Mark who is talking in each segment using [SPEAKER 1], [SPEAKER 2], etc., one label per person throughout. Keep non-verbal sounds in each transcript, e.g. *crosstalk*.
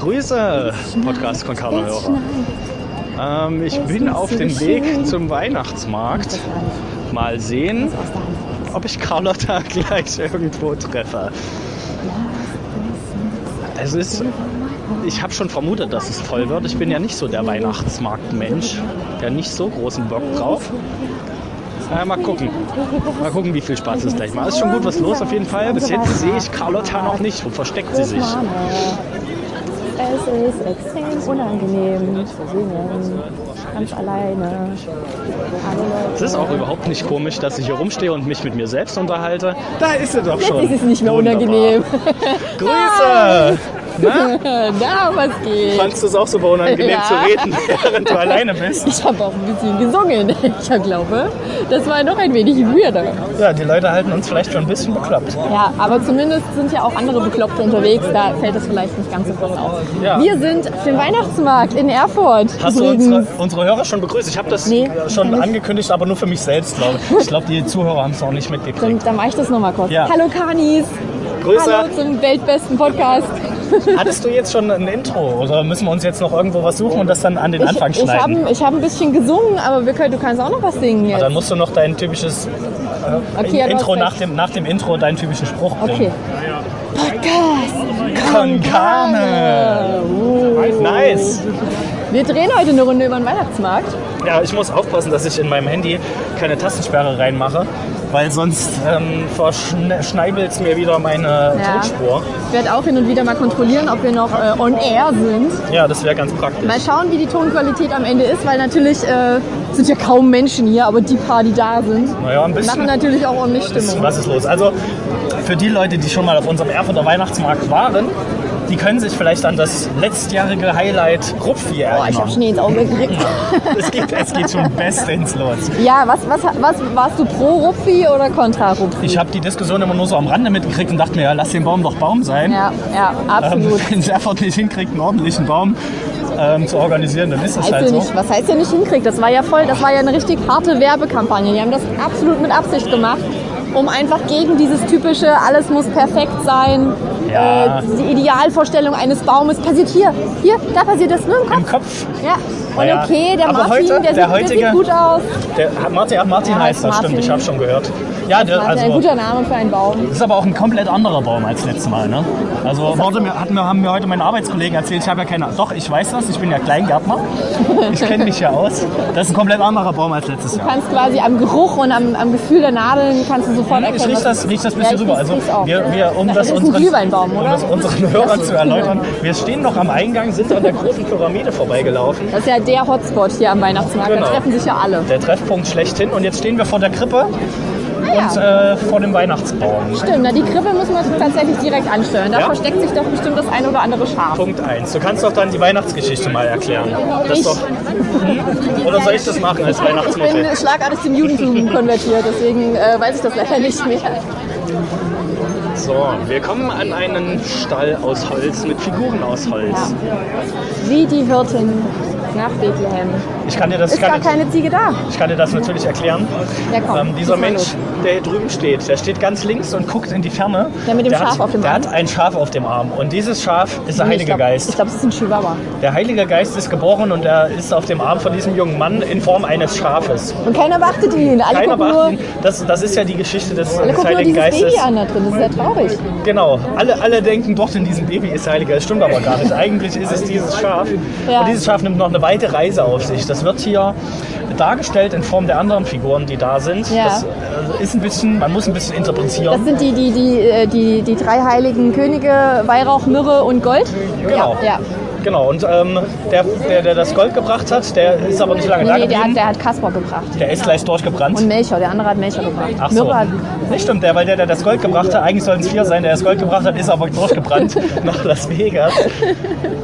[SPEAKER 1] Grüße, Podcast von Kabelhörer. Ähm, ich bin auf dem Weg zum Weihnachtsmarkt. Mal sehen, ob ich Carlotta *laughs* gleich irgendwo treffe. Es ist, ich habe schon vermutet, dass es voll wird. Ich bin ja nicht so der Weihnachtsmarktmensch, der nicht so großen Bock drauf. Äh, mal gucken. Mal gucken, wie viel Spaß es gleich macht. Ist schon gut was los auf jeden Fall. Bis jetzt sehe ich Carlotta noch nicht. Wo versteckt sie sich?
[SPEAKER 2] Es ist extrem unangenehm zu singen. Ganz alleine. Hallo
[SPEAKER 1] Es ist auch überhaupt nicht komisch, dass ich hier rumstehe und mich mit mir selbst unterhalte. Da ist sie doch schon.
[SPEAKER 2] Leute. Jetzt ist es nicht mehr
[SPEAKER 1] Wunderbar.
[SPEAKER 2] unangenehm. *laughs*
[SPEAKER 1] Grüße! Na,
[SPEAKER 2] Na, was geht?
[SPEAKER 1] fandst du es auch super unangenehm
[SPEAKER 2] Ja.
[SPEAKER 1] zu reden, *laughs* während
[SPEAKER 2] *laughs*
[SPEAKER 1] du alleine bist?
[SPEAKER 2] Ich habe auch ein bisschen gesungen. Ich glaube, das war noch ein wenig weirder.
[SPEAKER 1] Ja, die Leute halten uns vielleicht für ein bisschen bekloppt.
[SPEAKER 2] Ja, aber zumindest sind ja auch andere Bekloppte unterwegs. Da fällt das vielleicht nicht ganz so groß auf.
[SPEAKER 1] Ja.
[SPEAKER 2] Wir sind auf dem Weihnachtsmarkt in Erfurt.
[SPEAKER 1] Hast du
[SPEAKER 2] übrigens.
[SPEAKER 1] unsere, unsere Hörer schon begrüßt? Ich habe das
[SPEAKER 2] Nee,
[SPEAKER 1] schon
[SPEAKER 2] noch nicht.
[SPEAKER 1] angekündigt, aber nur für mich selbst, glaube ich. Ich glaube, die Zuhörer haben es auch nicht
[SPEAKER 2] Dann,
[SPEAKER 1] mitgekriegt.
[SPEAKER 2] dann mache ich das nochmal kurz.
[SPEAKER 1] Ja.
[SPEAKER 2] Hallo Kanis.
[SPEAKER 1] Grüße.
[SPEAKER 2] Hallo zum weltbesten Podcast.
[SPEAKER 1] Hattest du jetzt schon ein Intro oder müssen wir uns jetzt noch irgendwo was suchen und das dann an den Anfang
[SPEAKER 2] ich ich
[SPEAKER 1] schneiden?
[SPEAKER 2] habe ich hab ein bisschen gesungen, aber wir können, du kannst auch noch was singen
[SPEAKER 1] Ja,
[SPEAKER 2] jetzt.
[SPEAKER 1] Dann musst du noch dein typisches äh,
[SPEAKER 2] Okay, aber
[SPEAKER 1] Intro
[SPEAKER 2] hast
[SPEAKER 1] nach
[SPEAKER 2] recht.
[SPEAKER 1] dem, nach dem Intro deinen typischen Spruch
[SPEAKER 2] Okay.
[SPEAKER 1] bringen.
[SPEAKER 2] Podcast.
[SPEAKER 1] Con carne. Nice.
[SPEAKER 2] Wir drehen heute eine Runde über den Weihnachtsmarkt.
[SPEAKER 1] Ja, ich muss aufpassen, dass ich in meinem Handy keine Tastensperre reinmache, weil sonst ähm, verschneibelt es mir wieder meine
[SPEAKER 2] Ja.
[SPEAKER 1] Tonspur.
[SPEAKER 2] Ich werde auch hin und wieder mal kontrollieren, ob wir noch äh, on air sind.
[SPEAKER 1] Ja, das wäre ganz praktisch.
[SPEAKER 2] Mal schauen, wie die Tonqualität am Ende ist, weil natürlich äh, sind ja kaum Menschen hier, aber die paar, die da sind,
[SPEAKER 1] Naja, ein bisschen.
[SPEAKER 2] machen natürlich auch ordentlich Stimmung.
[SPEAKER 1] Was ist los? Also für die Leute, die schon mal auf unserem Erfurter Weihnachtsmarkt waren, die können sich vielleicht an das letztjährige Highlight Grupfi
[SPEAKER 2] Boah, ich habe
[SPEAKER 1] erinnern.
[SPEAKER 2] Schnee ins Auge gekriegt.
[SPEAKER 1] es, geht, es geht schon bestens los.
[SPEAKER 2] Ja, was, was, was warst du pro Rupfi oder kontra Rupfi?
[SPEAKER 1] Ich habe die Diskussion immer nur so am Rande mitgekriegt und dachte mir, ja, lass den Baum doch Baum sein.
[SPEAKER 2] ja, ja,
[SPEAKER 1] Ähm, *laughs*
[SPEAKER 2] absolut.
[SPEAKER 1] wenn es Erfurt nicht hinkriegt, einen ordentlichen Baum ähm, zu organisieren, dann ist das
[SPEAKER 2] Heißt
[SPEAKER 1] halt
[SPEAKER 2] ihr
[SPEAKER 1] so.
[SPEAKER 2] Also nicht, was heißt ihr nicht hinkriegt? Das war ja voll, das war ja eine richtig harte Werbekampagne. Die haben das absolut mit Absicht gemacht, um einfach gegen dieses typische, alles muss perfekt sein,
[SPEAKER 1] Ja.
[SPEAKER 2] äh, die Idealvorstellung eines Baumes passiert hier, hier, da passiert das nur im Kopf.
[SPEAKER 1] Im Kopf.
[SPEAKER 2] Ja. Und
[SPEAKER 1] Hm. Naja,
[SPEAKER 2] okay, der
[SPEAKER 1] aber
[SPEAKER 2] Martin,
[SPEAKER 1] heute,
[SPEAKER 2] der,
[SPEAKER 1] der
[SPEAKER 2] sieht, der,
[SPEAKER 1] heutige-
[SPEAKER 2] sieht gut aus.
[SPEAKER 1] Der, Martin, ja, Martin
[SPEAKER 2] Ja,
[SPEAKER 1] heißt das,
[SPEAKER 2] Martin.
[SPEAKER 1] stimmt, ich habe schon gehört. Ja, der,
[SPEAKER 2] Also, ein
[SPEAKER 1] also,
[SPEAKER 2] guter Name für einen Baum.
[SPEAKER 1] das ist aber auch ein komplett anderer Baum als letztes Mal. Ne? Also wurde mir, hat mir, haben mir heute meine Arbeitskollegen erzählt, ich habe ja keine Doch, ich weiß das, ich bin ja
[SPEAKER 2] *laughs*
[SPEAKER 1] Kleingärtner. Ich kenne mich ja aus. Das ist ein komplett anderer Baum als letztes
[SPEAKER 2] Du
[SPEAKER 1] Jahr.
[SPEAKER 2] kannst quasi am Geruch und am, am Gefühl der Nadeln kannst du sofort
[SPEAKER 1] Hm,
[SPEAKER 2] erkennen.
[SPEAKER 1] Ich riech
[SPEAKER 2] was-
[SPEAKER 1] das, riech das ein
[SPEAKER 2] Ja,
[SPEAKER 1] bisschen
[SPEAKER 2] ich
[SPEAKER 1] rüber.
[SPEAKER 2] riech's-
[SPEAKER 1] Also
[SPEAKER 2] riech's auch.
[SPEAKER 1] wir, wir, um
[SPEAKER 2] Das
[SPEAKER 1] das,
[SPEAKER 2] ist ein
[SPEAKER 1] unseren,
[SPEAKER 2] Glühweinbaum,
[SPEAKER 1] um
[SPEAKER 2] oder?
[SPEAKER 1] das
[SPEAKER 2] *laughs*
[SPEAKER 1] unseren Hörern
[SPEAKER 2] Das ist
[SPEAKER 1] zu
[SPEAKER 2] ein
[SPEAKER 1] erläutern,
[SPEAKER 2] Glühweinbaum.
[SPEAKER 1] wir stehen noch am Eingang, sind an der großen Pyramide vorbeigelaufen.
[SPEAKER 2] Das ist ja der Hotspot hier am Weihnachtsmarkt.
[SPEAKER 1] Genau.
[SPEAKER 2] Da treffen sich ja alle.
[SPEAKER 1] Der Treffpunkt schlechthin. Und jetzt stehen wir vor der Krippe
[SPEAKER 2] Naja,
[SPEAKER 1] und äh, vor dem Weihnachtsbaum.
[SPEAKER 2] stimmt. Na, die Krippe müssen wir tatsächlich direkt ansteuern. Da
[SPEAKER 1] Ja.
[SPEAKER 2] versteckt sich doch bestimmt das ein oder andere Schaf.
[SPEAKER 1] Punkt 1. Du kannst doch dann die Weihnachtsgeschichte mal erklären. Das
[SPEAKER 2] Ich-
[SPEAKER 1] ist doch, Hm? oder soll ich das machen als
[SPEAKER 2] Ich bin
[SPEAKER 1] Weihnachtsmodell?
[SPEAKER 2] schlagartig
[SPEAKER 1] *laughs*
[SPEAKER 2] zum Judentum konvertiert, deswegen äh, weiß ich das leider nicht mehr.
[SPEAKER 1] So, wir kommen an einen Stall aus Holz mit Figuren aus Holz.
[SPEAKER 2] Wie die Hirten nach Bethlehem.
[SPEAKER 1] Ich kann dir das, ich
[SPEAKER 2] Ist gar
[SPEAKER 1] kann, dir-
[SPEAKER 2] keine Ziege da.
[SPEAKER 1] ich kann dir das natürlich erklären.
[SPEAKER 2] Ja, komm,
[SPEAKER 1] ähm, dieser
[SPEAKER 2] schieß mal
[SPEAKER 1] Mensch,
[SPEAKER 2] los.
[SPEAKER 1] der hier drüben steht, der steht ganz links und guckt in die Ferne.
[SPEAKER 2] Der mit dem
[SPEAKER 1] der
[SPEAKER 2] Schaf
[SPEAKER 1] hat,
[SPEAKER 2] auf dem
[SPEAKER 1] der
[SPEAKER 2] Arm.
[SPEAKER 1] hat ein Schaf auf dem Arm. Und dieses Schaf ist der
[SPEAKER 2] Nee,
[SPEAKER 1] Heilige
[SPEAKER 2] ich glaub-
[SPEAKER 1] Geist.
[SPEAKER 2] Ich glaube, es ist ein Chihuahua.
[SPEAKER 1] Der Heilige Geist ist geboren und er ist auf dem Arm von diesem jungen Mann in Form eines Schafes.
[SPEAKER 2] Und keiner beachtet ihn. Alle
[SPEAKER 1] Keiner
[SPEAKER 2] gucken
[SPEAKER 1] beachten,
[SPEAKER 2] nur,
[SPEAKER 1] das, das ist ja die Geschichte des,
[SPEAKER 2] alle
[SPEAKER 1] des
[SPEAKER 2] gucken nur
[SPEAKER 1] Heiligen
[SPEAKER 2] dieses
[SPEAKER 1] Geistes.
[SPEAKER 2] Baby an da drin. Das ist ja traurig.
[SPEAKER 1] Genau, alle, alle denken, doch, in diesem Baby ist der Heilige Geist. Stimmt aber gar nicht. Eigentlich ist es dieses Schaf.
[SPEAKER 2] Ja.
[SPEAKER 1] Und dieses Schaf nimmt noch eine weite Reise auf sich. Das wird hier dargestellt in Form der anderen Figuren, die da sind.
[SPEAKER 2] Ja.
[SPEAKER 1] Das äh, ist ein bisschen, man muss ein bisschen
[SPEAKER 2] Das
[SPEAKER 1] interpretieren.
[SPEAKER 2] sind die, die, die, äh, die, die drei heiligen Könige, Weihrauch, Myrrhe und Gold.
[SPEAKER 1] Genau.
[SPEAKER 2] Ja, ja.
[SPEAKER 1] Genau, und ähm, der, der, der das Gold gebracht hat, der ist aber nicht lange da
[SPEAKER 2] Nee, nee, der hat,
[SPEAKER 1] geblieben.
[SPEAKER 2] der hat Kaspar gebracht.
[SPEAKER 1] Der ist gleich durchgebrannt.
[SPEAKER 2] Und Melchior, der andere hat Melchior gebracht.
[SPEAKER 1] Ach so.
[SPEAKER 2] Myrrhe hat
[SPEAKER 1] Nicht stimmt, der, weil der, der das Gold gebracht hat, eigentlich sollen es vier sein, der das Gold gebracht hat, ist aber durchgebrannt
[SPEAKER 2] *laughs*
[SPEAKER 1] nach Las Vegas.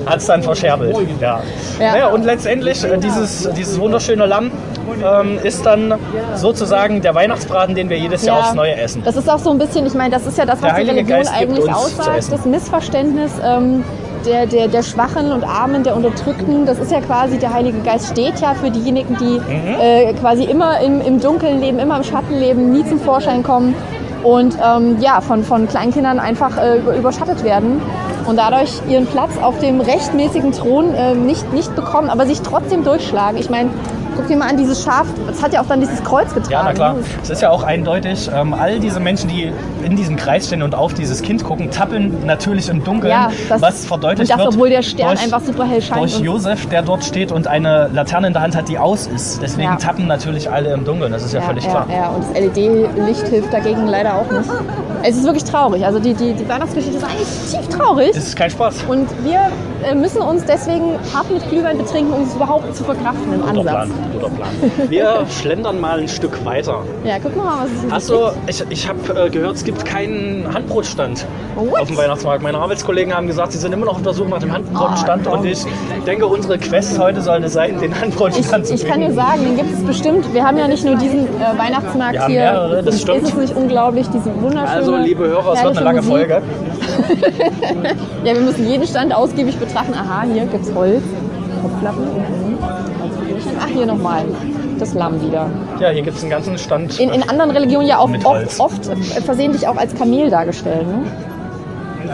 [SPEAKER 1] Hat es dann verscherbelt. Ja.
[SPEAKER 2] Ja.
[SPEAKER 1] Naja, und letztendlich, äh, dieses, dieses wunderschöne Lamm ähm, ist dann sozusagen der Weihnachtsbraten, den wir jedes Jahr aufs Neue essen.
[SPEAKER 2] Das ist auch so ein bisschen, ich meine, das ist ja das,
[SPEAKER 1] Der
[SPEAKER 2] was die
[SPEAKER 1] Heilige
[SPEAKER 2] Religion
[SPEAKER 1] Geist gibt
[SPEAKER 2] eigentlich
[SPEAKER 1] uns zu
[SPEAKER 2] aussagt,
[SPEAKER 1] essen.
[SPEAKER 2] das Missverständnis ähm, der, der, der Schwachen und Armen, der Unterdrückten. Das ist ja quasi, der Heilige Geist steht ja für diejenigen, die
[SPEAKER 1] Mhm.
[SPEAKER 2] äh, quasi immer im, im Dunkeln leben, immer im Schatten leben, nie zum Vorschein kommen und ähm, ja, von, von Kleinkindern einfach äh, über- überschattet werden. und dadurch ihren Platz auf dem rechtmäßigen Thron äh, nicht, nicht bekommen, aber sich trotzdem durchschlagen. Ich meine, guck dir mal an, dieses Schaf, es hat ja auch dann dieses Kreuz getragen.
[SPEAKER 1] Ja, na klar.
[SPEAKER 2] ne?
[SPEAKER 1] Es ist ja auch eindeutig, ähm, all diese Menschen, die in diesem Kreis stehen und auf dieses Kind gucken, tappeln natürlich im Dunkeln,
[SPEAKER 2] Ja, das-
[SPEAKER 1] was verdeutlicht
[SPEAKER 2] und das,
[SPEAKER 1] wird
[SPEAKER 2] obwohl der Stern
[SPEAKER 1] durch,
[SPEAKER 2] einfach super hell scheint
[SPEAKER 1] durch
[SPEAKER 2] und-
[SPEAKER 1] Josef, der dort steht und eine Laterne in der Hand hat, die aus ist. Deswegen
[SPEAKER 2] Ja.
[SPEAKER 1] tappen natürlich alle im Dunkeln, das ist ja, völlig klar.
[SPEAKER 2] Ja, und das LED-Licht hilft dagegen leider auch nicht. Es ist wirklich traurig. Also die, die, die Weihnachtsgeschichte ist eigentlich tief traurig.
[SPEAKER 1] Es ist kein Spaß.
[SPEAKER 2] und wir äh, müssen uns deswegen hart mit Glühwein betrinken, um es überhaupt zu verkraften im
[SPEAKER 1] Guter
[SPEAKER 2] Ansatz.
[SPEAKER 1] Plan, guter Plan.
[SPEAKER 2] *laughs*
[SPEAKER 1] Wir schlendern mal ein Stück weiter.
[SPEAKER 2] Ja, guck mal, was es hier
[SPEAKER 1] Achso, ich, ich habe äh, gehört, es gibt keinen Handbrotstand
[SPEAKER 2] What?
[SPEAKER 1] auf dem Weihnachtsmarkt. Meine Arbeitskollegen haben gesagt, sie sind immer noch auf der Suche nach dem Handbrotstand.
[SPEAKER 2] Oh,
[SPEAKER 1] und ich denke, unsere Quest heute sollte sein, den Handbrotstand
[SPEAKER 2] Ich,
[SPEAKER 1] zu
[SPEAKER 2] ich kann dir
[SPEAKER 1] finden.
[SPEAKER 2] sagen, den gibt es bestimmt. Wir haben ja nicht nur diesen äh, Weihnachtsmarkt
[SPEAKER 1] Wir haben
[SPEAKER 2] hier.
[SPEAKER 1] mehrere, das
[SPEAKER 2] ist
[SPEAKER 1] stimmt.
[SPEAKER 2] es nicht unglaublich, diese wunderschöne
[SPEAKER 1] Also, liebe Hörer, es wird
[SPEAKER 2] herrliche
[SPEAKER 1] eine lange
[SPEAKER 2] Musik.
[SPEAKER 1] Folge.
[SPEAKER 2] Ja, wir müssen jeden Stand ausgiebig betrachten. Aha, hier gibt es Holz, Kopflappen. mhm. Ach, hier nochmal. Das Lamm wieder.
[SPEAKER 1] Ja, hier gibt es einen ganzen Stand.
[SPEAKER 2] In, in anderen Religionen ja auch
[SPEAKER 1] Mit Holz.
[SPEAKER 2] oft, oft äh, versehentlich auch als Kamel dargestellt. Ne?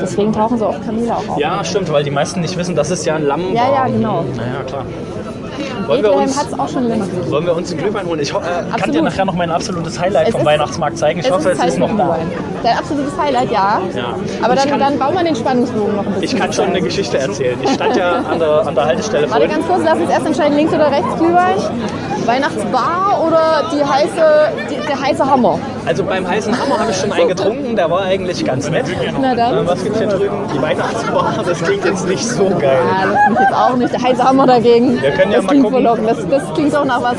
[SPEAKER 2] Deswegen tauchen so oft Kamele auch auf.
[SPEAKER 1] ja, stimmt, weil die meisten nicht wissen, dass es ja ein Lamm
[SPEAKER 2] Ja,
[SPEAKER 1] war.
[SPEAKER 2] ja, genau.
[SPEAKER 1] Naja, klar. Wollen wir,
[SPEAKER 2] Bethlehem
[SPEAKER 1] uns,
[SPEAKER 2] hat es auch schon länger gegeben.
[SPEAKER 1] wollen wir uns einen Glühwein holen? Ich ho- äh, kann dir
[SPEAKER 2] Absolut.
[SPEAKER 1] nachher noch mein absolutes Highlight
[SPEAKER 2] Es
[SPEAKER 1] vom
[SPEAKER 2] ist-
[SPEAKER 1] Weihnachtsmarkt zeigen. Ich hoffe, es
[SPEAKER 2] Zeit
[SPEAKER 1] ist
[SPEAKER 2] für
[SPEAKER 1] noch da.
[SPEAKER 2] Glühwein. Dein absolutes Highlight, ja.
[SPEAKER 1] Ja.
[SPEAKER 2] Aber
[SPEAKER 1] Ich
[SPEAKER 2] dann,
[SPEAKER 1] kann-
[SPEAKER 2] dann bauen wir den Spannungsbogen noch ein
[SPEAKER 1] Ich
[SPEAKER 2] bisschen.
[SPEAKER 1] kann schon eine
[SPEAKER 2] weiter.
[SPEAKER 1] Geschichte erzählen. Ich stand ja an der, an der Haltestelle
[SPEAKER 2] Warte
[SPEAKER 1] vorhin.
[SPEAKER 2] ganz kurz, lass uns erst entscheiden, links oder rechts Glühwein. Weihnachtsbar oder die heiße, die, der heiße Hammer?
[SPEAKER 1] Also beim heißen Hammer habe ich schon einen getrunken, der war eigentlich ganz nett.
[SPEAKER 2] Na dann.
[SPEAKER 1] Ähm, was gibt's hier drüben? Die Weihnachtsbar, das klingt jetzt nicht so geil.
[SPEAKER 2] Ja, das klingt jetzt auch nicht. Der heiße Hammer dagegen.
[SPEAKER 1] Wir können ja
[SPEAKER 2] das
[SPEAKER 1] mal
[SPEAKER 2] klingt
[SPEAKER 1] gucken.
[SPEAKER 2] verlockend. Das, das klingt auch nach was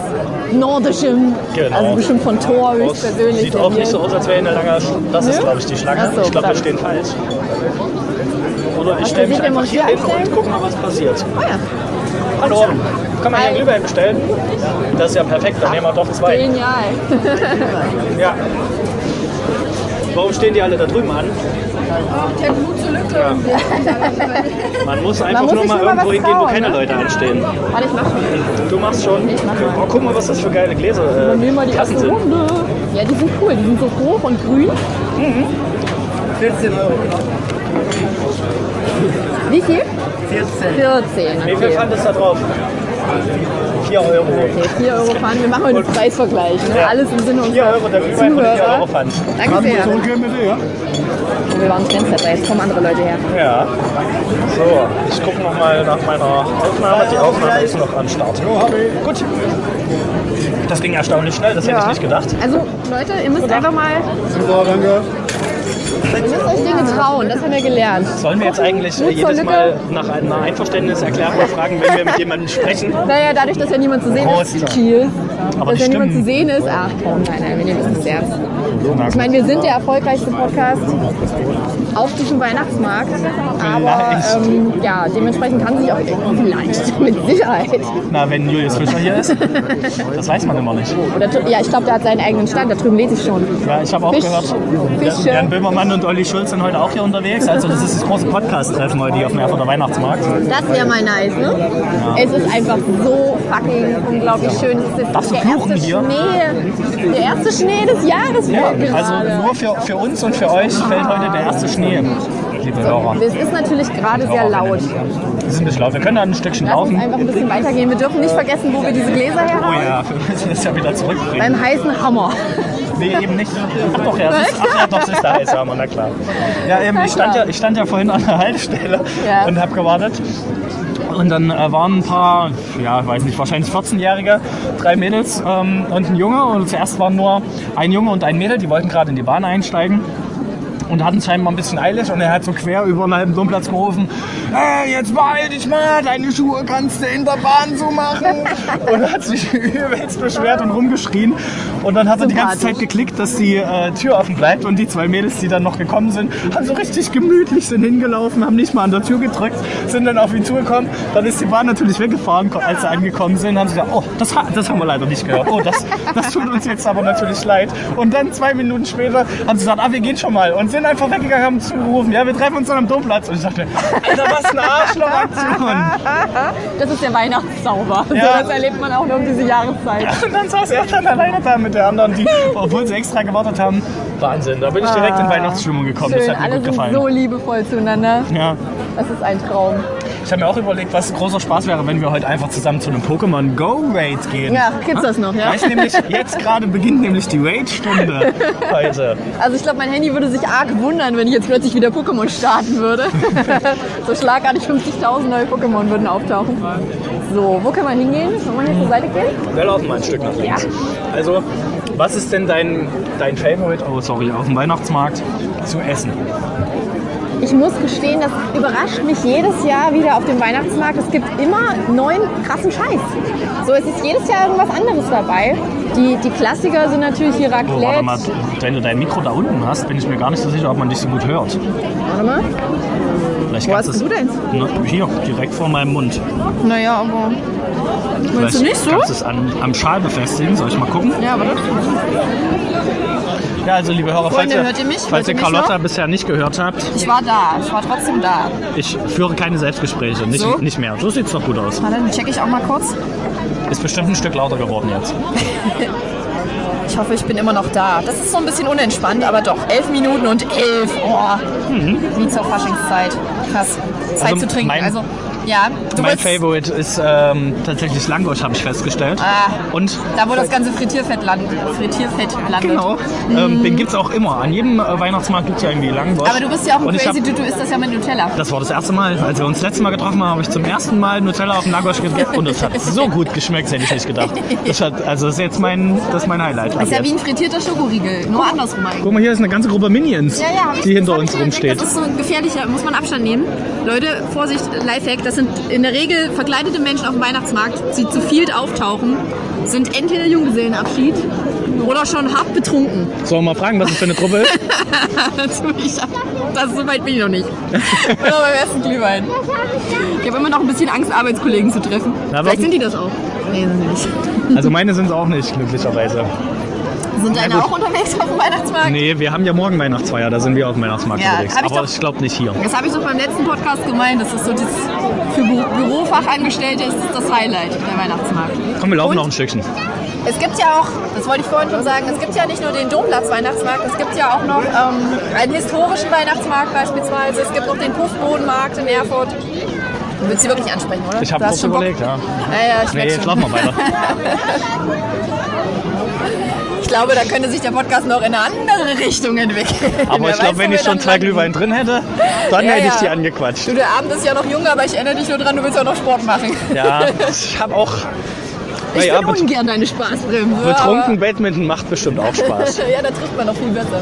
[SPEAKER 2] Nordischem.
[SPEAKER 1] Genau.
[SPEAKER 2] Also bestimmt von Thor
[SPEAKER 1] Das
[SPEAKER 2] höchstpersönlich.
[SPEAKER 1] sieht auch nicht so aus, als wäre eine lange Sch- Das ist,
[SPEAKER 2] Nö.
[SPEAKER 1] glaube ich, die Schlange.
[SPEAKER 2] Ach so,
[SPEAKER 1] ich glaube, wir
[SPEAKER 2] klar.
[SPEAKER 1] stehen falsch. Oder ich
[SPEAKER 2] Hast
[SPEAKER 1] stelle
[SPEAKER 2] du
[SPEAKER 1] mich
[SPEAKER 2] gesehen,
[SPEAKER 1] einfach
[SPEAKER 2] wenn
[SPEAKER 1] hier
[SPEAKER 2] wir
[SPEAKER 1] hin
[SPEAKER 2] uns hier
[SPEAKER 1] und gucke mal, was passiert.
[SPEAKER 2] Ah ja,
[SPEAKER 1] Hallo, kann man hier
[SPEAKER 2] Hi.
[SPEAKER 1] Glühwein bestellen? Das ist ja perfekt, dann nehmen wir doch zwei.
[SPEAKER 2] genial.
[SPEAKER 1] Ja. Warum stehen die alle da drüben an?
[SPEAKER 3] Der Mut zur Lücke.
[SPEAKER 1] Man muss einfach
[SPEAKER 2] muss
[SPEAKER 1] nur
[SPEAKER 2] sich
[SPEAKER 1] mal
[SPEAKER 2] nur
[SPEAKER 1] irgendwo
[SPEAKER 2] mal was
[SPEAKER 1] hingehen, wo
[SPEAKER 2] trauen,
[SPEAKER 1] keine
[SPEAKER 2] ne?
[SPEAKER 1] Leute anstehen.
[SPEAKER 2] Warte, ich mach schon.
[SPEAKER 1] Du machst schon. Oh, guck mal, was das für geile Gläser äh,
[SPEAKER 2] Nehmen wir die
[SPEAKER 1] Tassen
[SPEAKER 2] erste
[SPEAKER 1] sind.
[SPEAKER 2] Runde. Ja, die sind cool. Die sind so hoch und grün.
[SPEAKER 3] 14 Euro.
[SPEAKER 2] Wie viel?
[SPEAKER 3] 14.
[SPEAKER 2] 14.
[SPEAKER 1] Wie viel
[SPEAKER 2] Okay.
[SPEAKER 1] Pfand ist da drauf? 4 Euro.
[SPEAKER 2] Okay, 4 Also Euro fahren. Wir machen heute einen Preisvergleich. Ne?
[SPEAKER 1] Ja.
[SPEAKER 2] Alles im Sinne
[SPEAKER 1] 4
[SPEAKER 2] unserer
[SPEAKER 1] Euro der Glühwein und 4 Euro
[SPEAKER 2] Zuhörer.
[SPEAKER 1] Pfand.
[SPEAKER 2] Danke sehr.
[SPEAKER 4] Zurückgehen bitte, ja?
[SPEAKER 2] Wir waren Trendsetter. Jetzt kommen andere Leute her.
[SPEAKER 1] Ja. So, ich gucke nochmal nach meiner Aufnahme. Die Aufnahme ist noch am Start. Gut. Das ging erstaunlich schnell, das hätte ich nicht gedacht.
[SPEAKER 2] Also Leute, ihr müsst einfach mal,
[SPEAKER 4] Super, danke.
[SPEAKER 2] ihr müsst euch Dinge trauen. Das haben wir gelernt.
[SPEAKER 1] Sollen wir jetzt eigentlich äh,
[SPEAKER 2] Mut zur
[SPEAKER 1] jedes
[SPEAKER 2] Lücke.
[SPEAKER 1] Mal nach einer Einverständniserklärung fragen, wenn wir mit jemandem sprechen?
[SPEAKER 2] Naja, dadurch, dass ja niemand zu sehen ist,
[SPEAKER 1] Prost.
[SPEAKER 2] Cheers.
[SPEAKER 1] Aber
[SPEAKER 2] dass
[SPEAKER 1] die
[SPEAKER 2] ja
[SPEAKER 1] Stimmen-
[SPEAKER 2] niemand zu sehen ist, ach komm, nein, nein, wir nehmen das nicht ernst. Ich meine, wir sind der erfolgreichste Podcast auf diesem Weihnachtsmarkt, aber
[SPEAKER 1] Vielleicht.
[SPEAKER 2] ähm, ja, dementsprechend kann sich auch vielleicht *laughs* mit Sicherheit.
[SPEAKER 1] Na, wenn Julius Fischer hier ist. Das weiß man immer nicht.
[SPEAKER 2] Oder, drü- ja, ich glaube, der hat seinen eigenen Stand, da drüben lese ich schon.
[SPEAKER 1] Ja, ich habe auch
[SPEAKER 2] Fisch,
[SPEAKER 1] gehört,
[SPEAKER 2] Fische.
[SPEAKER 1] Jan Böhmermann und Olli Schulz sind heute auch hier unterwegs. Also das ist das große Podcast-Treffen heute hier auf dem Erfurter Weihnachtsmarkt.
[SPEAKER 2] Das wäre mal nice, ne? Es ist einfach so fucking unglaublich schön. Es ist
[SPEAKER 1] Darfst du
[SPEAKER 2] der
[SPEAKER 1] fluchen
[SPEAKER 2] erste
[SPEAKER 1] hier?
[SPEAKER 2] Schnee. Der erste Schnee des Jahres
[SPEAKER 1] Ja,
[SPEAKER 2] fällt
[SPEAKER 1] also
[SPEAKER 2] gerade.
[SPEAKER 1] nur für, für uns und für euch fällt heute der erste Schnee, liebe Hörer.
[SPEAKER 2] Es ist natürlich gerade sehr laut.
[SPEAKER 1] Wir sind nicht laut, wir können da ein Stückchen
[SPEAKER 2] Lass uns
[SPEAKER 1] laufen.
[SPEAKER 2] einfach ein bisschen weitergehen. Wir dürfen nicht vergessen, wo wir diese Gläser her
[SPEAKER 1] Oh
[SPEAKER 2] haben.
[SPEAKER 1] ja, wir müssen es ja wieder zurückbringen.
[SPEAKER 2] Beim heißen Hammer.
[SPEAKER 1] Nee, eben nicht. Ach doch, ja, es ist, ach, ja, doch, es ist der Eishammer, na klar. Ja, eben, ich stand ja, ich stand ja vorhin an der Haltestelle
[SPEAKER 2] Ja.
[SPEAKER 1] und habe gewartet. Und dann äh, waren ein paar, ja, weiß nicht, wahrscheinlich 14-Jährige, drei Mädels ähm, und ein Junge. Und zuerst waren nur ein Junge und ein Mädel, die wollten gerade in die Bahn einsteigen. Und hatten es scheinbar ein bisschen eilig und er hat so quer über einen halben Domplatz gerufen, hey, jetzt beeil dich mal, deine Schuhe kannst du in der Bahn so machen. *laughs* und hat sich *laughs* übelst beschwert und rumgeschrien. Und dann hat er die ganze
[SPEAKER 2] Sympathisch.
[SPEAKER 1] Zeit geklickt, dass die äh, Tür offen bleibt und die zwei Mädels, die dann noch gekommen sind, haben so richtig gemütlich sind hingelaufen, haben nicht mal an der Tür gedrückt, sind dann auf ihn zugekommen. Dann ist die Bahn natürlich weggefahren, ko- als sie angekommen sind, haben sie gesagt, oh, das, ha- das haben wir leider nicht gehört. Oh, das, das tut uns jetzt aber natürlich leid. Und dann zwei Minuten später haben sie gesagt, ah, wir gehen schon mal und sind einfach weggegangen, haben zugerufen, ja, wir treffen uns dann am Domplatz. Und ich dachte, Alter, was eine Arschlochaktion.
[SPEAKER 2] Das ist der Weihnachtszauber.
[SPEAKER 1] Ja.
[SPEAKER 2] So, das erlebt man auch nur um diese Jahreszeit.
[SPEAKER 1] Und dann saß er dann alleine da mit der anderen, die, obwohl sie extra gewartet haben. Wahnsinn, da bin ich direkt in Weihnachtsstimmung gekommen.
[SPEAKER 2] Schön,
[SPEAKER 1] das hat mir
[SPEAKER 2] alle
[SPEAKER 1] gut
[SPEAKER 2] sind
[SPEAKER 1] gefallen.
[SPEAKER 2] so liebevoll zueinander.
[SPEAKER 1] Ja,
[SPEAKER 2] Das ist ein Traum.
[SPEAKER 1] Ich habe mir auch überlegt, was großer Spaß wäre, wenn wir heute einfach zusammen zu einem Pokémon Go Raid gehen.
[SPEAKER 2] Ja, gibt's das noch, ja?
[SPEAKER 1] Weiß nämlich, jetzt gerade beginnt nämlich die Raid-Stunde heute.
[SPEAKER 2] Also ich glaube, mein Handy würde sich arg wundern, wenn ich jetzt plötzlich wieder Pokémon starten würde. *laughs* so schlagartig 50.000 neue Pokémon würden auftauchen. So, wo kann man hingehen? Kann man hier zur Seite gehen?
[SPEAKER 1] Wir laufen mal ein Stück nach links. Also, was ist denn dein, dein Favorite, oh sorry, auf dem Weihnachtsmarkt zu essen?
[SPEAKER 2] Ich muss gestehen, das überrascht mich jedes Jahr wieder auf dem Weihnachtsmarkt. Es gibt immer neuen krassen Scheiß. So, es ist jedes Jahr irgendwas anderes dabei. Die, die Klassiker sind natürlich hier Raclette.
[SPEAKER 1] Oh, warte mal, wenn du dein Mikro da unten hast, bin ich mir gar nicht so sicher, ob man dich so gut hört.
[SPEAKER 2] Warte mal.
[SPEAKER 1] Vielleicht
[SPEAKER 2] Wo
[SPEAKER 1] kannst
[SPEAKER 2] hast
[SPEAKER 1] es-
[SPEAKER 2] du deins?
[SPEAKER 1] Na, hier, direkt vor meinem Mund.
[SPEAKER 2] Naja, aber. Meinst
[SPEAKER 1] Vielleicht
[SPEAKER 2] du nicht so?
[SPEAKER 1] Kannst du es an, am Schal befestigen? Soll ich mal gucken?
[SPEAKER 2] Ja, warte.
[SPEAKER 1] Ja, also liebe Hörer, falls
[SPEAKER 2] Freunde,
[SPEAKER 1] ihr,
[SPEAKER 2] hört ihr mich?
[SPEAKER 1] falls
[SPEAKER 2] Hört
[SPEAKER 1] ihr
[SPEAKER 2] ihr mich
[SPEAKER 1] Carlotta bisher nicht gehört habt,
[SPEAKER 2] Ich war da. Ich war trotzdem da.
[SPEAKER 1] ich führe keine Selbstgespräche, nicht,
[SPEAKER 2] So?
[SPEAKER 1] nicht mehr. So sieht's doch gut aus.
[SPEAKER 2] Na, dann checke ich auch mal kurz.
[SPEAKER 1] Ist bestimmt ein Stück lauter geworden jetzt.
[SPEAKER 2] Ich hoffe, ich bin immer noch da. Das ist so ein bisschen unentspannt, aber doch. Elf Minuten und elf. Oh. Wie zur Faschingszeit. Krass. Zeit
[SPEAKER 1] Mhm. Also
[SPEAKER 2] zu trinken.
[SPEAKER 1] mein-
[SPEAKER 2] also, ja. Du
[SPEAKER 1] mein
[SPEAKER 2] willst-
[SPEAKER 1] Favorite ist ähm, tatsächlich Langosch, habe ich festgestellt.
[SPEAKER 2] Ah.
[SPEAKER 1] Und
[SPEAKER 2] Da, wo das ganze Frittierfett landet. Frittierfett landet.
[SPEAKER 1] genau, ähm, den gibt's auch immer. An jedem äh, Weihnachtsmarkt gibt's ja irgendwie Langosch.
[SPEAKER 2] Aber du bist ja auch
[SPEAKER 1] Und
[SPEAKER 2] ein
[SPEAKER 1] ich hab-
[SPEAKER 2] crazy Dude, du isst das ja mit Nutella.
[SPEAKER 1] Das war das erste Mal, als wir uns das letzte Mal getroffen haben, habe ich zum ersten Mal Nutella auf den Langosch
[SPEAKER 2] *laughs*
[SPEAKER 1] gegessen und es hat so gut geschmeckt, das hätte ich nicht gedacht. Das hat, also das ist jetzt mein, das ist mein Highlight. ab
[SPEAKER 2] ist ja
[SPEAKER 1] jetzt.
[SPEAKER 2] wie ein frittierter Schokoriegel, nur andersrum eigentlich.
[SPEAKER 1] Guck mal, hier ist eine ganze Gruppe Minions,
[SPEAKER 2] Ja, ja, hab ich-
[SPEAKER 1] die hinter
[SPEAKER 2] das hab
[SPEAKER 1] uns
[SPEAKER 2] ich mir entdeckt.
[SPEAKER 1] rumsteht.
[SPEAKER 2] Das ist so gefährlich, da muss man Abstand nehmen. Leute, Vorsicht, Lifehack, das sind in der Regel verkleidete Menschen auf dem Weihnachtsmarkt, die zu viel auftauchen, sind entweder Junggesellenabschied oder schon hart betrunken. *laughs*
[SPEAKER 1] Sollen wir mal fragen, was das für eine Gruppe ist?
[SPEAKER 2] Dazu ich, das so weit bin ich noch
[SPEAKER 1] *laughs*
[SPEAKER 2] nicht. Oder beim ersten Glühwein. Ich habe immer noch ein bisschen Angst, Arbeitskollegen zu treffen.
[SPEAKER 1] aber-
[SPEAKER 2] Vielleicht sind die das auch. Nee, sind die nicht.
[SPEAKER 1] Also meine sind es auch nicht, glücklicherweise.
[SPEAKER 2] Sind deine
[SPEAKER 1] gut.
[SPEAKER 2] auch unterwegs auf dem Weihnachtsmarkt?
[SPEAKER 1] Nee, wir haben ja morgen Weihnachtsfeier, da sind wir auf dem Weihnachtsmarkt
[SPEAKER 2] Ja,
[SPEAKER 1] unterwegs.
[SPEAKER 2] hab ich
[SPEAKER 1] Aber
[SPEAKER 2] doch-
[SPEAKER 1] ich glaube nicht hier.
[SPEAKER 2] Das habe ich doch beim letzten Podcast gemeint. Das ist so das für Bü- Bürofachangestellte ist das das Highlight der Weihnachtsmarkt.
[SPEAKER 1] Komm, wir laufen
[SPEAKER 2] Und-
[SPEAKER 1] noch ein Stückchen.
[SPEAKER 2] Es gibt ja auch, das wollte ich vorhin schon sagen, es gibt ja nicht nur den Domplatz Weihnachtsmarkt, es gibt ja auch noch ähm, einen historischen Weihnachtsmarkt beispielsweise. Es gibt noch den Puffbodenmarkt in Erfurt. Du willst sie wirklich ansprechen, oder?
[SPEAKER 1] Ich habe
[SPEAKER 2] Du hast
[SPEAKER 1] kurz
[SPEAKER 2] schon Bock?
[SPEAKER 1] überlegt, ja.
[SPEAKER 2] Ja, ja, ich
[SPEAKER 1] Nee,
[SPEAKER 2] merk
[SPEAKER 1] jetzt
[SPEAKER 2] schon.
[SPEAKER 1] laufen wir
[SPEAKER 2] *laughs*
[SPEAKER 1] weiter.
[SPEAKER 2] Ich glaube, da könnte sich der Podcast noch in eine andere Richtung entwickeln.
[SPEAKER 1] Aber
[SPEAKER 2] Wer
[SPEAKER 1] ich
[SPEAKER 2] weiß,
[SPEAKER 1] glaube, wenn
[SPEAKER 2] wo
[SPEAKER 1] ich
[SPEAKER 2] wir
[SPEAKER 1] schon
[SPEAKER 2] dann
[SPEAKER 1] zwei
[SPEAKER 2] landen.
[SPEAKER 1] Glühwein drin hätte, dann
[SPEAKER 2] Ja,
[SPEAKER 1] hätte ich
[SPEAKER 2] ja.
[SPEAKER 1] die angequatscht.
[SPEAKER 2] Du, der Abend ist ja noch jung, aber ich erinnere dich nur dran, du willst auch noch Sport machen. *laughs*
[SPEAKER 1] Ja, ich habe auch.
[SPEAKER 2] Ich
[SPEAKER 1] Naja,
[SPEAKER 2] bin
[SPEAKER 1] bet-
[SPEAKER 2] ungern deine Spaßbremse.
[SPEAKER 1] betrunken Badminton macht bestimmt auch Spaß.
[SPEAKER 2] aber- *laughs* Ja, da trifft man noch viel besser.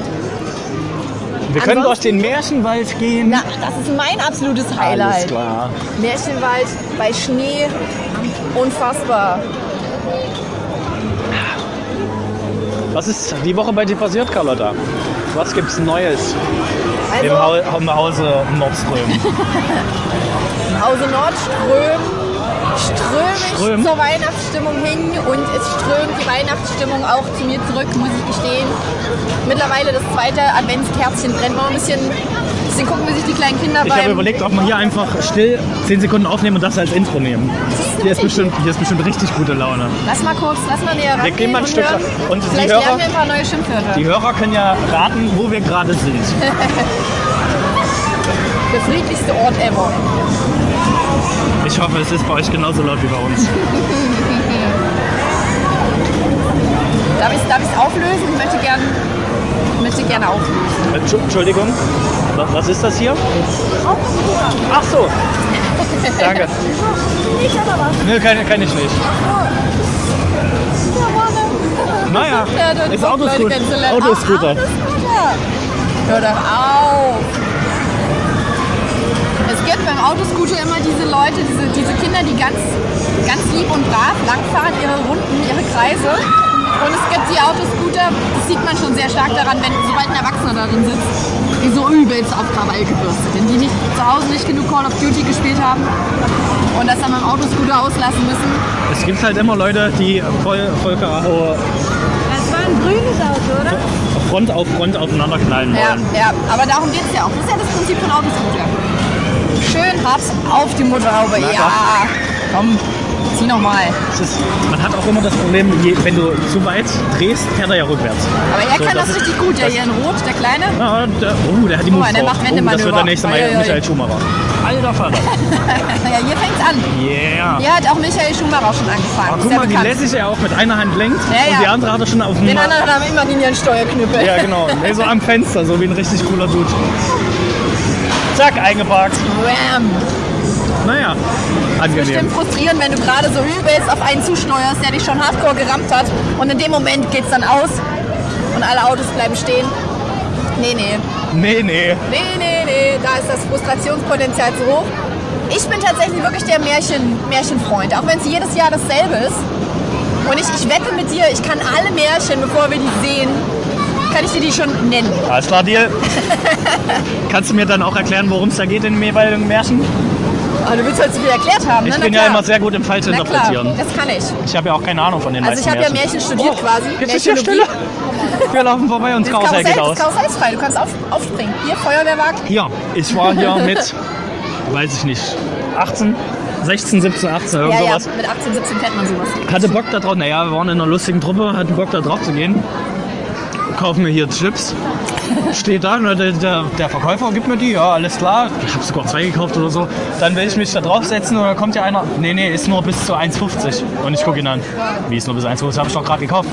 [SPEAKER 1] Wir können
[SPEAKER 2] Ansonsten-
[SPEAKER 1] durch den Märchenwald gehen.
[SPEAKER 2] Na, das ist mein absolutes
[SPEAKER 1] Alles
[SPEAKER 2] Highlight.
[SPEAKER 1] klar.
[SPEAKER 2] Märchenwald bei Schnee, unfassbar.
[SPEAKER 1] Was ist die Woche bei dir passiert, Carlotta? Was gibt's Neues im,
[SPEAKER 2] Also
[SPEAKER 1] Hau im Hause Nordström?
[SPEAKER 2] Hause Nordström ströme
[SPEAKER 1] Ström.
[SPEAKER 2] ich zur Weihnachtsstimmung hin und es strömt die Weihnachtsstimmung auch zu mir zurück, muss ich gestehen. Mittlerweile das zweite Adventskerzchen brennt. Mal ein bisschen, bisschen gucken, wie sich die kleinen Kinder
[SPEAKER 1] Ich habe
[SPEAKER 2] beim
[SPEAKER 1] überlegt, ob wir hier einfach still 10 Sekunden aufnehmen und das als Intro nehmen. Hier ist bestimmt, hier ist bestimmt richtig gute Laune.
[SPEAKER 2] Lass mal kurz, lass mal näher ran.
[SPEAKER 1] gehen mal ein
[SPEAKER 2] und
[SPEAKER 1] Stück
[SPEAKER 2] hören.
[SPEAKER 1] ran. Und die
[SPEAKER 2] Vielleicht
[SPEAKER 1] Hörer-
[SPEAKER 2] lernen wir ein paar neue Schimpfwörter.
[SPEAKER 1] Die Hörer können ja raten, wo wir gerade sind.
[SPEAKER 2] Der friedlichste Ort ever.
[SPEAKER 1] Ich hoffe, es ist bei euch genauso laut wie bei uns.
[SPEAKER 2] Darf ich es auflösen? Ich möchte gerne möchte gern auflösen.
[SPEAKER 1] Entschu- Entschuldigung, Wa- was ist das hier? Ach so. Danke. Nö, kann, kann ich nicht. Naja, ist Autoscooter. Autoscooter.
[SPEAKER 2] Hör doch auf. Es gibt beim Autoscooter immer diese Leute, diese, diese Kinder, die ganz, ganz lieb und brav langfahren, ihre Runden, ihre Kreise. Und es gibt die Autoscooter, das sieht man schon sehr stark daran, wenn sobald ein Erwachsener darin sitzt, die so übelst auf Krawall gebürstet sind, die nicht zu Hause nicht genug Call of Duty gespielt haben und das dann beim Autoscooter auslassen müssen.
[SPEAKER 1] Es gibt halt immer Leute, die voll, voll Karacho
[SPEAKER 2] Das war ein grünes Auto, oder?
[SPEAKER 1] Front auf Front aufeinander knallen
[SPEAKER 2] Ja,
[SPEAKER 1] wollen.
[SPEAKER 2] ja, aber darum geht es ja auch. Das ist ja das Prinzip von Autoscooter. Schön hart auf die Motorhaube,
[SPEAKER 1] Na
[SPEAKER 2] ja.
[SPEAKER 1] Komm,
[SPEAKER 2] zieh nochmal.
[SPEAKER 1] Es ist, man hat auch immer das Problem, je, wenn du zu weit drehst, fährt er ja rückwärts.
[SPEAKER 2] Aber er
[SPEAKER 1] So,
[SPEAKER 2] kann das,
[SPEAKER 1] ist-
[SPEAKER 2] richtig gut, der hier in Rot, der Kleine. *laughs*
[SPEAKER 1] Ah, der, oh, der hat die
[SPEAKER 2] Guck
[SPEAKER 1] Moves
[SPEAKER 2] mal, der
[SPEAKER 1] drauf. oh,
[SPEAKER 2] macht
[SPEAKER 1] das
[SPEAKER 2] Wendemanöver.
[SPEAKER 1] wird der nächste
[SPEAKER 2] Ei, ei,
[SPEAKER 1] Mal
[SPEAKER 2] ei.
[SPEAKER 1] Michael Schumacher. Alter Vater.
[SPEAKER 2] Ja, hier fängt's an.
[SPEAKER 1] Yeah.
[SPEAKER 2] Hier hat auch Michael Schumacher schon angefangen.
[SPEAKER 1] Aber Ah,
[SPEAKER 2] Ist
[SPEAKER 1] guck
[SPEAKER 2] ja
[SPEAKER 1] mal, wie
[SPEAKER 2] bekannt.
[SPEAKER 1] lässig er auch mit einer Hand lenkt
[SPEAKER 2] Ja,
[SPEAKER 1] und
[SPEAKER 2] ja.
[SPEAKER 1] die andere hat er schon auf dem
[SPEAKER 2] Den
[SPEAKER 1] Ma-
[SPEAKER 2] anderen haben immer den ihren
[SPEAKER 1] *laughs*
[SPEAKER 2] Steuerknüppel.
[SPEAKER 1] Ja,
[SPEAKER 2] *laughs*
[SPEAKER 1] genau. Nee, so am Fenster, so wie ein richtig cooler Dude. Zack, eingeparkt.
[SPEAKER 2] Ram.
[SPEAKER 1] Naja,
[SPEAKER 2] Bestimmt
[SPEAKER 1] angenehm.
[SPEAKER 2] frustrierend, wenn du gerade so übelst auf einen zusteuerst, der dich schon hardcore gerammt hat. Und in dem Moment geht's dann aus und alle Autos bleiben stehen. Nee, nee.
[SPEAKER 1] Nee, nee.
[SPEAKER 2] Nee, nee, nee, da ist das Frustrationspotenzial zu hoch. Ich bin tatsächlich wirklich der Märchen, Märchenfreund, auch wenn es jedes Jahr dasselbe ist. Und ich, ich wette mit dir, ich kann alle Märchen, bevor wir die sehen, kann ich dir die schon nennen.
[SPEAKER 1] Alles klar,
[SPEAKER 2] *laughs*
[SPEAKER 1] Deal. Kannst du mir dann auch erklären, worum es da geht in dem jeweiligen Märchen?
[SPEAKER 2] Aber du willst halt so viel erklärt haben,
[SPEAKER 1] Ich
[SPEAKER 2] ne? Na
[SPEAKER 1] bin ja
[SPEAKER 2] klar.
[SPEAKER 1] immer sehr gut im Falsch
[SPEAKER 2] Na klar,
[SPEAKER 1] interpretieren.
[SPEAKER 2] das kann ich.
[SPEAKER 1] Ich habe ja auch keine Ahnung von den
[SPEAKER 2] Also ich
[SPEAKER 1] meisten Oh,
[SPEAKER 2] habe ja Märchen studiert quasi.
[SPEAKER 1] Jetzt ist hier
[SPEAKER 2] Märchenologie.
[SPEAKER 1] Stille. *laughs* Wir laufen vorbei und das
[SPEAKER 2] Das
[SPEAKER 1] Karussell
[SPEAKER 2] Karussell,
[SPEAKER 1] geht aus.
[SPEAKER 2] das Karussell ist frei, du kannst auf, aufspringen. Hier, Feuerwehrwagen.
[SPEAKER 1] Ja, ich war hier
[SPEAKER 2] *laughs*
[SPEAKER 1] mit, weiß ich nicht, 18, 16, 17, 18, irgend
[SPEAKER 2] Ja, ja,
[SPEAKER 1] sowas.
[SPEAKER 2] mit 18, 17 fährt man sowas.
[SPEAKER 1] Hatte Bock da drauf, naja, wir waren in einer lustigen Truppe, hatten Bock da drauf zu gehen. Kaufen mir hier Chips. Steht da, ne, der, der, der Verkäufer gibt mir die, ja, alles klar. Ich habe sogar zwei gekauft oder so. Dann will ich mich da draufsetzen und dann kommt ja einer, nee, nee, ist nur bis zu 1,50. Und ich gucke ihn an, wie ist nur bis 1,50, habe ich doch gerade gekauft.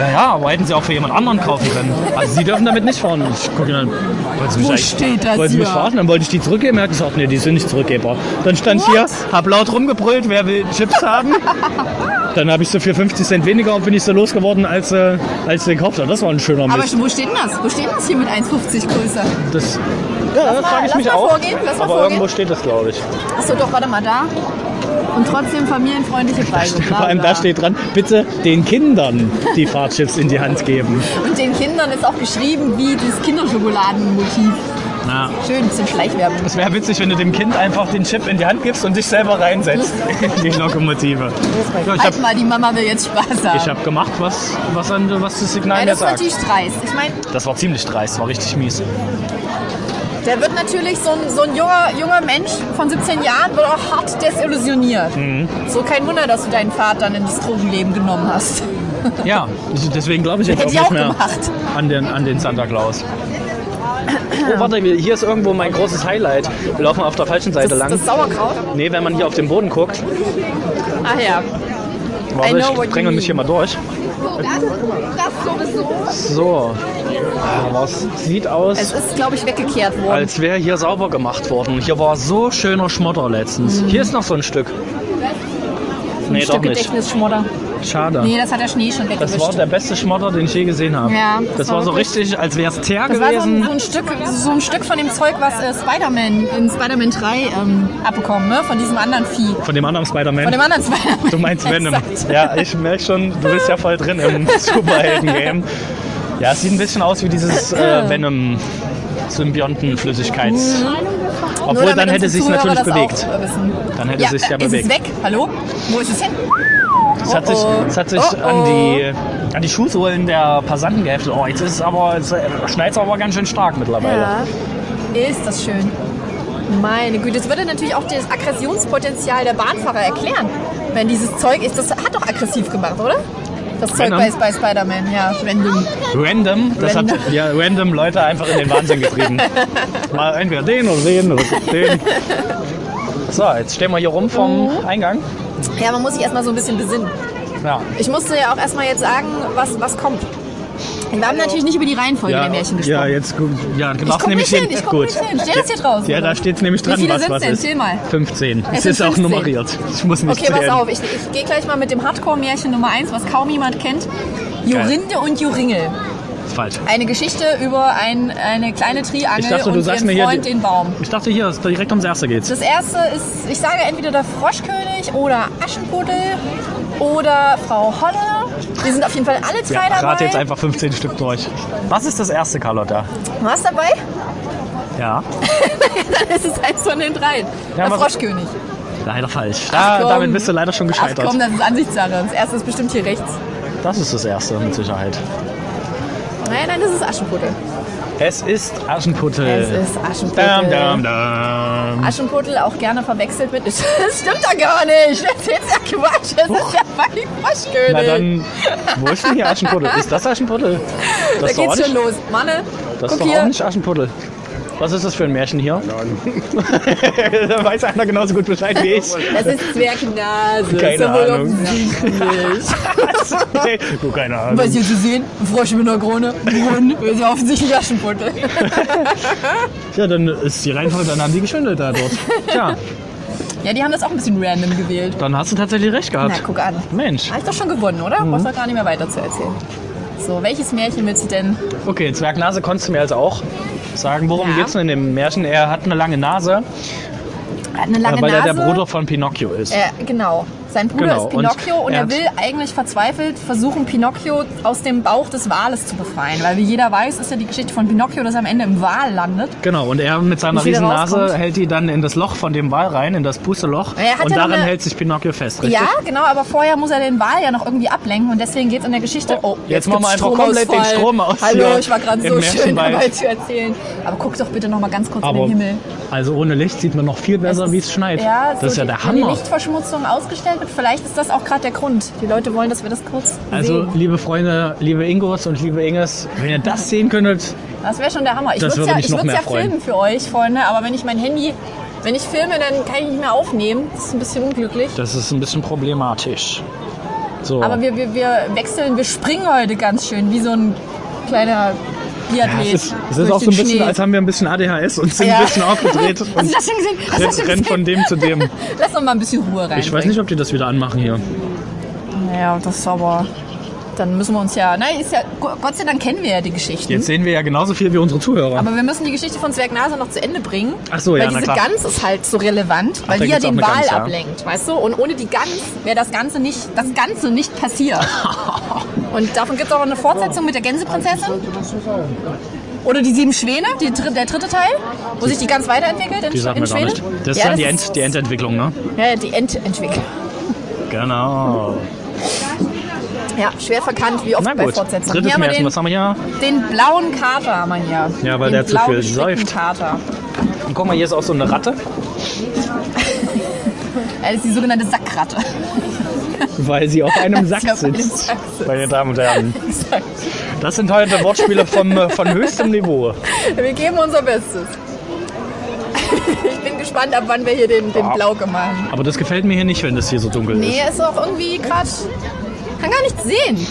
[SPEAKER 1] Ja, ja, aber hätten sie auch für jemand anderen kaufen können. Also sie dürfen damit nicht fahren. Und Ich gucke ihn an, wollen sie mich,
[SPEAKER 2] Wo
[SPEAKER 1] eigentlich-
[SPEAKER 2] steht das
[SPEAKER 1] wollen sie mich
[SPEAKER 2] hier?
[SPEAKER 1] verarschen? Dann wollte ich die zurückgeben, er hat gesagt, nee, die sind nicht zurückgebbar. Dann stand ich hier, habe laut rumgebrüllt, wer will Chips
[SPEAKER 2] *laughs*
[SPEAKER 1] haben? Dann habe ich so für 50 Cent weniger und bin ich so losgeworden, als, äh, als ich den gekauft habe. Das war ein schöner
[SPEAKER 2] Aber
[SPEAKER 1] Mist.
[SPEAKER 2] wo steht denn das? Wo steht denn das hier mit 1,50 größer?
[SPEAKER 1] Das, ja, das
[SPEAKER 2] mal-
[SPEAKER 1] frage ich
[SPEAKER 2] lass
[SPEAKER 1] mich
[SPEAKER 2] mal
[SPEAKER 1] auch.
[SPEAKER 2] vorgehen, lass mal
[SPEAKER 1] aber
[SPEAKER 2] vorgehen.
[SPEAKER 1] irgendwo steht das, glaube ich.
[SPEAKER 2] Achso, doch, warte mal, da. Und trotzdem familienfreundliche Preise. bla,
[SPEAKER 1] Vor allem da
[SPEAKER 2] bla.
[SPEAKER 1] steht dran, bitte den Kindern
[SPEAKER 2] *laughs*
[SPEAKER 1] die Fahrtchips in die Hand geben.
[SPEAKER 2] Und den Kindern ist auch geschrieben, wie dieses Kinderschokoladenmotiv.
[SPEAKER 1] Na,
[SPEAKER 2] Schön, bisschen Schleichwerbung.
[SPEAKER 1] es wäre witzig, wenn du dem Kind einfach den Chip in die Hand gibst und dich selber
[SPEAKER 2] *laughs*
[SPEAKER 1] reinsetzt. in die Lokomotive. Ja, ich
[SPEAKER 2] Halt
[SPEAKER 1] habe
[SPEAKER 2] mal, die Mama will jetzt Spaß haben.
[SPEAKER 1] ich hab gemacht, was, was, an, was das Signal
[SPEAKER 2] ja,
[SPEAKER 1] mir
[SPEAKER 2] das ist
[SPEAKER 1] sagt.
[SPEAKER 2] natürlich dreist. Ich meine,
[SPEAKER 1] Das war ziemlich dreist, war richtig mies.
[SPEAKER 2] der wird natürlich so ein, so ein junger, junger Mensch von 17 Jahren wird auch hart desillusioniert.
[SPEAKER 1] Mhm.
[SPEAKER 2] So kein Wunder, dass du deinen Vater dann ins Drogenleben genommen hast.
[SPEAKER 1] Ja, deswegen glaube ich jetzt
[SPEAKER 2] Hätte
[SPEAKER 1] auch
[SPEAKER 2] ich
[SPEAKER 1] nicht
[SPEAKER 2] auch
[SPEAKER 1] mehr
[SPEAKER 2] gemacht.
[SPEAKER 1] an den, an den Santa Claus. Oh, warte, hier ist irgendwo mein großes Highlight. Wir laufen auf der falschen Seite
[SPEAKER 2] Das,
[SPEAKER 1] lang.
[SPEAKER 2] das Sauerkraut?
[SPEAKER 1] Nee, wenn man hier auf den Boden guckt.
[SPEAKER 2] Ach ja.
[SPEAKER 1] Warte,
[SPEAKER 2] I know
[SPEAKER 1] ich
[SPEAKER 2] what you
[SPEAKER 1] dränge mich hier mal
[SPEAKER 2] mean.
[SPEAKER 1] durch. So, Ah, was sieht
[SPEAKER 2] Es
[SPEAKER 1] aus,
[SPEAKER 2] ist, glaube ich, weggekehrt worden.
[SPEAKER 1] als wäre hier sauber gemacht worden. Hier war so schöner Schmotter letztens. Hier ist noch so ein Stück. Nee,
[SPEAKER 2] Mhm. ein
[SPEAKER 1] doch nicht.
[SPEAKER 2] Stück Gedächtnisschmodder.
[SPEAKER 1] Schade.
[SPEAKER 2] Nee, das hat der Schnee schon
[SPEAKER 1] Das
[SPEAKER 2] weggewischt.
[SPEAKER 1] war der beste Schmotter, den ich je gesehen habe.
[SPEAKER 2] Ja,
[SPEAKER 1] das,
[SPEAKER 2] das
[SPEAKER 1] war,
[SPEAKER 2] war
[SPEAKER 1] so
[SPEAKER 2] wirklich-
[SPEAKER 1] richtig, als wäre es Teer
[SPEAKER 2] Das war so
[SPEAKER 1] gewesen.
[SPEAKER 2] ein, so ein Stück, so ein Stück von dem Zeug, was äh, Spider-Man in Spider-Man 3 ähm, abbekommen, ne? Von diesem anderen Vieh.
[SPEAKER 1] Von dem anderen Spider-Man.
[SPEAKER 2] Von dem anderen
[SPEAKER 1] *laughs*
[SPEAKER 2] Spider-Man.
[SPEAKER 1] Du
[SPEAKER 2] *laughs*
[SPEAKER 1] meinst Venom.
[SPEAKER 2] Exakt.
[SPEAKER 1] Ja, ich merke schon, du bist ja voll drin
[SPEAKER 2] *laughs*
[SPEAKER 1] im Superhelden-Game. Ja, es sieht ein bisschen aus wie dieses
[SPEAKER 2] Ah.
[SPEAKER 1] äh, Venom-Symbionten-Flüssigkeits...
[SPEAKER 2] Nur
[SPEAKER 1] Obwohl,
[SPEAKER 2] damit
[SPEAKER 1] dann hätte
[SPEAKER 2] unsere
[SPEAKER 1] sich's
[SPEAKER 2] Zuhörer
[SPEAKER 1] natürlich
[SPEAKER 2] das
[SPEAKER 1] bewegt.
[SPEAKER 2] auch, äh, wissen.
[SPEAKER 1] Dann hätte sich's ja
[SPEAKER 2] ist
[SPEAKER 1] bewegt.
[SPEAKER 2] Es weg? Hallo? Wo ist es hin?
[SPEAKER 1] Es hat sich,
[SPEAKER 2] Oh, oh.
[SPEAKER 1] es hat sich
[SPEAKER 2] Oh, oh.
[SPEAKER 1] An, die, an die Schuhsohlen der Passanten geheftet. Oh, jetzt ist es aber, jetzt schneit es aber ganz schön stark mittlerweile.
[SPEAKER 2] Ist das schön. Meine Güte, das würde natürlich auch das Aggressionspotenzial der Bahnfahrer erklären. Wenn dieses Zeug ist, das hat doch aggressiv gemacht, oder? Das Zeug
[SPEAKER 1] Venom?
[SPEAKER 2] bei, bei Spider-Man, ja, Random.
[SPEAKER 1] Random, das
[SPEAKER 2] Random.
[SPEAKER 1] hat ja, random Leute einfach in den Wahnsinn getrieben. Mal entweder den oder den oder den. So, jetzt stehen wir hier rum vom
[SPEAKER 2] Mhm.
[SPEAKER 1] Eingang.
[SPEAKER 2] Ja, man muss sich erstmal so ein bisschen besinnen.
[SPEAKER 1] Ja,
[SPEAKER 2] Ich musste ja auch erstmal jetzt sagen, was, was kommt. Wir haben natürlich nicht über die Reihenfolge der Märchen gesprochen.
[SPEAKER 1] ja jetzt gut. Ja, du
[SPEAKER 2] ich
[SPEAKER 1] machst
[SPEAKER 2] guck
[SPEAKER 1] nämlich
[SPEAKER 2] nicht hin,
[SPEAKER 1] hin.
[SPEAKER 2] ich guck
[SPEAKER 1] gut.
[SPEAKER 2] nicht hin. Steht das hier draußen?
[SPEAKER 1] Ja, da
[SPEAKER 2] oder?
[SPEAKER 1] steht nämlich
[SPEAKER 2] Wie
[SPEAKER 1] dran,
[SPEAKER 2] viele
[SPEAKER 1] was
[SPEAKER 2] sind's
[SPEAKER 1] was
[SPEAKER 2] denn?
[SPEAKER 1] ist.
[SPEAKER 2] Zähl mal.
[SPEAKER 1] 15.
[SPEAKER 2] Es
[SPEAKER 1] Es,
[SPEAKER 2] sind
[SPEAKER 1] ist auch
[SPEAKER 2] 15.
[SPEAKER 1] nummeriert. Ich muss nicht
[SPEAKER 2] Okay, pass
[SPEAKER 1] zählen.
[SPEAKER 2] auf, ich, ich gehe gleich mal mit dem Hardcore-Märchen Nummer 1, was kaum jemand kennt. Jorinde und Joringel.
[SPEAKER 1] Ist falsch.
[SPEAKER 2] Eine Geschichte über ein, eine kleine Triangel
[SPEAKER 1] Ich dachte,
[SPEAKER 2] und
[SPEAKER 1] du sagst
[SPEAKER 2] ihren
[SPEAKER 1] mir hier
[SPEAKER 2] Freund
[SPEAKER 1] die-
[SPEAKER 2] den Baum.
[SPEAKER 1] Ich dachte, hier ist direkt ums Erste geht's.
[SPEAKER 2] Das erste ist, ich sage entweder der Froschkönig oder Aschenputtel oder Frau Holle. Wir sind auf jeden Fall alle
[SPEAKER 1] Ja,
[SPEAKER 2] drei dabei.
[SPEAKER 1] rate jetzt einfach 15 Stück durch. Was ist das erste, Carlotta?
[SPEAKER 2] Was dabei? *laughs*
[SPEAKER 1] Ja,
[SPEAKER 2] Dann ist es eins von den dreien.
[SPEAKER 1] Ja,
[SPEAKER 2] der
[SPEAKER 1] aber-
[SPEAKER 2] Froschkönig.
[SPEAKER 1] leider falsch.
[SPEAKER 2] Ach,
[SPEAKER 1] Da,
[SPEAKER 2] komm.
[SPEAKER 1] damit bist du leider schon
[SPEAKER 2] Ach
[SPEAKER 1] gescheitert.
[SPEAKER 2] komm, das ist Ansichtssache. Das erste ist bestimmt hier rechts.
[SPEAKER 1] Das ist das erste mit Sicherheit.
[SPEAKER 2] Nein, nein, das ist Aschenputtel.
[SPEAKER 1] Es ist Aschenputtel.
[SPEAKER 5] Es ist Aschenputtel.
[SPEAKER 1] Äh. Dam, dam, dam.
[SPEAKER 5] Aschenputtel auch gerne verwechselt mit. *laughs* Das stimmt doch gar nicht. Das ist ja Quatsch. Das ist ja fucking Quatschkönig.
[SPEAKER 1] Na dann, wo ist denn hier Aschenputtel? Ist das Aschenputtel?
[SPEAKER 5] da
[SPEAKER 1] Das ist doch auch
[SPEAKER 5] geht's
[SPEAKER 1] nicht,
[SPEAKER 5] schon los. Manne,
[SPEAKER 1] das ist
[SPEAKER 5] guck
[SPEAKER 1] doch auch
[SPEAKER 5] hier.
[SPEAKER 1] nicht Aschenputtel. Was ist das für ein Märchen hier? *laughs* da weiß einer genauso gut Bescheid wie ich.
[SPEAKER 5] Das ist Zwergnase.
[SPEAKER 1] Keine
[SPEAKER 5] so wohl
[SPEAKER 1] Ahnung. *laughs*
[SPEAKER 5] offensichtlich.
[SPEAKER 1] Nee, du, keine
[SPEAKER 5] Was
[SPEAKER 1] Ahnung.
[SPEAKER 5] hier zu sehen? Ein Frosch mit einer Krone. Ein Hund. Ist ja offensichtlich Aschenputtel.
[SPEAKER 1] Ja, dann ist die Reihenfolge, dann haben die geschwindelt da dort. Tja,
[SPEAKER 5] Ja, die haben das auch ein bisschen random gewählt.
[SPEAKER 1] dann hast du tatsächlich recht
[SPEAKER 5] Na,
[SPEAKER 1] gehabt.
[SPEAKER 5] guck an.
[SPEAKER 1] Mensch.
[SPEAKER 5] Habe ich doch schon gewonnen, oder?
[SPEAKER 1] Mhm.
[SPEAKER 5] Brauchst doch gar nicht mehr weiter zu erzählen. So, welches Märchen willst du denn?
[SPEAKER 1] Okay, Zwergnase konntest du mir also auch sagen. Worum
[SPEAKER 5] Ja.
[SPEAKER 1] geht's denn in dem Märchen? Er hat eine lange Nase,
[SPEAKER 5] Er hat eine lange
[SPEAKER 1] Äh, weil
[SPEAKER 5] Nase.
[SPEAKER 1] er der Bruder von Pinocchio ist.
[SPEAKER 5] Äh, genau. Sein Bruder
[SPEAKER 1] Genau,
[SPEAKER 5] ist Pinocchio
[SPEAKER 1] und
[SPEAKER 5] und,
[SPEAKER 1] er
[SPEAKER 5] er
[SPEAKER 1] hat-
[SPEAKER 5] will eigentlich verzweifelt versuchen, Pinocchio aus dem Bauch des Wales zu befreien. Weil wie jeder weiß, ist ja die Geschichte von Pinocchio, dass er am Ende im Wal landet.
[SPEAKER 1] Genau, und er mit seiner
[SPEAKER 5] Nicht wieder
[SPEAKER 1] Riesennase
[SPEAKER 5] rauskommt.
[SPEAKER 1] hält die dann in das Loch von dem Wal rein, in das Pusteloch.
[SPEAKER 5] Er hat
[SPEAKER 1] Und
[SPEAKER 5] ja noch
[SPEAKER 1] darin
[SPEAKER 5] eine-
[SPEAKER 1] hält sich Pinocchio fest, richtig?
[SPEAKER 5] Ja, genau, aber vorher muss er den Wal ja noch irgendwie ablenken und deswegen geht es in der Geschichte.
[SPEAKER 1] Oh,
[SPEAKER 5] Oh,
[SPEAKER 1] jetzt machen wir
[SPEAKER 5] gibt's
[SPEAKER 1] einfach komplett den
[SPEAKER 5] Stromausfall.
[SPEAKER 1] Strom aus
[SPEAKER 5] Hallo,
[SPEAKER 1] hier
[SPEAKER 5] ich war gerade
[SPEAKER 1] im
[SPEAKER 5] so schön
[SPEAKER 1] Märchenwald.
[SPEAKER 5] dabei zu erzählen. Aber guck doch bitte noch mal ganz kurz
[SPEAKER 1] Aber
[SPEAKER 5] in den Himmel.
[SPEAKER 1] also ohne Licht sieht man noch viel besser,
[SPEAKER 5] ist-
[SPEAKER 1] wie es schneit.
[SPEAKER 5] Ja,
[SPEAKER 1] das
[SPEAKER 5] so
[SPEAKER 1] ist ja
[SPEAKER 5] die,
[SPEAKER 1] der
[SPEAKER 5] Wenn die
[SPEAKER 1] Hammer.
[SPEAKER 5] Lichtverschmutzung ausgestellt wird, vielleicht ist das auch gerade der Grund. Die Leute wollen, dass wir das kurz
[SPEAKER 1] Also,
[SPEAKER 5] sehen.
[SPEAKER 1] liebe Freunde, liebe Ingos und liebe Inges, wenn ihr das sehen könntet,
[SPEAKER 5] Das wäre schon der Hammer. Ich
[SPEAKER 1] Das
[SPEAKER 5] würde es
[SPEAKER 1] würde
[SPEAKER 5] ja,
[SPEAKER 1] mich
[SPEAKER 5] ich
[SPEAKER 1] noch
[SPEAKER 5] würd's
[SPEAKER 1] mehr
[SPEAKER 5] ja
[SPEAKER 1] freuen.
[SPEAKER 5] filmen für euch, Freunde, aber wenn ich mein Handy, wenn ich filme, dann kann ich nicht mehr aufnehmen. Das ist ein bisschen unglücklich.
[SPEAKER 1] das ist ein bisschen problematisch. So.
[SPEAKER 5] Aber wir, wir, wir wechseln, wir springen heute ganz schön, wie so ein kleiner
[SPEAKER 1] ja,
[SPEAKER 5] Biathlet.
[SPEAKER 1] es ist, es ist
[SPEAKER 5] durch
[SPEAKER 1] auch so ein
[SPEAKER 5] den
[SPEAKER 1] bisschen,
[SPEAKER 5] Schnee.
[SPEAKER 1] als haben wir ein bisschen ADHS und sind
[SPEAKER 5] Ja.
[SPEAKER 1] ein bisschen
[SPEAKER 5] *laughs*
[SPEAKER 1] aufgedreht.
[SPEAKER 5] Hast
[SPEAKER 1] Und
[SPEAKER 5] du das schon gesehen? Hast du das
[SPEAKER 1] jetzt
[SPEAKER 5] schon
[SPEAKER 1] rennt von
[SPEAKER 5] gesehen?
[SPEAKER 1] dem zu dem.
[SPEAKER 5] Lass doch mal ein bisschen Ruhe rein.
[SPEAKER 1] Ich weiß nicht, ob die das wieder anmachen hier.
[SPEAKER 5] Naja, das ist aber. Dann müssen wir uns ja. Nein, ist ja. Gott sei Dank kennen wir ja die Geschichten.
[SPEAKER 1] Jetzt sehen wir ja genauso viel wie unsere Zuhörer.
[SPEAKER 5] Aber wir müssen die Geschichte von Zwergnase noch zu Ende bringen.
[SPEAKER 1] Ach so, ja,
[SPEAKER 5] Weil
[SPEAKER 1] na
[SPEAKER 5] diese
[SPEAKER 1] klar.
[SPEAKER 5] Gans ist halt so relevant, weil
[SPEAKER 1] da
[SPEAKER 5] die ja
[SPEAKER 1] gibt's auch
[SPEAKER 5] den
[SPEAKER 1] eine
[SPEAKER 5] Wal
[SPEAKER 1] Gans, ja.
[SPEAKER 5] ablenkt, weißt du? Und ohne die Gans wäre das Ganze nicht, das Ganze nicht
[SPEAKER 1] *laughs*
[SPEAKER 5] passiert. Und davon gibt es auch eine Fortsetzung mit der Gänseprinzessin. Oder die sieben Schwäne, die, dr- der dritte Teil, wo sich die Gans weiterentwickelt in,
[SPEAKER 1] die
[SPEAKER 5] Sch-
[SPEAKER 1] sagt
[SPEAKER 5] in
[SPEAKER 1] mir gar
[SPEAKER 5] Schweden.
[SPEAKER 1] nicht. Das ist
[SPEAKER 5] ja,
[SPEAKER 1] dann die,
[SPEAKER 5] das
[SPEAKER 1] End, die Endentwicklung, ne?
[SPEAKER 5] ist- Ja, die Endentwicklung.
[SPEAKER 1] Genau.
[SPEAKER 5] Ja, schwer verkannt, wie oft
[SPEAKER 1] Na
[SPEAKER 5] bei
[SPEAKER 1] gut,
[SPEAKER 5] Fortsetzungen.
[SPEAKER 1] drittes
[SPEAKER 5] Hier haben wir
[SPEAKER 1] Märchen, was haben wir hier?
[SPEAKER 5] den, den blauen Kater haben wir hier.
[SPEAKER 1] Ja, weil
[SPEAKER 5] den
[SPEAKER 1] der zu
[SPEAKER 5] blau
[SPEAKER 1] viel
[SPEAKER 5] gestickten
[SPEAKER 1] säuft.
[SPEAKER 5] Kater.
[SPEAKER 1] Und guck mal, hier ist auch so eine Ratte,
[SPEAKER 5] Das ist die sogenannte Sackratte.
[SPEAKER 1] weil sie auf einem Sack
[SPEAKER 5] *laughs* Ja, auf einem
[SPEAKER 1] sitzt.
[SPEAKER 5] Sack sitzt.
[SPEAKER 1] Meine Damen und
[SPEAKER 5] *laughs*
[SPEAKER 1] Herren,
[SPEAKER 5] Exakt.
[SPEAKER 1] das sind heute Wortspiele vom, äh, von höchstem Niveau.
[SPEAKER 5] Wir geben unser Bestes. Ich bin gespannt, ab wann wir hier den, den Blau machen.
[SPEAKER 1] Aber das gefällt mir hier nicht, wenn das hier so dunkel
[SPEAKER 5] Nee, ist auch irgendwie gerade. Kann gar nichts sehen.
[SPEAKER 1] ist.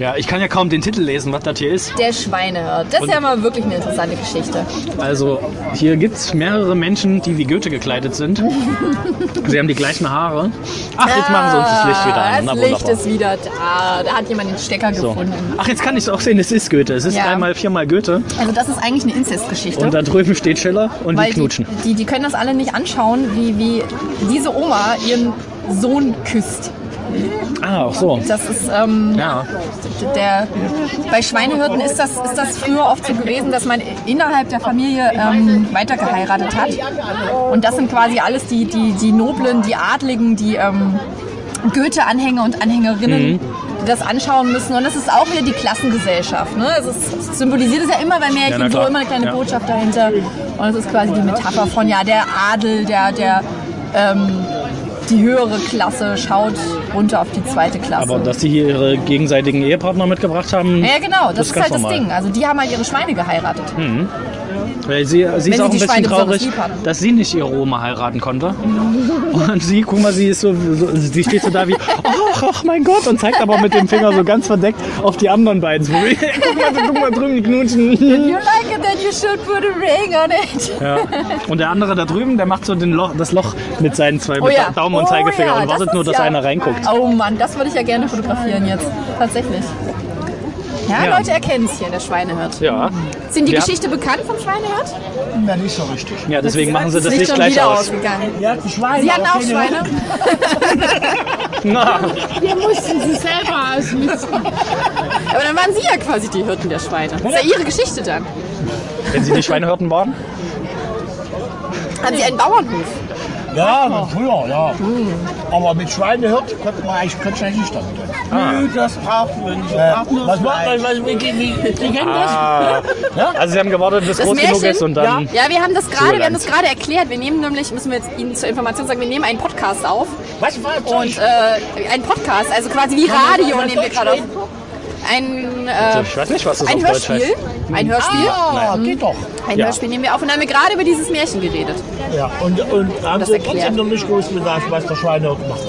[SPEAKER 1] Ja, ich kann ja kaum den Titel lesen, was das hier ist.
[SPEAKER 5] Der Schweinehirt. Das ist ja mal wirklich eine interessante Geschichte.
[SPEAKER 1] Also, hier gibt es mehrere Menschen, die wie Goethe gekleidet
[SPEAKER 5] *laughs*
[SPEAKER 1] sind. sie haben die gleichen Haare. Ach, jetzt machen sie uns das Licht wieder
[SPEAKER 5] Ah,
[SPEAKER 1] an. Na,
[SPEAKER 5] Das Licht
[SPEAKER 1] wunderbar.
[SPEAKER 5] ist wieder da. Da hat jemand den Stecker
[SPEAKER 1] so.
[SPEAKER 5] gefunden.
[SPEAKER 1] Ach, jetzt kann ich es auch sehen, es ist Goethe. Es ist
[SPEAKER 5] Ja.
[SPEAKER 1] dreimal, viermal Goethe.
[SPEAKER 5] Also, das ist eigentlich eine Inzestgeschichte.
[SPEAKER 1] Und da drüben steht Schiller und die
[SPEAKER 5] Weil die,
[SPEAKER 1] knutschen.
[SPEAKER 5] die, die können das alle nicht anschauen, wie, wie diese Oma ihren Sohn küsst.
[SPEAKER 1] Ah, auch so.
[SPEAKER 5] Das ist. Ähm,
[SPEAKER 1] Ja,
[SPEAKER 5] der, bei Schweinehirten ist das, ist das früher oft so gewesen, dass man innerhalb der Familie ähm, weitergeheiratet hat. Und das sind quasi alles die, die, die Noblen, die Adligen, die ähm, Goethe-Anhänger und
[SPEAKER 1] Mhm.
[SPEAKER 5] Anhängerinnen, die das anschauen müssen. Und das ist auch wieder die Klassengesellschaft. Ne? Es ist, symbolisiert es ja immer bei
[SPEAKER 1] Ja,
[SPEAKER 5] Märchen
[SPEAKER 1] na
[SPEAKER 5] so
[SPEAKER 1] klar.
[SPEAKER 5] immer eine kleine
[SPEAKER 1] Ja.
[SPEAKER 5] Botschaft dahinter. Und es ist quasi die Metapher von, ja, der Adel, der, der ähm, die höhere Klasse schaut runter auf die zweite Klasse.
[SPEAKER 1] aber dass sie hier ihre gegenseitigen Ehepartner mitgebracht haben.
[SPEAKER 5] Ja, genau, das,
[SPEAKER 1] Das Hm.
[SPEAKER 5] ist
[SPEAKER 1] ganz
[SPEAKER 5] halt das
[SPEAKER 1] normal. Hm.
[SPEAKER 5] Ding. Also die haben halt ihre Schweine geheiratet.
[SPEAKER 1] Weil sie, sie ist
[SPEAKER 5] sie
[SPEAKER 1] auch ein
[SPEAKER 5] die
[SPEAKER 1] bisschen
[SPEAKER 5] Schweine besonders
[SPEAKER 1] traurig,
[SPEAKER 5] lieb hatten.
[SPEAKER 1] dass sie nicht ihre Oma heiraten konnte. Und sie, guck mal, sie ist so, so sie steht so da wie, ach, ach mein Gott, und zeigt aber mit dem Finger so ganz verdeckt auf die anderen beiden. So, *laughs* guck mal, guck mal drüben, die knutschen.
[SPEAKER 5] You like it, then you should put a ring on it.
[SPEAKER 1] Ja. Und der andere da drüben, der macht so den Loch, das Loch mit seinen zwei
[SPEAKER 5] Oh
[SPEAKER 1] mit
[SPEAKER 5] ja.
[SPEAKER 1] Daumen und
[SPEAKER 5] Oh
[SPEAKER 1] Zeigefinger
[SPEAKER 5] ja,
[SPEAKER 1] und
[SPEAKER 5] das
[SPEAKER 1] wartet
[SPEAKER 5] ist
[SPEAKER 1] nur, dass
[SPEAKER 5] ja-
[SPEAKER 1] einer reinguckt.
[SPEAKER 5] Oh Mann, das würde ich ja gerne fotografieren jetzt. Tatsächlich. Ja,
[SPEAKER 1] Ja.
[SPEAKER 5] Leute erkennen es hier, der Schweinehirt.
[SPEAKER 1] Ja.
[SPEAKER 5] Sind die
[SPEAKER 1] Ja.
[SPEAKER 5] Geschichte bekannt vom Schweinehirt?
[SPEAKER 6] Ja, nicht so richtig.
[SPEAKER 1] Ja, deswegen machen sie
[SPEAKER 5] Ist
[SPEAKER 1] das
[SPEAKER 5] nicht
[SPEAKER 1] Licht
[SPEAKER 5] schon
[SPEAKER 1] gleich
[SPEAKER 5] wieder
[SPEAKER 1] aus.
[SPEAKER 5] ausgegangen.
[SPEAKER 6] Die hatten Schweine.
[SPEAKER 5] Sie hatten auch
[SPEAKER 6] keine
[SPEAKER 5] Schweine.
[SPEAKER 1] *laughs* Na,
[SPEAKER 7] Wir mussten sie selber ausmisten.
[SPEAKER 5] Aber dann waren sie ja quasi die Hirten der Schweine. Das ist ja ihre Geschichte dann.
[SPEAKER 1] wenn sie die Schweinehirten waren?
[SPEAKER 5] Haben sie einen Bauernhof?
[SPEAKER 6] Ja, früher, ja. Mhm. Aber mit Schweinehirt könnte man eigentlich könnte ich nicht damit.
[SPEAKER 1] Ah.
[SPEAKER 8] Das braucht man nicht.
[SPEAKER 6] Äh,
[SPEAKER 8] Das braucht nur
[SPEAKER 6] was macht
[SPEAKER 8] Fleisch.
[SPEAKER 6] man? Was, wie, wie, wie geht das?
[SPEAKER 1] Ah.
[SPEAKER 6] Ja?
[SPEAKER 1] Also sie haben gewartet, bis groß genug ist und dann.
[SPEAKER 5] ja, wir haben das gerade, wir haben
[SPEAKER 1] Zugelangt.
[SPEAKER 5] das gerade erklärt. Wir nehmen nämlich, müssen wir jetzt Ihnen zur Information sagen, wir nehmen einen Podcast auf.
[SPEAKER 6] Was war das?
[SPEAKER 5] Und äh, einen Podcast, also quasi wie Radio
[SPEAKER 6] man
[SPEAKER 5] nehmen wir
[SPEAKER 6] Deutsch
[SPEAKER 5] gerade auf.
[SPEAKER 6] reden?
[SPEAKER 5] Ein, äh,
[SPEAKER 1] Also Ich weiß nicht, was das
[SPEAKER 5] ein
[SPEAKER 1] auf Deutsch
[SPEAKER 5] Hörspiel.
[SPEAKER 1] heißt. Hm.
[SPEAKER 5] Ein Hörspiel.
[SPEAKER 6] ah, geht doch.
[SPEAKER 5] Ein
[SPEAKER 1] Ja.
[SPEAKER 5] Hörspiel nehmen wir auf und dann haben wir gerade über dieses Märchen geredet.
[SPEAKER 6] Ja, und, und haben
[SPEAKER 5] Das
[SPEAKER 6] sie
[SPEAKER 5] erklärt.
[SPEAKER 6] trotzdem noch nicht groß gesagt, was der Schweinehirt macht.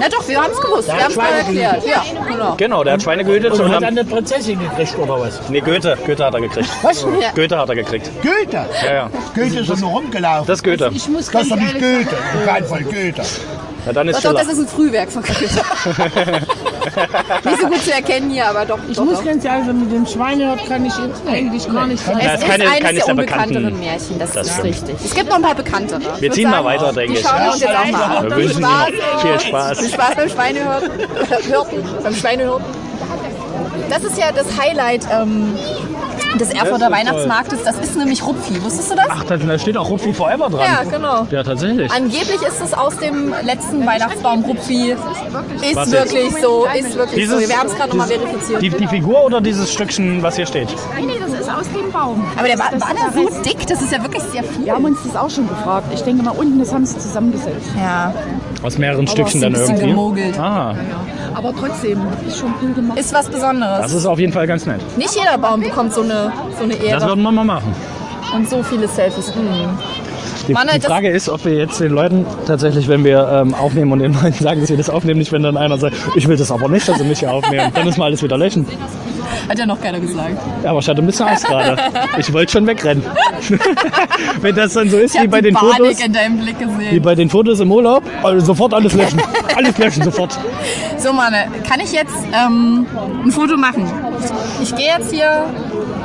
[SPEAKER 5] Na doch, wir haben es gewusst. Wir
[SPEAKER 6] Ja,
[SPEAKER 5] haben es gerade
[SPEAKER 6] Schweine-
[SPEAKER 5] erklärt. Ja, genau.
[SPEAKER 1] Genau, der hat Schweine gehütet
[SPEAKER 6] Und
[SPEAKER 1] und
[SPEAKER 6] hat dann
[SPEAKER 1] haben.
[SPEAKER 6] eine Prinzessin gekriegt oder was?
[SPEAKER 1] Nee, Goethe. Goethe hat er gekriegt.
[SPEAKER 6] Was?
[SPEAKER 5] Ja.
[SPEAKER 1] Goethe hat er gekriegt.
[SPEAKER 6] Goethe?
[SPEAKER 1] Ja, ja.
[SPEAKER 6] Goethe ist doch nur rumgelaufen.
[SPEAKER 1] Das ist Goethe.
[SPEAKER 7] Ich muss
[SPEAKER 6] Das
[SPEAKER 7] ganz
[SPEAKER 6] ist doch nicht
[SPEAKER 7] ehrlich
[SPEAKER 6] Goethe, auf keinen Fall Goethe.
[SPEAKER 1] Ja, dann ist
[SPEAKER 5] Doch, doch,
[SPEAKER 1] Schiller.
[SPEAKER 5] das ist ein Frühwerk
[SPEAKER 1] *laughs*
[SPEAKER 5] von Goethe. *laughs* Nicht so gut zu erkennen hier, aber doch.
[SPEAKER 7] Ich
[SPEAKER 5] doch,
[SPEAKER 7] muss
[SPEAKER 5] doch.
[SPEAKER 7] ganz ehrlich sagen, mit dem Schweinehirn kann ich jetzt eigentlich gar nicht sagen.
[SPEAKER 1] Ja,
[SPEAKER 5] Es
[SPEAKER 1] ist
[SPEAKER 5] ist
[SPEAKER 1] keine-
[SPEAKER 5] eines
[SPEAKER 1] keines
[SPEAKER 5] der
[SPEAKER 1] der bekannten-
[SPEAKER 5] unbekannteren Märchen, das,
[SPEAKER 1] Das
[SPEAKER 5] ist
[SPEAKER 1] stimmt.
[SPEAKER 5] richtig. Es gibt noch ein paar bekanntere. Ich
[SPEAKER 1] Wir
[SPEAKER 5] würd
[SPEAKER 1] ziehen mal
[SPEAKER 5] sagen,
[SPEAKER 1] weiter, denke
[SPEAKER 5] Die
[SPEAKER 1] ich.
[SPEAKER 5] schauen wir uns jetzt auch mal an.
[SPEAKER 1] Wir wünschen Ihnen noch viel Spaß.
[SPEAKER 5] Viel Spaß beim Schweinehirten. Hirten, beim Schweinehirten. Das ist ja das Highlight ähm, des Erfurter Weihnachtsmarktes. Das ist nämlich Rupfi. Wusstest du das?
[SPEAKER 1] Ach, da- da steht auch Rupfi Forever dran.
[SPEAKER 5] Ja, genau.
[SPEAKER 1] Ja, tatsächlich.
[SPEAKER 5] Angeblich ist es aus dem letzten Weihnachtsbaum Rupfi.
[SPEAKER 1] Was
[SPEAKER 5] Ist wirklich so, ist wirklich so.
[SPEAKER 1] Dieses-
[SPEAKER 5] Wir haben es gerade nochmal
[SPEAKER 1] dieses-
[SPEAKER 5] verifiziert.
[SPEAKER 1] Die, die Figur oder dieses Stückchen, was hier steht?
[SPEAKER 7] Nee, das ist aus dem Baum.
[SPEAKER 5] Aber der war, war der so dick, das ist ja wirklich sehr viel.
[SPEAKER 7] Wir haben uns das auch schon gefragt. Ich denke mal, unten, das haben sie zusammengesetzt.
[SPEAKER 5] Ja.
[SPEAKER 1] Aus mehreren Stückchen
[SPEAKER 5] ist
[SPEAKER 1] dann
[SPEAKER 5] ein bisschen
[SPEAKER 1] irgendwie.
[SPEAKER 5] gemogelt.
[SPEAKER 1] Ah,
[SPEAKER 7] Aber trotzdem, das ist schon cool gemacht.
[SPEAKER 5] Ist was Besonderes.
[SPEAKER 1] das ist auf jeden Fall ganz nett.
[SPEAKER 5] Nicht jeder Baum bekommt so eine, so eine
[SPEAKER 1] Das Hm.
[SPEAKER 5] Ehre
[SPEAKER 1] würden wir mal machen.
[SPEAKER 5] und so viele Selfies. Mhm.
[SPEAKER 1] Die,
[SPEAKER 5] Mann,
[SPEAKER 1] die
[SPEAKER 5] das-
[SPEAKER 1] Frage ist, ob wir jetzt den Leuten tatsächlich, wenn wir ähm, aufnehmen und den Leuten *laughs* sagen, dass wir das aufnehmen, nicht wenn dann einer sagt, ich will das aber nicht, dass sie mich hier aufnehmen. Dann ist mal alles wieder lächeln.
[SPEAKER 5] Hat ja noch keiner gesagt.
[SPEAKER 1] Ja, aber ich hatte ein bisschen Angst gerade. Ich wollte schon wegrennen. *laughs* wenn das dann so ist wie bei den
[SPEAKER 5] Panik
[SPEAKER 1] Fotos.
[SPEAKER 5] in deinem Blick
[SPEAKER 1] Wie
[SPEAKER 5] gesehen.
[SPEAKER 1] bei den Fotos im Urlaub, also sofort alles löschen. Alles löschen, sofort.
[SPEAKER 5] So, Manne, kann ich jetzt ähm, ein Foto machen? Ich gehe jetzt hier.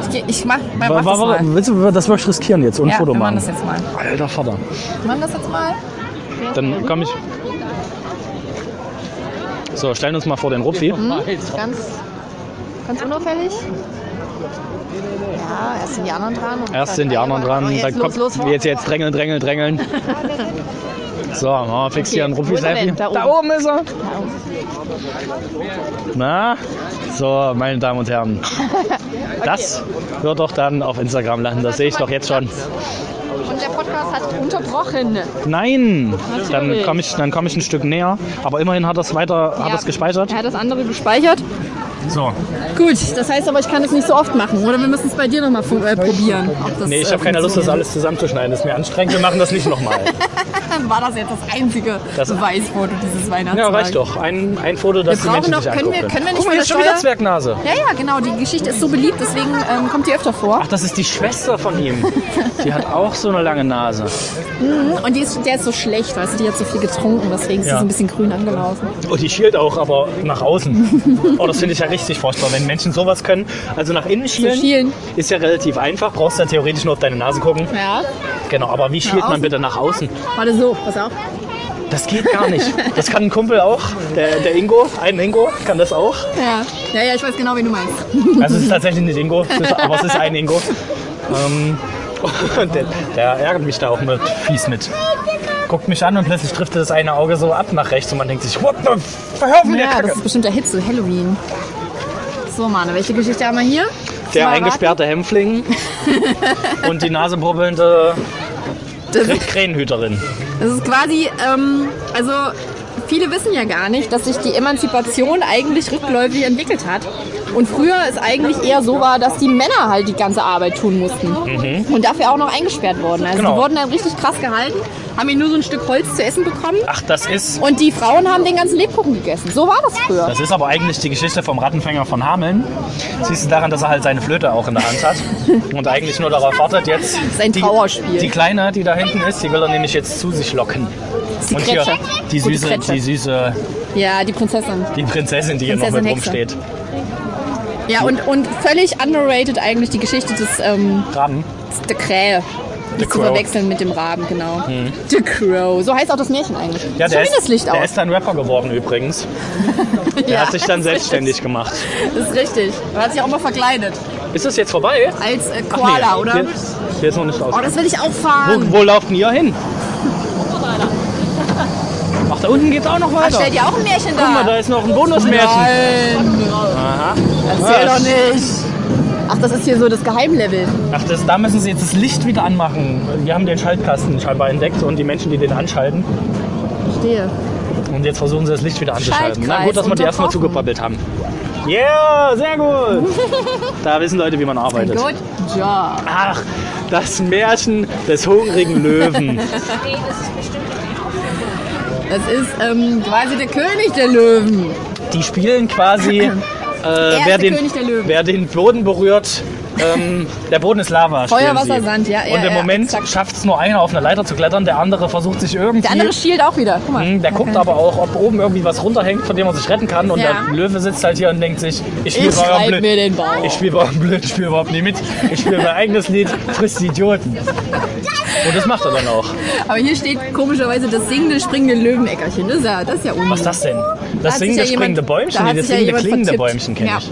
[SPEAKER 5] Ich, geh, ich mach, mach
[SPEAKER 1] Wa-
[SPEAKER 5] das
[SPEAKER 1] wa- wa-
[SPEAKER 5] mal.
[SPEAKER 1] willst du das wirklich riskieren jetzt und ein
[SPEAKER 5] ja,
[SPEAKER 1] Foto
[SPEAKER 5] wir machen
[SPEAKER 1] machen?
[SPEAKER 5] das jetzt mal.
[SPEAKER 1] Alter Vater.
[SPEAKER 5] Wir machen das jetzt mal.
[SPEAKER 1] Dann komm ich. So, stellen uns mal vor den Rupfi.
[SPEAKER 5] Ganz, ganz unauffällig. Ja, erst sind die anderen dran. und
[SPEAKER 1] Erst sind die anderen dran,
[SPEAKER 5] Oh, jetzt
[SPEAKER 1] dann
[SPEAKER 5] los,
[SPEAKER 1] kommt
[SPEAKER 5] los, los.
[SPEAKER 1] jetzt jetzt drängeln, drängeln, drängeln. So, mal fix hier einen
[SPEAKER 5] wo ist er
[SPEAKER 1] Rupfi-Selfie.
[SPEAKER 5] denn? Da
[SPEAKER 1] oben ist er. Na, so, meine Damen und
[SPEAKER 5] *laughs*
[SPEAKER 1] Herren. Das wird doch dann auf Instagram landen, das sehe ich doch jetzt schon.
[SPEAKER 5] Und der Podcast hat unterbrochen.
[SPEAKER 1] Nein, dann komme ich, dann komm ich ein Stück näher. Aber immerhin hat das weiter, hat das gespeichert.
[SPEAKER 5] Er hat das andere gespeichert.
[SPEAKER 1] So,
[SPEAKER 5] Gut, das heißt aber, ich kann es nicht so oft machen. Oder wir müssen es bei dir nochmal äh, probieren. ob das,
[SPEAKER 1] nee, ich
[SPEAKER 5] äh,
[SPEAKER 1] habe keine Lust, das alles zusammenzuschneiden. Das ist mir anstrengend. Wir machen das nicht nochmal.
[SPEAKER 5] Dann war das jetzt das einzige
[SPEAKER 1] Das-
[SPEAKER 5] Beweisfoto dieses
[SPEAKER 1] Ja,
[SPEAKER 5] Weihnachtsmarkts.
[SPEAKER 1] reicht doch. Ein, ein Foto, das die
[SPEAKER 5] brauchen
[SPEAKER 1] Menschen
[SPEAKER 5] noch-
[SPEAKER 1] sich
[SPEAKER 5] können wir-
[SPEAKER 1] angucken.
[SPEAKER 5] können wir nicht
[SPEAKER 1] Guck mal,
[SPEAKER 5] mal
[SPEAKER 1] hier
[SPEAKER 5] das
[SPEAKER 1] ist schon wieder
[SPEAKER 5] Steuer-
[SPEAKER 1] Zwergnase.
[SPEAKER 5] Ja, ja, genau. Die Geschichte ist so beliebt, deswegen ähm, kommt die öfter vor.
[SPEAKER 1] Ach, das ist die Schwester von ihm. Die hat auch so eine lange Nase.
[SPEAKER 5] Und die ist, der ist so schlecht, weißt du, die hat so viel getrunken, deswegen ist sie
[SPEAKER 1] Ja.
[SPEAKER 5] so ein bisschen grün angelaufen.
[SPEAKER 1] Und die schielt auch, aber nach außen. Oh, das finde ich ja richtig furchtbar, wenn Menschen sowas können. Also nach innen schielen,
[SPEAKER 5] schielen.
[SPEAKER 1] ist ja relativ einfach. Brauchst dann theoretisch nur auf deine Nase gucken.
[SPEAKER 5] Ja.
[SPEAKER 1] Genau, aber wie schielt man
[SPEAKER 5] außen.
[SPEAKER 1] bitte nach außen?
[SPEAKER 5] Warte so, pass auf.
[SPEAKER 1] Das geht gar nicht. Das kann ein Kumpel auch. Der, der Ingo, ein Ingo, kann das auch.
[SPEAKER 5] Ja. ja, ja, ich weiß genau, wen du meinst.
[SPEAKER 1] Also es ist tatsächlich nicht Ingo, es ist, aber es ist ein Ingo. Ähm, *laughs* und der, der ärgert mich da auch mit, fies mit. Guckt mich an und plötzlich trifft das eine Auge so ab nach rechts und man denkt sich, what the f- hör auf mit der
[SPEAKER 5] Ja, das
[SPEAKER 1] Kacke.
[SPEAKER 5] ist bestimmt der Hit zu Halloween. So, Mane, welche Geschichte haben wir hier?
[SPEAKER 1] Der
[SPEAKER 5] Mal raten.
[SPEAKER 1] eingesperrte
[SPEAKER 5] *laughs*
[SPEAKER 1] Hämpfling und die nasebrübbelnde
[SPEAKER 5] Das,
[SPEAKER 1] Kr- Krähenhüterin.
[SPEAKER 5] das ist quasi, ähm, also viele wissen ja gar nicht, dass sich die Emanzipation eigentlich rückläufig entwickelt hat. Und früher es eigentlich eher so war, dass die Männer halt die ganze Arbeit tun mussten. Und dafür auch noch eingesperrt wurden. Also
[SPEAKER 1] Mhm. Genau.
[SPEAKER 5] die wurden dann richtig krass gehalten, haben ihnen nur so ein Stück Holz zu essen bekommen.
[SPEAKER 1] Ach, das ist...
[SPEAKER 5] Und die Frauen haben den ganzen Lebkuchen gegessen. So war das früher.
[SPEAKER 1] Das ist aber eigentlich die Geschichte vom Rattenfänger von Hameln. Siehst du daran, dass er halt seine Flöte auch in der Hand hat und eigentlich nur darauf wartet, jetzt
[SPEAKER 5] ist ein
[SPEAKER 1] die,
[SPEAKER 5] Trauerspiel.
[SPEAKER 1] die Kleine, die da hinten ist, die will er nämlich jetzt zu sich locken.
[SPEAKER 5] die
[SPEAKER 1] Und hier
[SPEAKER 5] Kretsche.
[SPEAKER 1] die
[SPEAKER 5] Gute
[SPEAKER 1] süße,
[SPEAKER 5] Kretsche.
[SPEAKER 1] die süße,
[SPEAKER 5] Ja, die Prinzessin.
[SPEAKER 1] die Prinzessin, die hier noch mit
[SPEAKER 5] Prinzessin
[SPEAKER 1] rumsteht.
[SPEAKER 5] Ja, und, und völlig underrated eigentlich die Geschichte des ähm,
[SPEAKER 1] Raben.
[SPEAKER 5] der Krähe.
[SPEAKER 1] The
[SPEAKER 5] Nicht zu
[SPEAKER 1] Crow.
[SPEAKER 5] verwechseln mit dem Raben, genau. The Crow. So heißt auch das Märchen eigentlich.
[SPEAKER 1] Ja,
[SPEAKER 5] Schon
[SPEAKER 1] der
[SPEAKER 5] wieder das
[SPEAKER 1] ist,
[SPEAKER 5] Licht
[SPEAKER 1] der
[SPEAKER 5] aus.
[SPEAKER 1] ist dann Rapper geworden übrigens. Der hat sich dann
[SPEAKER 5] *laughs*
[SPEAKER 1] selbstständig gemacht.
[SPEAKER 5] Das ist richtig. Er hat sich auch mal verkleidet.
[SPEAKER 1] Ist das jetzt vorbei?
[SPEAKER 5] Als äh,
[SPEAKER 1] Ach,
[SPEAKER 5] Koala,
[SPEAKER 1] nee,
[SPEAKER 5] oder?
[SPEAKER 1] Der, der ist noch nicht aus.
[SPEAKER 5] Oh, das will ich auch
[SPEAKER 1] Wo,
[SPEAKER 5] fahren.
[SPEAKER 1] wo laufen ihr hin? Ach, da unten geht's auch noch weiter.
[SPEAKER 5] Stell dir auch ein Märchen
[SPEAKER 1] Guck mal, da
[SPEAKER 5] da.
[SPEAKER 1] ist noch ein Bonusmärchen.
[SPEAKER 6] Nein,
[SPEAKER 1] Aha.
[SPEAKER 5] Erzähl doch nicht. Ach, das ist hier so das Geheimlevel.
[SPEAKER 1] Ach, das, da müssen sie jetzt das Licht wieder anmachen. Wir haben den Schaltkasten scheinbar entdeckt und die Menschen, die den anschalten.
[SPEAKER 5] Verstehe.
[SPEAKER 1] Und jetzt versuchen sie das Licht wieder anzuschalten. Na
[SPEAKER 5] Schaltkreis
[SPEAKER 1] gut, dass wir die erstmal
[SPEAKER 5] unterbrochen.
[SPEAKER 1] zugebrabbelt haben. Yeah, sehr
[SPEAKER 5] *laughs*
[SPEAKER 1] gut. Da wissen Leute, wie man arbeitet.
[SPEAKER 5] Good job.
[SPEAKER 1] Ach, das Märchen des hungrigen
[SPEAKER 5] *laughs*
[SPEAKER 1] Löwen.
[SPEAKER 5] Das ist ähm, quasi der König der Löwen.
[SPEAKER 1] Die spielen quasi, äh, wer,
[SPEAKER 5] ist der
[SPEAKER 1] den,
[SPEAKER 5] König der Löwen.
[SPEAKER 1] wer den Boden berührt, ähm, der Boden ist Lava.
[SPEAKER 5] Feuer,
[SPEAKER 1] spielen
[SPEAKER 5] Wasser,
[SPEAKER 1] sie.
[SPEAKER 5] Sand, ja, ja,
[SPEAKER 1] Und im
[SPEAKER 5] ja,
[SPEAKER 1] Moment
[SPEAKER 5] exakt.
[SPEAKER 1] schafft es nur einer, auf einer Leiter zu klettern, der andere versucht sich irgendwie.
[SPEAKER 5] Der andere schielt auch wieder. Guck mal.
[SPEAKER 1] Hm, Der guckt aber auch, ob oben irgendwie was runterhängt, von dem man sich retten kann. Und
[SPEAKER 5] Ja.
[SPEAKER 1] der Löwe sitzt halt hier und denkt sich, ich spiele
[SPEAKER 5] Ich
[SPEAKER 1] bei eurem
[SPEAKER 5] schreib mir
[SPEAKER 1] Blöd.
[SPEAKER 5] den Bauch.
[SPEAKER 1] Ich spiele bei eurem Blöd, ich spiele überhaupt nicht mit. Ich spiele mein eigenes Lied, frisst die Idioten. Und das macht er dann auch.
[SPEAKER 5] Aber hier steht komischerweise das singende, springende Löwenäckerchen. Das ist ja, das ist ja
[SPEAKER 1] Was ist
[SPEAKER 5] unmöglich.
[SPEAKER 1] das denn?
[SPEAKER 5] hat
[SPEAKER 1] Das
[SPEAKER 5] sich
[SPEAKER 1] singende,
[SPEAKER 5] ja jemand-
[SPEAKER 1] springende Bäumchen?
[SPEAKER 5] da hat
[SPEAKER 1] Nee, das
[SPEAKER 5] sich ja
[SPEAKER 1] singende,
[SPEAKER 5] jemand
[SPEAKER 1] klingende
[SPEAKER 5] vertippt.
[SPEAKER 1] Bäumchen kenne
[SPEAKER 5] Ja.
[SPEAKER 1] ich.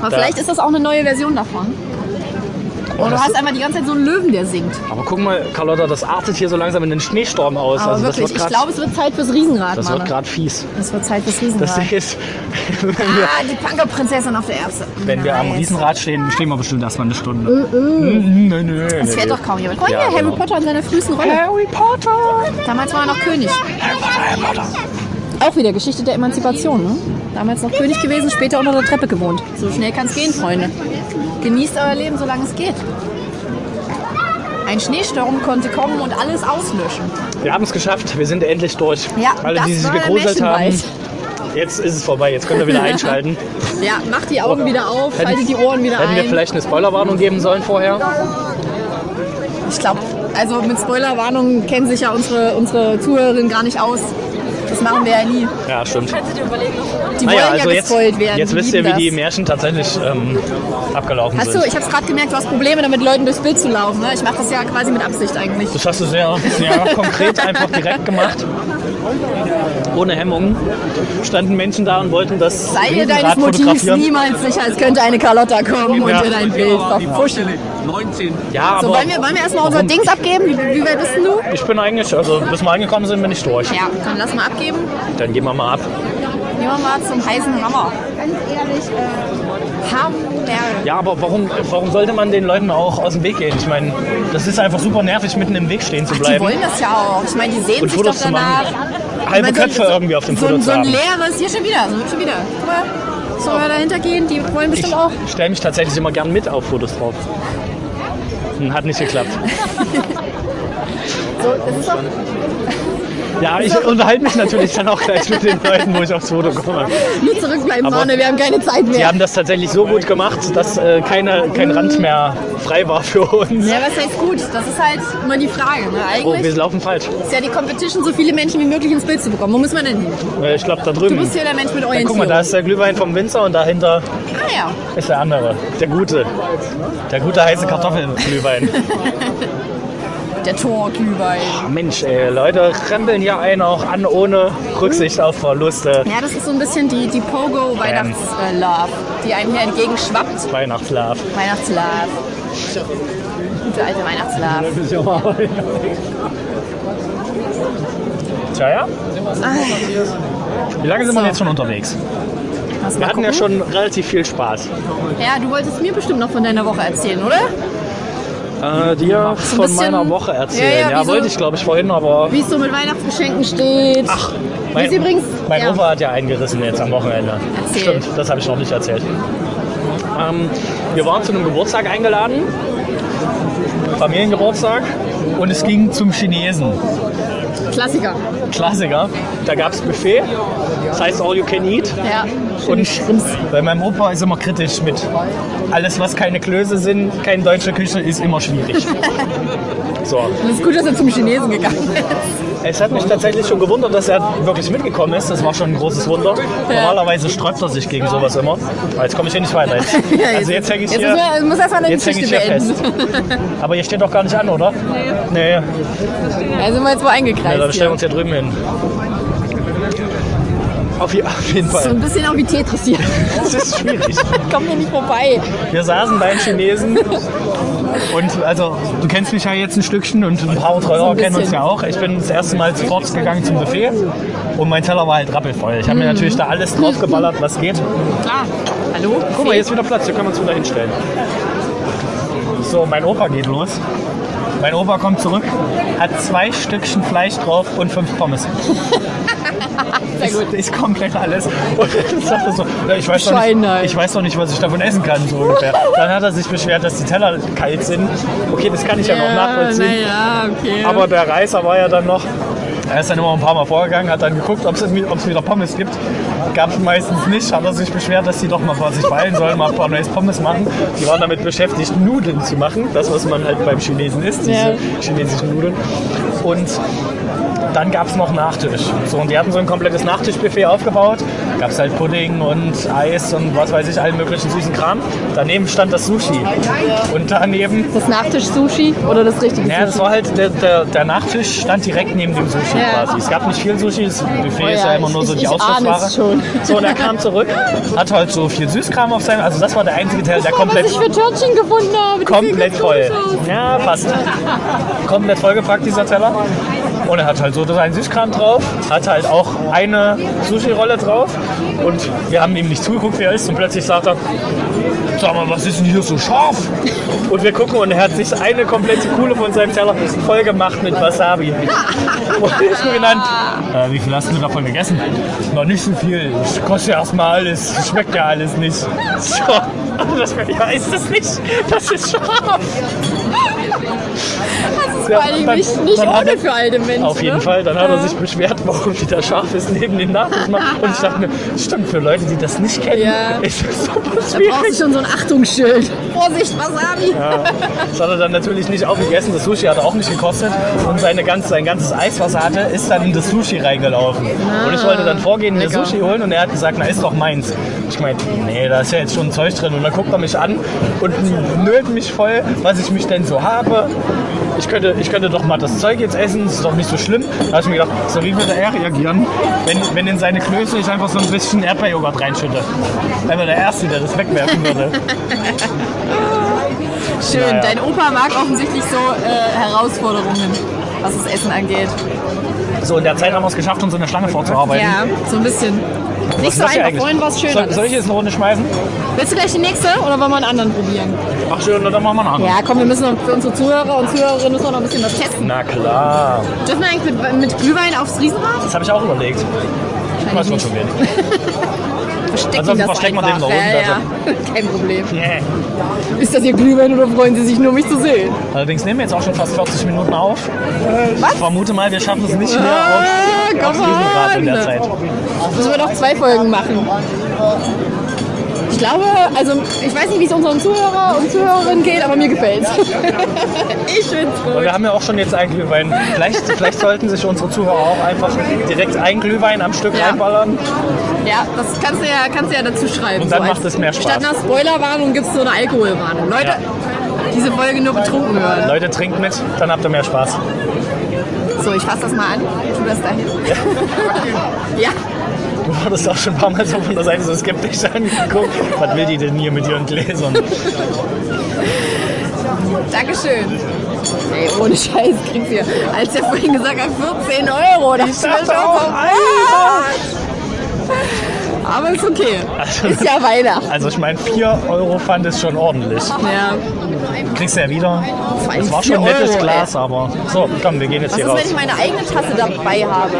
[SPEAKER 5] Aber
[SPEAKER 1] Da- Oh,
[SPEAKER 5] vielleicht ist das auch eine neue Version davon. Und du
[SPEAKER 1] das
[SPEAKER 5] hast
[SPEAKER 1] ist-
[SPEAKER 5] einfach die ganze Zeit so einen Löwen, der singt.
[SPEAKER 1] Aber guck mal, Carlotta, das artet hier so langsam in den Schneesturm aus.
[SPEAKER 5] Aber
[SPEAKER 1] also
[SPEAKER 5] wirklich,
[SPEAKER 1] das
[SPEAKER 5] ich
[SPEAKER 1] wird grad-
[SPEAKER 5] glaube, es wird Zeit fürs Riesenrad,
[SPEAKER 1] das wird
[SPEAKER 5] Mann.
[SPEAKER 1] gerade fies.
[SPEAKER 5] Es wird Zeit fürs
[SPEAKER 1] Das
[SPEAKER 5] Riesenrad.
[SPEAKER 1] Ding ist, *laughs*
[SPEAKER 5] Ah, die Punkerprinzessin auf der Erbse.
[SPEAKER 1] wenn wir am
[SPEAKER 5] Nice. Äh,
[SPEAKER 1] Riesenrad stehen, stehen wir bestimmt erstmal eine Stunde. Mhm, Nein, nein, nein.
[SPEAKER 5] Es fährt doch kaum jemand. Guck mal
[SPEAKER 1] Ja,
[SPEAKER 5] hier, Harry
[SPEAKER 1] genau.
[SPEAKER 5] Potter in seiner frühesten Rolle.
[SPEAKER 1] Harry Potter!
[SPEAKER 5] Damals war er noch König.
[SPEAKER 1] Harry Potter, Harry Potter.
[SPEAKER 5] Auch wieder Geschichte der Emanzipation, ne? Damals noch König gewesen, später unter der Treppe gewohnt. So schnell kann's gehen, Freunde. Genießt euer Leben, solange es geht. Ein Schneesturm konnte kommen und alles auslöschen.
[SPEAKER 1] Wir haben es geschafft, wir sind endlich durch.
[SPEAKER 5] Ja,
[SPEAKER 1] Alle,
[SPEAKER 5] das
[SPEAKER 1] die sich
[SPEAKER 5] war der
[SPEAKER 1] gegruselt haben,
[SPEAKER 5] Märchenwald.
[SPEAKER 1] jetzt ist es vorbei, jetzt könnt ihr
[SPEAKER 5] *laughs*
[SPEAKER 1] wieder einschalten.
[SPEAKER 5] Ja, macht die Augen wieder auf,
[SPEAKER 1] Hätten-
[SPEAKER 5] haltet die Ohren wieder
[SPEAKER 1] Hätten wir
[SPEAKER 5] ein.
[SPEAKER 1] vielleicht eine Spoilerwarnung geben sollen vorher?
[SPEAKER 5] Ich glaube, also mit Spoilerwarnungen kennen sich ja unsere, unsere Zuhörerinnen gar nicht aus. Das machen wir ja nie.
[SPEAKER 1] Ja, stimmt.
[SPEAKER 5] Die
[SPEAKER 1] Naja,
[SPEAKER 5] wollen
[SPEAKER 1] also
[SPEAKER 5] ja
[SPEAKER 1] jetzt,
[SPEAKER 5] gespoilt werden.
[SPEAKER 1] jetzt
[SPEAKER 5] die
[SPEAKER 1] wisst ihr,
[SPEAKER 5] lieben
[SPEAKER 1] wie die
[SPEAKER 5] das.
[SPEAKER 1] Märchen tatsächlich ähm, abgelaufen
[SPEAKER 5] Hast du,
[SPEAKER 1] sind.
[SPEAKER 5] ich hab's gerade gemerkt, du hast Probleme damit, Leuten durchs Bild zu laufen. Ne? Ich mache das ja quasi mit Absicht eigentlich.
[SPEAKER 1] Das hast du sehr, sehr konkret einfach direkt gemacht. Ohne Hemmungen standen Menschen da und wollten das
[SPEAKER 5] Sei dir deines
[SPEAKER 1] Riesenrad
[SPEAKER 5] Motivs
[SPEAKER 1] fotografieren.
[SPEAKER 5] niemals sicher, es könnte eine Carlotta kommen
[SPEAKER 1] Ja.
[SPEAKER 5] und dir dein Bild verfuscheln.
[SPEAKER 1] Ja, aber
[SPEAKER 5] So, wollen wir, wollen wir erstmal unser Dings abgeben? Wie, wie weit bist denn du?
[SPEAKER 1] ich bin eigentlich, also bis wir angekommen sind, bin ich durch.
[SPEAKER 5] Ja, dann lass mal abgeben.
[SPEAKER 1] Dann gehen wir mal ab.
[SPEAKER 5] Gehen wir mal zum heißen Hammer. Ganz ehrlich, äh, Hammer.
[SPEAKER 1] Ja, aber warum, warum sollte man den Leuten auch aus dem Weg gehen? Ich meine, das ist einfach super nervig, mitten im Weg stehen zu
[SPEAKER 5] Die
[SPEAKER 1] bleiben.
[SPEAKER 5] wollen das ja auch. Ich meine, die sehen
[SPEAKER 1] Und
[SPEAKER 5] sich
[SPEAKER 1] Fotos
[SPEAKER 5] doch
[SPEAKER 1] zu
[SPEAKER 5] danach.
[SPEAKER 1] machen.
[SPEAKER 5] Ich
[SPEAKER 1] Halbe
[SPEAKER 5] meine, so-
[SPEAKER 1] Köpfe
[SPEAKER 5] so-
[SPEAKER 1] irgendwie auf dem
[SPEAKER 5] so,
[SPEAKER 1] Foto
[SPEAKER 5] ein-
[SPEAKER 1] zu
[SPEAKER 5] So ein
[SPEAKER 1] haben.
[SPEAKER 5] leeres, hier schon wieder, so schon wieder. Guck mal, so wir dahinter gehen, die wollen bestimmt auch.
[SPEAKER 1] Ich stelle mich tatsächlich immer gern mit auf Fotos drauf. Hm, Hat nicht geklappt.
[SPEAKER 5] *laughs* So, das ist doch
[SPEAKER 1] Ja, ich unterhalte mich natürlich dann auch gleich mit den Leuten, wo ich aufs Foto komme.
[SPEAKER 5] nur zurückbleiben,
[SPEAKER 1] Aber-
[SPEAKER 5] Sonne, wir haben keine Zeit mehr.
[SPEAKER 1] Die haben das tatsächlich so gut gemacht, dass äh, keine, kein Rand mehr frei war für uns.
[SPEAKER 5] Ja, was heißt gut? Das ist halt immer die Frage. Ne?
[SPEAKER 1] Oh, wir
[SPEAKER 5] Eigentlich
[SPEAKER 1] laufen falsch.
[SPEAKER 5] ist ja die Competition, so viele Menschen wie möglich ins Bild zu bekommen. Wo müssen wir denn hin?
[SPEAKER 1] Äh, Ich glaube, da
[SPEAKER 5] Du
[SPEAKER 1] drüben.
[SPEAKER 5] bist hier der Mensch mit
[SPEAKER 1] Ja,
[SPEAKER 5] Orientierung.
[SPEAKER 1] guck mal, da ist der Glühwein vom Winzer und dahinter
[SPEAKER 5] ah, ja.
[SPEAKER 1] ist der andere. Der gute. Der gute heiße Kartoffelglühwein. *laughs*
[SPEAKER 5] Der Torglühwein.
[SPEAKER 1] Ah, Mensch, ey, Leute rempeln hier einen auch an ohne Rücksicht auf Verluste.
[SPEAKER 5] Ja, das ist so ein bisschen die, die
[SPEAKER 1] Ähm.
[SPEAKER 5] Pogo-Weihnachts-Love, die einem hier entgegenschwappt.
[SPEAKER 1] Weihnachtslove.
[SPEAKER 5] Weihnachtslove. Gute alte Weihnachtslove.
[SPEAKER 1] Tja, ja. Wie lange sind wir jetzt schon unterwegs?
[SPEAKER 5] Lass
[SPEAKER 1] Wir
[SPEAKER 5] mal
[SPEAKER 1] hatten ja schon relativ viel Spaß.
[SPEAKER 5] gucken. Ja, du wolltest mir bestimmt noch von deiner Woche erzählen, oder?
[SPEAKER 1] Äh, dir von
[SPEAKER 5] bisschen-
[SPEAKER 1] meiner Woche erzählen.
[SPEAKER 5] Ja,
[SPEAKER 1] Ja,
[SPEAKER 5] ja, wieso-
[SPEAKER 1] wollte ich glaube ich vorhin, aber.
[SPEAKER 5] Wie es so mit Weihnachtsgeschenken steht. Ach,
[SPEAKER 1] Mein,
[SPEAKER 5] ist übrigens-
[SPEAKER 1] mein
[SPEAKER 5] ja.
[SPEAKER 1] Opa hat ja eingerissen jetzt am Wochenende.
[SPEAKER 5] Erzähl.
[SPEAKER 1] Stimmt, das habe ich noch nicht erzählt. Ähm, wir waren zu einem Geburtstag eingeladen, Familiengeburtstag, und es ging zum Chinesen.
[SPEAKER 5] Klassiker.
[SPEAKER 1] Klassiker. Da gab es Buffet, das heißt All You Can Eat.
[SPEAKER 5] Ja.
[SPEAKER 1] Und bei meinem Opa ist immer kritisch mit alles, was keine Klöße sind, keine deutsche Küche, ist immer
[SPEAKER 5] *laughs*
[SPEAKER 1] schwierig. so.
[SPEAKER 5] Und es ist gut, dass er zum Chinesen gegangen ist.
[SPEAKER 1] Es hat mich tatsächlich schon gewundert, dass er wirklich mitgekommen ist. Das war schon ein großes Wunder. Normalerweise sträubt er sich gegen sowas immer. Aber jetzt komme ich hier nicht weiter.
[SPEAKER 5] *laughs*
[SPEAKER 1] Jetzt, also jetzt hänge ich
[SPEAKER 5] Jetzt müssen
[SPEAKER 1] hier.
[SPEAKER 5] wir, muss erstmal eine
[SPEAKER 1] Jetzt hänge
[SPEAKER 5] Geschichte
[SPEAKER 1] ich hier
[SPEAKER 5] beenden.
[SPEAKER 1] fest. Aber hier steht doch gar nicht an, oder? Nee. Nee,
[SPEAKER 5] Da sind wir jetzt wohl
[SPEAKER 1] ja, dann
[SPEAKER 5] eingekreist.
[SPEAKER 1] stellen wir
[SPEAKER 5] hier.
[SPEAKER 1] uns hier drüben hin. Auf, je- auf jeden
[SPEAKER 5] so
[SPEAKER 1] Fall.
[SPEAKER 5] ein bisschen auch wie Tetris hier. *laughs*
[SPEAKER 1] Das ist schwierig.
[SPEAKER 5] Kommen wir nicht vorbei.
[SPEAKER 1] Wir saßen beim Chinesen Und also, du kennst mich ja jetzt ein Stückchen und ein paar unserer Hörer kennen uns ja auch. Ich bin das erste Mal sofort gegangen zum Buffet und mein Teller war halt rappelvoll. Ich habe mir natürlich da alles draufgeballert, was geht.
[SPEAKER 7] Klar. Hallo?
[SPEAKER 1] Guck mal, hier ist wieder Platz, hier können wir uns wieder hinstellen. So, mein Opa geht los. Mein Opa kommt zurück, hat zwei Stückchen Fleisch drauf und fünf Pommes. Sehr gut. Ist, ist komplett alles. Und ich sagte so, "Na, ich weiß, doch nicht,
[SPEAKER 7] Bescheidenheit.
[SPEAKER 1] ich weiß doch nicht, was ich davon essen kann, so ungefähr. Dann hat er sich beschwert, dass die Teller kalt sind. Okay, das kann ich ja, noch nachvollziehen.
[SPEAKER 7] Naja, okay.
[SPEAKER 1] Aber der Reiser war ja dann noch. Er ist dann immer ein paar Mal vorgegangen, hat dann geguckt, ob es wieder Pommes gibt. Gab es meistens nicht, hat er sich beschwert, dass die doch mal vor sich beeilen sollen, mal ein paar neues Pommes machen. Die waren damit beschäftigt, Nudeln zu machen, das, was man halt beim Chinesen isst, diese
[SPEAKER 7] Ja.
[SPEAKER 1] chinesischen Nudeln. Und dann gab es noch Nachtisch. So, und die hatten so ein komplettes Nachtischbuffet aufgebaut. Gab es halt Pudding und Eis und was weiß ich, allen möglichen süßen Kram. Daneben stand das Sushi. Und daneben
[SPEAKER 7] das Nachtisch-Sushi oder das richtige
[SPEAKER 1] ja, das war halt, der, der, der Nachtisch stand direkt neben dem Sushi
[SPEAKER 7] Ja.
[SPEAKER 1] quasi. Es gab nicht viel Sushi, das Buffet
[SPEAKER 7] Oh
[SPEAKER 1] ist
[SPEAKER 7] ja,
[SPEAKER 1] ja immer nur
[SPEAKER 7] ich-
[SPEAKER 1] so
[SPEAKER 7] ich-
[SPEAKER 1] die
[SPEAKER 7] ich ahne
[SPEAKER 1] Ausschlussware.
[SPEAKER 7] es schon.
[SPEAKER 1] So, und er kam zurück, hat halt so viel Süßkram auf seinem, also das war der einzige Teil, der komplett,
[SPEAKER 7] Was ich für Törtchen gefunden habe. die
[SPEAKER 1] *laughs*
[SPEAKER 7] sehen
[SPEAKER 1] komplett
[SPEAKER 7] ganz
[SPEAKER 1] voll.
[SPEAKER 7] komisch aus.
[SPEAKER 1] Ja, fast. Komplett vollgepackt, dieser Teller. Und er hat halt so seinen Süßkram drauf, hat halt auch eine Sushi-Rolle drauf. Und wir haben ihm nicht zugeguckt, wie er ist. Und plötzlich sagt er, sag mal, was ist denn hier so scharf? Und wir gucken und er hat sich eine komplette Kuhle von seinem Teller voll gemacht mit Wasabi. Und ich nur genannt,
[SPEAKER 5] Ah.
[SPEAKER 1] äh, wie viel hast du davon gegessen? Noch nicht so viel. Ich koste erstmal alles. Schmeckt ja alles nicht. So. *laughs* Das, ja, ist das nicht? Das ist scharf.
[SPEAKER 5] Das ist
[SPEAKER 1] Ja,
[SPEAKER 5] vor allem
[SPEAKER 1] dann-
[SPEAKER 5] nicht, nicht
[SPEAKER 1] dann hat
[SPEAKER 5] ohne
[SPEAKER 1] er-
[SPEAKER 5] für alte Menschen.
[SPEAKER 1] Auf jeden
[SPEAKER 5] ne?
[SPEAKER 1] Fall. Dann hat er sich beschwert, warum die da scharf ist neben dem Nachtisch. Und ich dachte mir, stimmt, für Leute, die das nicht kennen,
[SPEAKER 5] Ja.
[SPEAKER 1] ist das super
[SPEAKER 7] Brauchst du
[SPEAKER 1] schwierig.
[SPEAKER 7] schon so ein Achtungsschild?
[SPEAKER 5] Vorsicht, Wasabi.
[SPEAKER 1] Das hat er dann natürlich nicht aufgegessen. Das Sushi hat er auch nicht gekostet. Und seine ganz, sein ganzes Eis, was er hatte, ist dann in das Sushi reingelaufen. und ich wollte dann vorgehen, mir Sushi holen. Und er hat gesagt, na, ist doch meins. Ich meinte, nee, da ist ja jetzt schon Zeug drin. Und dann guckt er mich an und nölt mich voll, was ich mich denn so habe. Ich könnte, ich könnte doch mal das Zeug jetzt essen, das ist doch nicht so schlimm. Da habe ich mir gedacht, so wie würde er reagieren, wenn, wenn in seine Klöße ich einfach so ein bisschen Erdbeerjoghurt reinschütte. Er wäre der Erste, der das wegwerfen würde.
[SPEAKER 5] Schön.
[SPEAKER 1] Ja, ja.
[SPEAKER 5] Dein Opa mag offensichtlich so äh, Herausforderungen, was das Essen angeht.
[SPEAKER 1] So, in der Zeit haben wir es geschafft, uns in der Schlange vorzuarbeiten.
[SPEAKER 5] Ja, so ein bisschen. Nicht
[SPEAKER 1] Was ist
[SPEAKER 5] so
[SPEAKER 1] das hier
[SPEAKER 5] einfach.
[SPEAKER 1] eigentlich?
[SPEAKER 5] Vorhin war es schön.
[SPEAKER 1] Soll, soll ich jetzt eine Runde schmeißen?
[SPEAKER 5] Willst du gleich die nächste oder wollen wir einen anderen probieren?
[SPEAKER 1] Ach schön, dann machen wir einen
[SPEAKER 5] Ja, komm, wir müssen noch für unsere Zuhörer und Zuhörerinnen müssen wir noch ein bisschen was testen.
[SPEAKER 1] Na klar.
[SPEAKER 5] Dürfen wir eigentlich mit, mit Glühwein aufs Riesenrad?
[SPEAKER 1] Das habe ich auch überlegt. Ich weiß man schon wenig.
[SPEAKER 5] Verstecken
[SPEAKER 1] Ansonsten
[SPEAKER 5] das
[SPEAKER 1] verstecken wir den
[SPEAKER 5] einfach.
[SPEAKER 1] da unten, also.
[SPEAKER 5] ja, ja. *laughs* Kein Problem.
[SPEAKER 1] Nee.
[SPEAKER 5] Ist das ihr Glühwein oder freuen Sie sich nur, mich zu sehen?
[SPEAKER 1] Allerdings nehmen wir jetzt auch schon fast 40 Minuten auf. Ich vermute mal, wir schaffen es nicht mehr auf,
[SPEAKER 5] Ah,
[SPEAKER 1] aufs
[SPEAKER 5] komm
[SPEAKER 1] Riesenrad in der
[SPEAKER 5] on.
[SPEAKER 1] Zeit.
[SPEAKER 5] Müssen wir doch zwei Folgen machen. Ich glaube, also ich weiß nicht, wie es unseren Zuhörer und Zuhörerinnen geht, aber mir gefällt's. *laughs* ich find's
[SPEAKER 1] Und
[SPEAKER 5] gut.
[SPEAKER 1] wir haben ja auch schon jetzt einen Glühwein. Vielleicht, vielleicht sollten sich unsere Zuhörer auch einfach direkt einen Glühwein am Stück
[SPEAKER 5] Ja.
[SPEAKER 1] reinballern.
[SPEAKER 5] Ja, das kannst du ja, kannst du ja dazu schreiben.
[SPEAKER 1] Und dann
[SPEAKER 5] So als-
[SPEAKER 1] macht es mehr Spaß.
[SPEAKER 5] Statt einer Spoilerwarnung gibt's so eine Alkoholwarnung. Leute,
[SPEAKER 1] Ja.
[SPEAKER 5] diese Folge nur betrunken hören.
[SPEAKER 1] Leute, trinkt mit, dann habt ihr mehr Spaß.
[SPEAKER 5] So, ich fasse das mal an. Tu das dahin. *laughs* Ja.
[SPEAKER 1] Du wurdest auch schon ein paar Mal so von der Seite so skeptisch angeguckt. Was will die denn hier mit ihren Gläsern?
[SPEAKER 5] Dankeschön. Ey, ohne Scheiß kriegt ihr, als er vorhin gesagt hat, 14
[SPEAKER 1] *laughs*
[SPEAKER 5] Euro. Die Stimme schon so. Ah! Aber ist okay.
[SPEAKER 1] Also-
[SPEAKER 5] Ist
[SPEAKER 1] *laughs*
[SPEAKER 5] ja Weihnachten.
[SPEAKER 1] Also ich meine, 4 Euro fand es schon ordentlich.
[SPEAKER 5] Ja.
[SPEAKER 1] Kriegst du ja wieder.
[SPEAKER 5] Vor allem
[SPEAKER 1] Es war schon ein
[SPEAKER 5] 4
[SPEAKER 1] nettes
[SPEAKER 5] Euro,
[SPEAKER 1] Glas, aber. So, komm, wir gehen jetzt
[SPEAKER 5] Was
[SPEAKER 1] hier
[SPEAKER 5] ist, wenn ich
[SPEAKER 1] raus.
[SPEAKER 5] meine eigene Tasse dabei habe?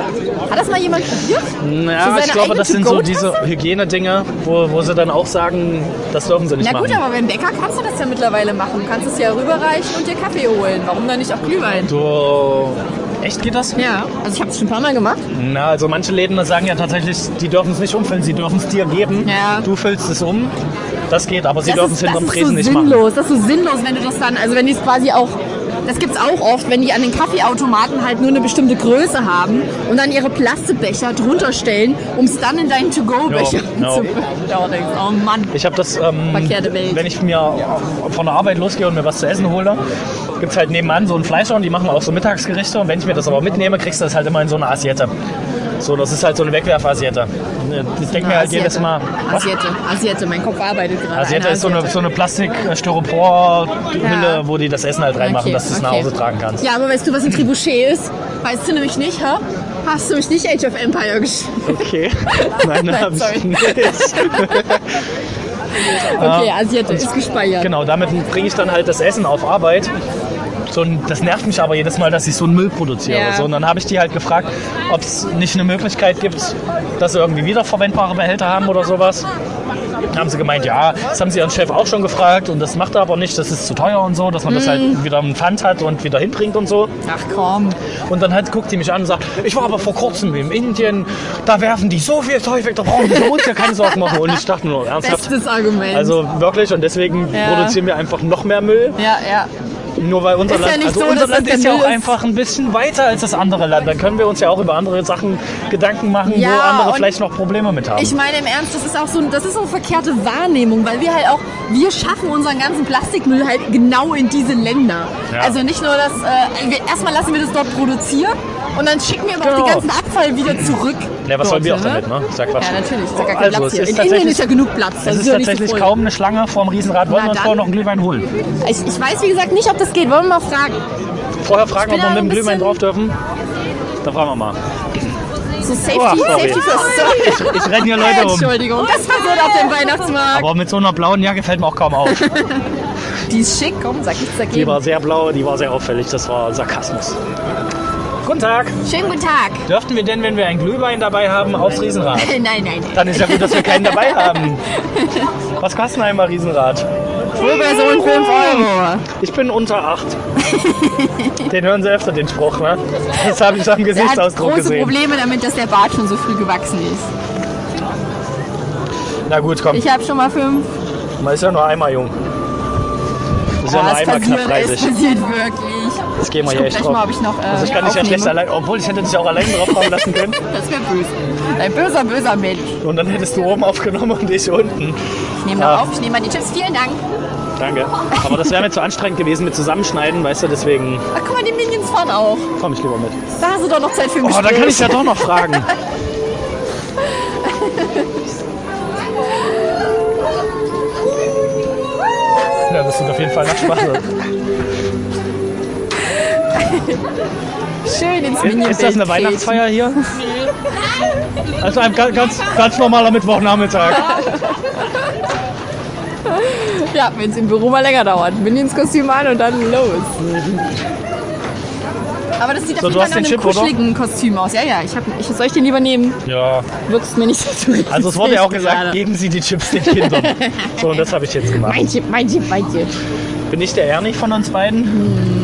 [SPEAKER 5] Hat das mal jemand probiert? Für
[SPEAKER 1] Hm, Ja,
[SPEAKER 5] seine
[SPEAKER 1] ich glaube,
[SPEAKER 5] eigene
[SPEAKER 1] das sind so
[SPEAKER 5] To-Go-Tasse?
[SPEAKER 1] diese Hygienedinge, wo, wo sie dann auch sagen, das dürfen sie nicht
[SPEAKER 5] Na gut,
[SPEAKER 1] machen.
[SPEAKER 5] aber beim Bäcker kannst du das ja mittlerweile machen. Du kannst es ja rüberreichen und dir Kaffee holen. Warum dann nicht auch Glühwein?
[SPEAKER 1] Du. Echt geht das?
[SPEAKER 5] Ja, also ich habe es schon ein paar Mal gemacht.
[SPEAKER 1] Na, also manche Läden sagen ja tatsächlich, die dürfen es nicht umfüllen, sie dürfen es dir geben.
[SPEAKER 5] Ja.
[SPEAKER 1] Du füllst es um. Das geht, aber sie
[SPEAKER 5] das
[SPEAKER 1] dürfen es
[SPEAKER 5] ist, das
[SPEAKER 1] hinterm
[SPEAKER 5] ist
[SPEAKER 1] Tresen
[SPEAKER 5] so
[SPEAKER 1] nicht machen.
[SPEAKER 5] sinnlos. Das ist so sinnlos, wenn du das dann, also wenn die es quasi auch, das gibt's auch oft, wenn die an den Kaffeeautomaten halt nur eine bestimmte Größe haben und dann ihre Plastikbecher drunter stellen, um es dann in deinen To-Go-Becher
[SPEAKER 1] Ja, ja.
[SPEAKER 5] zu ja. Oh Mann.
[SPEAKER 1] Ich habe das, ähm,
[SPEAKER 5] Verkehrte Welt.
[SPEAKER 1] wenn ich mir von der Arbeit losgehe und mir was zu essen hole, Gibt es halt nebenan so einen Fleischer und die machen auch so Mittagsgerichte. Und wenn ich mir das aber mitnehme, kriegst du das halt immer in so eine Asiette. So, das ist halt so eine Wegwerfasiette. Ich denke mir halt jedes Mal, was?
[SPEAKER 5] Asiette, Asiette, mein Kopf arbeitet gerade.
[SPEAKER 1] Asiette
[SPEAKER 5] Eine
[SPEAKER 1] ist so eine, so eine Plastik-Styropor-Hülle,
[SPEAKER 5] Ja.
[SPEAKER 1] wo die das Essen halt reinmachen,
[SPEAKER 5] Okay,
[SPEAKER 1] dass du es nach
[SPEAKER 5] okay.
[SPEAKER 1] Hause tragen
[SPEAKER 5] *laughs*
[SPEAKER 1] kannst.
[SPEAKER 5] Ja, aber weißt du, was ein Trebuchet ist? Weißt du nämlich nicht, hä? Hast du mich nicht Age of Empire geschrieben?
[SPEAKER 1] Okay. Nein,
[SPEAKER 5] Nein,
[SPEAKER 1] hab
[SPEAKER 5] sorry.
[SPEAKER 1] ich nicht. Ah.
[SPEAKER 5] Okay, Asiette ist gespeichert.
[SPEAKER 1] Genau, damit bringe ich dann halt das Essen auf Arbeit. So, ein- das nervt mich aber jedes Mal, dass ich so einen Müll produziere.
[SPEAKER 5] Ja.
[SPEAKER 1] So, und dann habe ich die halt gefragt, ob es nicht eine Möglichkeit gibt, dass sie irgendwie wiederverwendbare Behälter haben oder sowas. Dann haben sie gemeint, ja, das haben sie ihren Chef auch schon gefragt und das macht er aber nicht, das ist zu teuer und so, dass man das halt wieder im Pfand hat und wieder hinbringt und so.
[SPEAKER 5] Mhm. Ach komm.
[SPEAKER 1] Und dann halt guckt die mich an und sagt, ich war aber vor kurzem in Indien, da werfen die so viel Zeug weg, da brauchen wir uns ja keine Sorgen machen. Und ich dachte nur, ernsthaft?
[SPEAKER 5] Bestes Argument.
[SPEAKER 1] Genau. Also wirklich, und deswegen
[SPEAKER 5] Ja.
[SPEAKER 1] produzieren wir einfach noch mehr Müll,
[SPEAKER 5] ja, ja.
[SPEAKER 1] nur weil unser
[SPEAKER 5] Ist ja
[SPEAKER 1] Land,
[SPEAKER 5] nicht
[SPEAKER 1] also
[SPEAKER 5] so,
[SPEAKER 1] unser
[SPEAKER 5] dass das
[SPEAKER 1] Land
[SPEAKER 5] der
[SPEAKER 1] ist ja
[SPEAKER 5] Müll
[SPEAKER 1] auch
[SPEAKER 5] ist.
[SPEAKER 1] einfach ein bisschen weiter als das andere Land. Dann können wir uns ja auch über andere Sachen Gedanken machen, wo
[SPEAKER 5] Ja,
[SPEAKER 1] andere
[SPEAKER 5] und
[SPEAKER 1] vielleicht noch Probleme mit haben.
[SPEAKER 5] Ich meine im Ernst, das ist auch so, ein- das ist so eine verkehrte Wahrnehmung, weil wir halt auch, wir schaffen unseren ganzen Plastikmüll halt genau in diese Länder.
[SPEAKER 1] Ja.
[SPEAKER 5] Also nicht nur, dass, äh, wir, erstmal lassen wir das dort produzieren und dann schicken wir aber auch
[SPEAKER 1] Genau.
[SPEAKER 5] den ganzen Abfall wieder zurück.
[SPEAKER 1] Ja, was sollen wir auch damit, ne? Ist ja Quatsch.
[SPEAKER 5] Ja, natürlich, ist ja gar kein
[SPEAKER 1] Also, es
[SPEAKER 5] Platz hier.
[SPEAKER 1] ist
[SPEAKER 5] In Indien
[SPEAKER 1] tatsächlich-
[SPEAKER 5] ist ja genug Platz.
[SPEAKER 1] es ist
[SPEAKER 5] das ja nicht also so
[SPEAKER 1] tatsächlich
[SPEAKER 5] voll.
[SPEAKER 1] kaum eine Schlange vorm Riesenrad. Wollen
[SPEAKER 5] Na
[SPEAKER 1] wir uns
[SPEAKER 5] dann.
[SPEAKER 1] vorher noch einen Glühwein holen?
[SPEAKER 5] Ich, ich weiß, wie gesagt, nicht, ob das geht. Wollen wir mal fragen.
[SPEAKER 1] Vorher fragen,
[SPEAKER 5] bin
[SPEAKER 1] ob wir
[SPEAKER 5] da
[SPEAKER 1] mit dem
[SPEAKER 5] ein
[SPEAKER 1] Glühwein
[SPEAKER 5] bisschen-
[SPEAKER 1] drauf dürfen? Da fragen wir mal.
[SPEAKER 5] So Safety,
[SPEAKER 1] Oh, sorry.
[SPEAKER 5] Safety first. Sorry.
[SPEAKER 1] Ich renne hier Leute um.
[SPEAKER 5] Entschuldigung, das passiert auf dem Weihnachtsmarkt.
[SPEAKER 1] Aber mit so einer blauen Jacke fällt mir auch kaum
[SPEAKER 5] *laughs*
[SPEAKER 1] auf.
[SPEAKER 5] Die ist schick, komm, sag nichts
[SPEAKER 1] Die
[SPEAKER 5] dagegen.
[SPEAKER 1] war sehr blau, die war sehr auffällig. Das war Sarkasmus. Guten Tag.
[SPEAKER 5] Schönen guten Tag. *laughs*
[SPEAKER 1] Dürften wir denn, wenn wir einen Glühwein dabei haben, aufs Riesenrad?
[SPEAKER 5] Nein, nein.
[SPEAKER 1] Dann ist ja gut, dass wir keinen dabei haben. Was kostet denn einmal Riesenrad?
[SPEAKER 5] Pro Person 5 Euro.
[SPEAKER 1] Ich bin unter 8. Den hören Sie öfter, den Spruch, ne? Das habe ich am
[SPEAKER 5] Er hat
[SPEAKER 1] Gesichtsausdruck
[SPEAKER 5] große
[SPEAKER 1] gesehen.
[SPEAKER 5] Probleme damit, dass der Bart schon so früh gewachsen ist.
[SPEAKER 1] Na gut, komm.
[SPEAKER 5] Ich habe schon mal fünf.
[SPEAKER 1] Man ist ja nur einmal jung. Das ist
[SPEAKER 7] Ah,
[SPEAKER 1] ja nur
[SPEAKER 5] Aber es
[SPEAKER 1] einmal knapp
[SPEAKER 5] passiert, es
[SPEAKER 1] 30.
[SPEAKER 5] passiert wirklich.
[SPEAKER 1] Jetzt gehen wir hier
[SPEAKER 7] Ich guck
[SPEAKER 1] echt
[SPEAKER 7] gleich
[SPEAKER 1] drauf.
[SPEAKER 7] mal, ob ich noch. Äh,
[SPEAKER 1] also ich kann dich ja
[SPEAKER 7] aufnehme.
[SPEAKER 1] schlecht allein, obwohl ich hätte dich auch allein drauf kommen lassen können.
[SPEAKER 5] *laughs* Das wäre böse. Ein böser, böser Mensch.
[SPEAKER 1] Und dann hättest du oben aufgenommen und ich unten.
[SPEAKER 5] Ich nehme noch auf, ich nehme mal die Chips. Vielen Dank.
[SPEAKER 1] Danke. Aber das wäre mir zu anstrengend gewesen mit Zusammenschneiden, weißt du, deswegen
[SPEAKER 5] Ach, guck mal, die Minions fahren auch.
[SPEAKER 1] komm ich lieber mit.
[SPEAKER 5] Da hast du doch noch Zeit für ein
[SPEAKER 1] Oh,
[SPEAKER 5] Gespräch.
[SPEAKER 1] da kann ich ja doch noch fragen. Ja, das sind auf jeden Fall Nachspache.
[SPEAKER 5] *laughs* Schön ins Minion
[SPEAKER 1] Ist das eine Weihnachtsfeier hier? Also ein ga- ganz, ganz normaler Mittwochnachmittag.
[SPEAKER 5] Ja, wenn es im Büro mal länger dauert. Minions Kostüm an und dann los. Aber das sieht
[SPEAKER 1] So,
[SPEAKER 5] auf
[SPEAKER 1] du
[SPEAKER 5] jeden
[SPEAKER 1] hast den
[SPEAKER 5] Fall nach einem
[SPEAKER 1] Chip, oder?
[SPEAKER 5] kuscheligen Kostüm aus. Ja, ja, ich, hab, ich soll ich den lieber nehmen?
[SPEAKER 1] Ja,
[SPEAKER 5] Wirkst mir nicht so richtig.
[SPEAKER 1] also es wurde ja auch gesagt,
[SPEAKER 5] gerade.
[SPEAKER 1] geben Sie die Chips den Kindern. So, und das habe ich jetzt gemacht.
[SPEAKER 5] Mein Chip, mein Chip, mein Chip.
[SPEAKER 1] Bin ich der Ernie von uns beiden?
[SPEAKER 5] Na,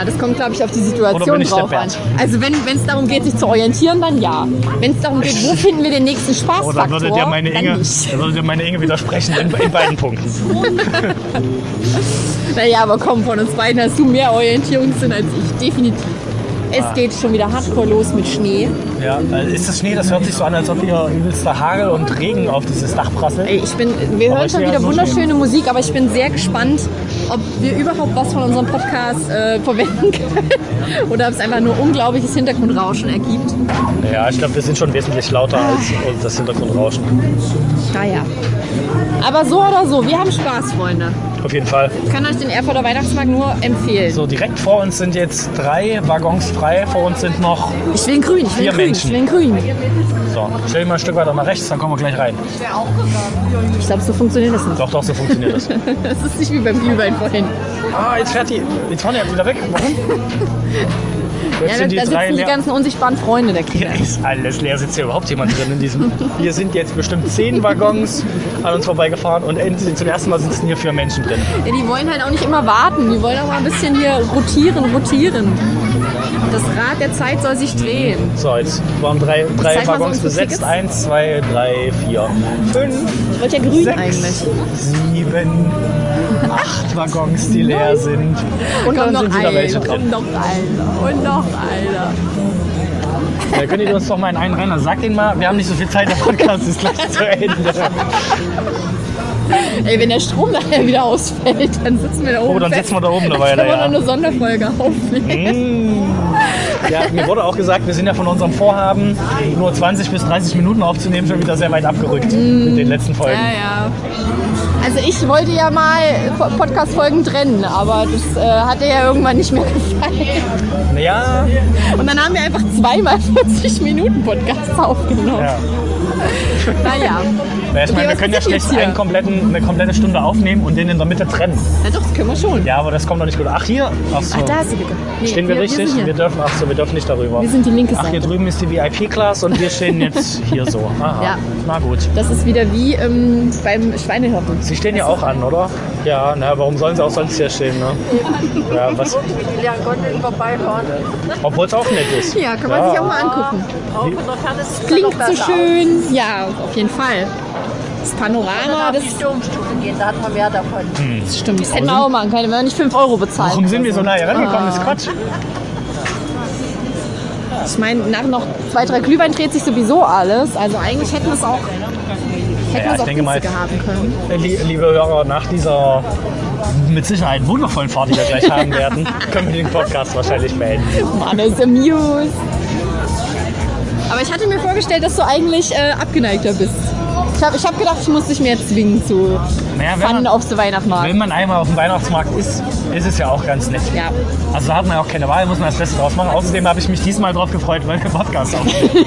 [SPEAKER 5] Ah, das kommt, glaube ich, auf die
[SPEAKER 1] Oder bin
[SPEAKER 5] Situation
[SPEAKER 1] ich der
[SPEAKER 5] drauf an.
[SPEAKER 1] Bert?
[SPEAKER 5] Also wenn es darum geht, sich zu orientieren, dann ja. Wenn es darum geht, wo finden wir den nächsten Spaßfaktor,
[SPEAKER 1] Oder würde der meine
[SPEAKER 5] dann
[SPEAKER 1] Inge,
[SPEAKER 5] nicht.
[SPEAKER 1] würde der meine Inge widersprechen in, in beiden Punkten?
[SPEAKER 5] Naja, aber komm, von uns beiden hast du mehr Orientierungssinn als ich. Definitiv. Es
[SPEAKER 1] Ah.
[SPEAKER 5] geht schon wieder hardcore los mit Schnee.
[SPEAKER 1] Ja, also ist das Schnee? Das hört sich so an, als ob hier übelster Hagel und Regen auf dieses Dach prasselt.
[SPEAKER 5] Ey, Ich bin, wir
[SPEAKER 1] Aber
[SPEAKER 5] hören
[SPEAKER 1] ich
[SPEAKER 5] schon
[SPEAKER 1] sehe
[SPEAKER 5] wieder
[SPEAKER 1] ja so
[SPEAKER 5] wunderschöne Musik, aber ich bin sehr gespannt, ob wir überhaupt was von unserem Podcast äh, verwenden können *laughs* oder ob es einfach nur unglaubliches Hintergrundrauschen ergibt.
[SPEAKER 1] Ja, ich glaube, wir sind schon wesentlich lauter als das Hintergrundrauschen.
[SPEAKER 5] Naja. Aber so oder so, wir haben Spaß, Freunde.
[SPEAKER 1] Auf jeden Fall.
[SPEAKER 5] Ich kann euch den Erfurter Weihnachtsmarkt nur empfehlen.
[SPEAKER 1] So, direkt vor uns sind jetzt drei Waggons frei. Vor uns sind noch.
[SPEAKER 5] Ich will ein grün, ich will
[SPEAKER 1] Vier
[SPEAKER 5] ein grün,
[SPEAKER 1] Menschen.
[SPEAKER 5] ich will ein grün.
[SPEAKER 1] So, stell dich mal ein Stück weiter nach rechts, dann kommen wir gleich rein.
[SPEAKER 5] Ich glaube, so funktioniert das nicht.
[SPEAKER 1] Doch, doch, so funktioniert das.
[SPEAKER 5] Das ist nicht wie beim Glühwein vorhin.
[SPEAKER 1] Ah, jetzt fährt die. Jetzt fahren die jetzt wieder weg. Warum? Jetzt
[SPEAKER 5] *laughs* Ja, da,
[SPEAKER 1] sind die
[SPEAKER 5] da
[SPEAKER 1] drei
[SPEAKER 5] sitzen die
[SPEAKER 1] leer.
[SPEAKER 5] ganzen unsichtbaren Freunde der Kinder.
[SPEAKER 1] Hier ist alles leer. Sitzt hier überhaupt jemand drin in diesem? Hier sind jetzt bestimmt zehn Waggons an uns vorbeigefahren und endlich zum ersten Mal sitzen hier vier Menschen drin.
[SPEAKER 5] Ja, die wollen halt auch nicht immer warten. Die wollen auch mal ein bisschen hier rotieren, rotieren. Das Rad der Zeit soll sich drehen.
[SPEAKER 1] So, jetzt waren drei, drei
[SPEAKER 5] Zeig mal so
[SPEAKER 1] Waggons
[SPEAKER 5] unsere
[SPEAKER 1] besetzt.
[SPEAKER 5] Tickets.
[SPEAKER 1] Eins, zwei, drei, vier, fünf,
[SPEAKER 5] Ich wollte ja grün
[SPEAKER 1] sechs,
[SPEAKER 5] eigentlich.
[SPEAKER 1] sieben, acht Waggons, die leer sind. Und dann
[SPEAKER 5] Kommt
[SPEAKER 1] sind
[SPEAKER 5] noch
[SPEAKER 1] wieder welche
[SPEAKER 5] einer,
[SPEAKER 1] drin.
[SPEAKER 5] kommt noch einer und noch einer.
[SPEAKER 1] Da könnt ihr uns doch
[SPEAKER 5] *laughs*
[SPEAKER 1] mal in einen rein. Sag den mal, wir haben nicht so viel Zeit, der Podcast ist gleich zu Ende.
[SPEAKER 5] Ey, wenn der Strom nachher wieder ausfällt, dann sitzen wir da oben.
[SPEAKER 1] Oh, dann
[SPEAKER 5] fest.
[SPEAKER 1] sitzen wir da oben eine
[SPEAKER 5] Dann
[SPEAKER 1] Weile,
[SPEAKER 5] können wir
[SPEAKER 1] ja.
[SPEAKER 5] noch eine Sonderfolge aufnehmen.
[SPEAKER 1] Mm. Ja, mir wurde auch gesagt, wir sind ja von unserem Vorhaben, nur 20 bis 30 Minuten aufzunehmen, schon wieder sehr weit abgerückt
[SPEAKER 5] Mm.
[SPEAKER 1] mit den letzten Folgen.
[SPEAKER 5] Ja, ja. Also ich wollte ja mal Po- Podcast-Folgen trennen, aber das äh, hat dir ja irgendwann nicht mehr gefallen.
[SPEAKER 1] Naja,
[SPEAKER 5] Und dann haben wir einfach zweimal 40 Minuten Podcasts aufgenommen.
[SPEAKER 1] ja.
[SPEAKER 5] Naja.
[SPEAKER 1] Na, ich meine,
[SPEAKER 5] Okay,
[SPEAKER 1] wir
[SPEAKER 5] was
[SPEAKER 1] können ja
[SPEAKER 5] ist denn
[SPEAKER 1] schlecht
[SPEAKER 5] jetzt hier?
[SPEAKER 1] einen kompletten, eine komplette Stunde aufnehmen und den in der Mitte trennen.
[SPEAKER 5] Na doch, das können wir schon.
[SPEAKER 1] Ja, aber das kommt doch nicht gut. Ach, hier? Ach so.
[SPEAKER 5] Ach, da ist die Lücke. Nee,
[SPEAKER 1] Stehen wir, richtig?
[SPEAKER 5] sind
[SPEAKER 1] Wir,
[SPEAKER 5] hier.
[SPEAKER 1] dürfen, ach so, wir dürfen nicht darüber.
[SPEAKER 5] Wir sind die linke
[SPEAKER 1] Ach, hier
[SPEAKER 5] Seite.
[SPEAKER 1] drüben ist die VIP-Class und wir stehen jetzt hier so. Aha.
[SPEAKER 5] Ja.
[SPEAKER 1] Na gut.
[SPEAKER 5] Das ist wieder wie ähm, beim Schweinehirten.
[SPEAKER 1] Sie stehen ja auch an, oder? Ja, na, warum sollen sie auch sonst hier stehen, ne? Ja, was?
[SPEAKER 2] Ja, Gott, den vorbeifahren.
[SPEAKER 1] Obwohl es auch nett ist.
[SPEAKER 5] Ja, kann man sich auch mal angucken.
[SPEAKER 2] Auch von der Ferne sieht man
[SPEAKER 5] Klingt
[SPEAKER 2] noch
[SPEAKER 5] so
[SPEAKER 2] besser
[SPEAKER 5] schön. Ja, auf jeden Fall. Das
[SPEAKER 2] aus.
[SPEAKER 5] Panorama,
[SPEAKER 2] Auf
[SPEAKER 5] das,
[SPEAKER 2] die Sturmstufe gehen, da hat man mehr davon.
[SPEAKER 5] das stimmt. Das hätten wir auch machen können, wenn wir nicht 5 Euro bezahlt.
[SPEAKER 1] Warum sind wir so nah hier
[SPEAKER 5] Ah.
[SPEAKER 1] rangekommen? Das ist Quatsch.
[SPEAKER 5] Ich meine, nach noch zwei, drei Glühwein dreht sich sowieso alles. Also eigentlich hätten wir es auch,
[SPEAKER 1] Ja,
[SPEAKER 5] hätten wir
[SPEAKER 1] ich
[SPEAKER 5] es auch
[SPEAKER 1] denke mal-
[SPEAKER 5] günstiger haben können.
[SPEAKER 1] Äh, lie- Liebe Hörer, nach dieser mit Sicherheit wundervollen Fahrt, die wir gleich haben werden, können wir den Podcast wahrscheinlich melden.
[SPEAKER 5] Mann, ist amused. Aber ich hatte mir vorgestellt, dass du eigentlich äh, abgeneigter bist. Ich habe ich hab gedacht, ich muss dich mehr zwingen zu
[SPEAKER 1] Naja, wenn
[SPEAKER 5] Pfannen
[SPEAKER 1] man-
[SPEAKER 5] auf den Weihnachtsmarkt.
[SPEAKER 1] Wenn man einmal auf dem Weihnachtsmarkt ist, ist es ja auch ganz nett.
[SPEAKER 5] Ja.
[SPEAKER 1] Also da hat man ja auch keine Wahl, muss man das Beste draus machen. Außerdem habe ich mich diesmal drauf gefreut, weil wir Podcast aufnehmen.
[SPEAKER 5] *laughs*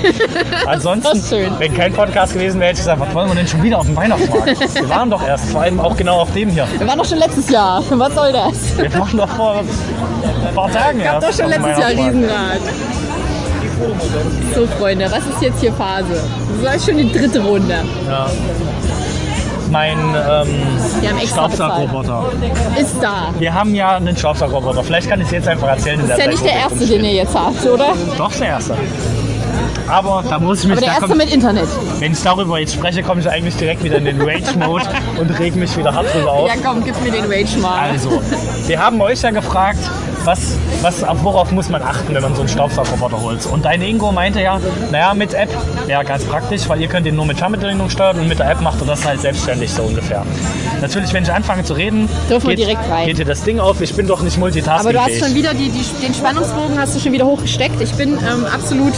[SPEAKER 1] Ansonsten,
[SPEAKER 5] Das ist schön.
[SPEAKER 1] wenn kein Podcast gewesen wäre, hätte ich gesagt, was wollen wir denn schon wieder auf dem Weihnachtsmarkt? Wir waren doch erst, vor allem auch genau auf dem hier.
[SPEAKER 5] Wir waren doch schon letztes Jahr. *laughs* Was soll das?
[SPEAKER 1] Wir waren doch vor ein paar Tagen erst.
[SPEAKER 5] Doch schon
[SPEAKER 1] auf dem
[SPEAKER 5] letztes Jahr
[SPEAKER 1] Weihnachtsmarkt.
[SPEAKER 5] Riesenrad. So, Freunde, was ist jetzt hier Phase? Das ist schon die dritte Runde.
[SPEAKER 1] Ja. Mein
[SPEAKER 5] Wir haben
[SPEAKER 1] ähm,
[SPEAKER 5] extra
[SPEAKER 1] Staubsaugroboter.
[SPEAKER 5] Ist da.
[SPEAKER 1] Wir haben ja einen Staubsaugroboter. Vielleicht kann ich es jetzt einfach erzählen. In der
[SPEAKER 5] Ist ja
[SPEAKER 1] Zeit,
[SPEAKER 5] nicht
[SPEAKER 1] wo
[SPEAKER 5] der
[SPEAKER 1] wir
[SPEAKER 5] erste,
[SPEAKER 1] rumstehen.
[SPEAKER 5] den ihr jetzt habt, oder?
[SPEAKER 1] Doch, der erste. Aber da muss ich mich,
[SPEAKER 5] Aber der
[SPEAKER 1] da
[SPEAKER 5] erste
[SPEAKER 1] komm,
[SPEAKER 5] mit Internet.
[SPEAKER 1] wenn ich darüber jetzt spreche, komme ich eigentlich direkt wieder in den Rage-Mode und reg mich wieder hart drüber auf.
[SPEAKER 5] Ja, komm, gib mir den Rage mal.
[SPEAKER 1] Also, wir haben euch ja gefragt, was, was, auf worauf muss man achten, wenn man so einen Staubsaugerroboter holt. Und dein Ingo meinte ja, naja, mit App wäre ganz praktisch, weil ihr könnt ihn nur mit Fernbedienung steuern und mit der App macht ihr das halt selbstständig so ungefähr. Natürlich, wenn ich anfange zu reden,
[SPEAKER 5] Dürfen wir
[SPEAKER 1] geht,
[SPEAKER 5] direkt rein.
[SPEAKER 1] geht dir das Ding auf. Ich bin doch nicht
[SPEAKER 5] Aber
[SPEAKER 1] multitasking
[SPEAKER 5] du hast schon wieder die, die, den Spannungsbogen hast du schon wieder hochgesteckt. Ich bin ähm, absolut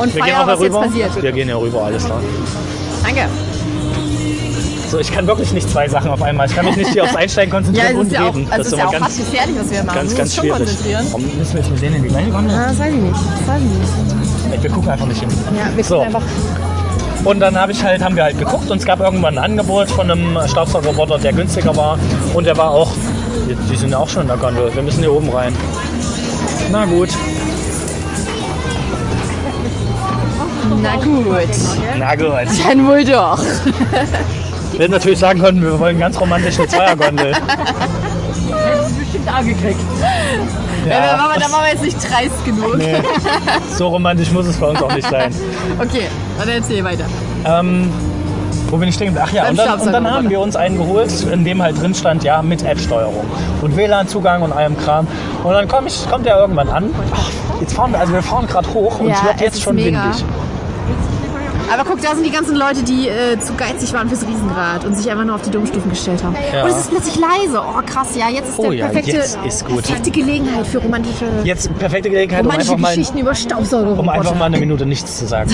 [SPEAKER 5] on
[SPEAKER 1] wir gehen
[SPEAKER 5] fire,
[SPEAKER 1] auch
[SPEAKER 5] was jetzt
[SPEAKER 1] herüber.
[SPEAKER 5] passiert.
[SPEAKER 1] Wir gehen ja rüber, alles klar.
[SPEAKER 5] Danke.
[SPEAKER 1] So, ich kann wirklich nicht zwei Sachen auf einmal. Ich kann mich nicht hier aufs Einsteigen
[SPEAKER 5] Ja,
[SPEAKER 1] konzentrieren
[SPEAKER 5] es
[SPEAKER 1] und
[SPEAKER 5] ist ja auch,
[SPEAKER 1] reden.
[SPEAKER 5] also es ist ja
[SPEAKER 1] immer
[SPEAKER 5] auch fast gefährlich, was wir machen.
[SPEAKER 1] ganz, ganz
[SPEAKER 5] wir müssen uns schon
[SPEAKER 1] schwierig.
[SPEAKER 5] konzentrieren.
[SPEAKER 1] Warum müssen wir jetzt mit denen in die gleiche Runde?
[SPEAKER 5] Ja, das weiß ich nicht. Das weiß ich nicht.
[SPEAKER 1] Ey, Wir gucken einfach nicht hin.
[SPEAKER 5] Ja, wir
[SPEAKER 1] So.
[SPEAKER 5] so. einfach
[SPEAKER 1] Und dann habe ich halt, haben wir halt geguckt und es gab irgendwann ein Angebot von einem Staubsaugerroboter, der günstiger war. Und der war auch, die, die sind ja auch schon in der Gondel, wir müssen hier oben rein. Na gut.
[SPEAKER 5] Na gut.
[SPEAKER 1] Na gut.
[SPEAKER 5] Dann wohl doch.
[SPEAKER 1] Wir hätten natürlich sagen können, wir wollen ganz romantisch eine Zweiergondel.
[SPEAKER 2] Bestimmt angekriegt.
[SPEAKER 1] *laughs*
[SPEAKER 5] Da waren
[SPEAKER 1] Ja,
[SPEAKER 5] wir- da waren wir jetzt nicht dreist genug.
[SPEAKER 1] nee. So romantisch muss es bei uns auch nicht sein.
[SPEAKER 5] Okay, dann erzähl weiter.
[SPEAKER 1] Ähm, wo bin ich stehen? geblieben? Ach ja,
[SPEAKER 5] Beim
[SPEAKER 1] und dann, und dann
[SPEAKER 5] Staubsaugerroboter.
[SPEAKER 1] haben wir uns einen geholt, in dem halt drin stand, ja, mit App-Steuerung und WLAN-Zugang und allem Kram. Und dann komm ich, kommt der irgendwann an. Ach, jetzt fahren wir, also wir fahren gerade hoch und
[SPEAKER 5] Ja,
[SPEAKER 1] es wird
[SPEAKER 5] es
[SPEAKER 1] jetzt
[SPEAKER 5] ist
[SPEAKER 1] schon
[SPEAKER 5] mega.
[SPEAKER 1] windig.
[SPEAKER 5] Aber guck, da sind die ganzen Leute, die äh, zu geizig waren fürs Riesenrad und sich einfach nur auf die Domstufen gestellt haben.
[SPEAKER 1] Ja.
[SPEAKER 5] Und es ist plötzlich leise. Oh krass, ja, jetzt ist
[SPEAKER 1] Oh
[SPEAKER 5] der
[SPEAKER 1] ja,
[SPEAKER 5] perfekte,
[SPEAKER 1] jetzt ist gut.
[SPEAKER 5] perfekte Gelegenheit für romantische,
[SPEAKER 1] Jetzt perfekte Gelegenheit, um
[SPEAKER 5] romantische
[SPEAKER 1] einfach, mal,
[SPEAKER 5] Geschichten über Staubsaugerroboter.
[SPEAKER 1] um einfach mal eine Minute nichts zu
[SPEAKER 5] *laughs*
[SPEAKER 1] sagen.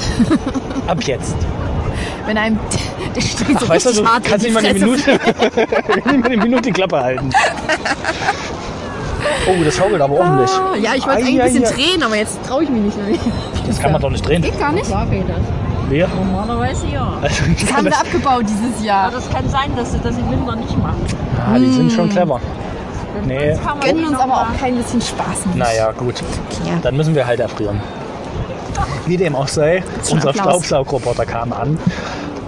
[SPEAKER 1] Ab jetzt.
[SPEAKER 5] Wenn einem der steht so
[SPEAKER 1] Weißt du,
[SPEAKER 5] richtig
[SPEAKER 1] du
[SPEAKER 5] hart
[SPEAKER 1] kannst
[SPEAKER 5] in
[SPEAKER 1] nicht
[SPEAKER 5] die
[SPEAKER 1] mal eine
[SPEAKER 5] Fresse.
[SPEAKER 1] Minute, *laughs* kannst nicht mal eine Minute die Klappe halten. Oh, das schaukelt aber ordentlich.
[SPEAKER 5] Ah, Ja, ich wollte
[SPEAKER 1] Ei,
[SPEAKER 5] eigentlich ein bisschen
[SPEAKER 1] ei, ei.
[SPEAKER 5] drehen, aber jetzt traue ich mich nicht mehr.
[SPEAKER 1] Das kann man doch nicht drehen.
[SPEAKER 5] Geht gar nicht. Das
[SPEAKER 1] Wir?
[SPEAKER 2] Normalerweise ja.
[SPEAKER 1] Also, das
[SPEAKER 5] haben wir abgebaut dieses Jahr.
[SPEAKER 2] Aber das kann sein, dass sie das im Winter nicht machen.
[SPEAKER 1] ah, die sind
[SPEAKER 5] Hm.
[SPEAKER 1] schon clever. Nee.
[SPEAKER 2] Kann man
[SPEAKER 5] Gönnen
[SPEAKER 2] nicht
[SPEAKER 5] uns
[SPEAKER 2] noch
[SPEAKER 5] aber
[SPEAKER 2] mal-
[SPEAKER 5] auch kein bisschen Spaß mit.
[SPEAKER 1] Naja, gut.
[SPEAKER 5] Ja.
[SPEAKER 1] Dann müssen wir halt erfrieren. Wie dem auch sei,
[SPEAKER 5] schon
[SPEAKER 1] unser
[SPEAKER 5] Applaus.
[SPEAKER 1] Staubsaugroboter kam an,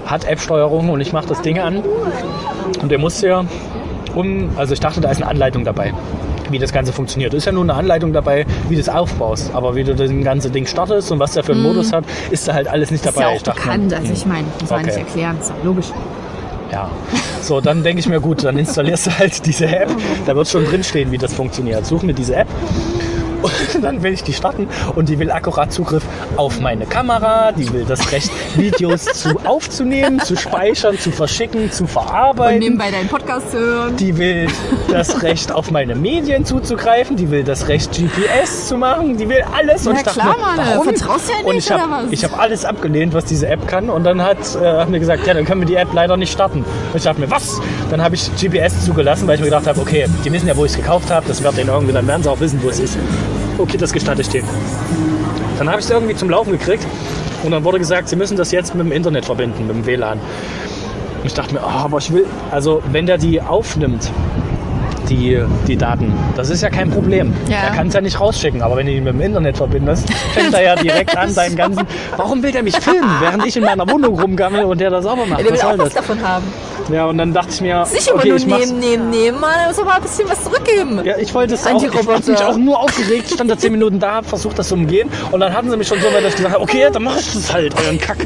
[SPEAKER 1] hat App-Steuerung und ich mache das Ding an. Und der musste ja um, also ich dachte, da ist eine Anleitung dabei, wie das Ganze funktioniert. Ist ja nur eine Anleitung dabei, wie du es aufbaust. Aber wie du das ganze Ding startest und was der für einen Modus hat, ist da halt alles nicht
[SPEAKER 5] Hm. Ist
[SPEAKER 1] dabei.
[SPEAKER 5] ja auch
[SPEAKER 1] Ich dachte mir, hm.
[SPEAKER 5] bekannt, also ich meine, muss man
[SPEAKER 1] Okay.
[SPEAKER 5] nicht erklären, ist ja logisch.
[SPEAKER 1] ja. So, dann denke ich mir, gut, dann installierst du halt diese App. Da wird schon drinstehen, wie das funktioniert. Such mir diese App. Und dann will ich die starten und die will akkurat Zugriff auf meine Kamera, die will das Recht, Videos zu aufzunehmen, zu speichern, zu verschicken, zu
[SPEAKER 8] um
[SPEAKER 1] verarbeiten.
[SPEAKER 5] Und nebenbei deinen Podcast zu hören.
[SPEAKER 1] Die will das Recht auf meine Medien zuzugreifen, die will das Recht GPS zu machen, die will alles. und
[SPEAKER 5] Na
[SPEAKER 1] ich dachte
[SPEAKER 5] klar,
[SPEAKER 1] mir,
[SPEAKER 5] Mann,
[SPEAKER 1] warum?
[SPEAKER 5] vertraust du ja
[SPEAKER 1] und
[SPEAKER 5] nicht,
[SPEAKER 1] ich hab,
[SPEAKER 5] oder was?
[SPEAKER 1] Ich habe alles abgelehnt, was diese App kann und dann hat, äh, hat mir gesagt, ja, dann können wir die App leider nicht starten. Und ich dachte mir, was? Dann habe ich GPS zugelassen, weil ich mir gedacht habe, okay, die wissen ja, wo ich es gekauft habe, das wird denen irgendwie, dann werden sie auch wissen, wo es ist. Okay, das gestatte ich denen. Dann habe ich es irgendwie zum Laufen gekriegt und dann wurde gesagt, sie müssen das jetzt mit dem Internet verbinden, mit dem WLAN. Und ich dachte mir, ah, aber ich will, also wenn der die aufnimmt, die, die Daten, das ist ja kein Problem.
[SPEAKER 5] Ja.
[SPEAKER 1] Er kann es ja nicht rausschicken, aber wenn du ihn mit dem Internet verbindest, fängt er ja direkt an, seinen ganzen. Warum will der mich filmen, während ich in meiner Wohnung rumgammel und der da sauber macht?
[SPEAKER 8] Der will
[SPEAKER 1] Was soll
[SPEAKER 8] auch was
[SPEAKER 1] das?
[SPEAKER 8] davon haben.
[SPEAKER 1] Ja, und dann dachte ich mir,
[SPEAKER 8] Nicht immer
[SPEAKER 1] okay,
[SPEAKER 8] nur
[SPEAKER 1] ich mach's.
[SPEAKER 8] nehmen, nehmen, nehmen, Mann. Da muss aber ein bisschen was zurückgeben.
[SPEAKER 1] Ja, ich wollte es auch. Ich
[SPEAKER 8] Anti-Roboter.
[SPEAKER 1] hab mich auch nur aufgeregt, stand da zehn Minuten da, hab versucht das zu umgehen und dann hatten sie mich schon so weit, dass ich gesagt habe, okay, dann mach ich das halt, euren Kack.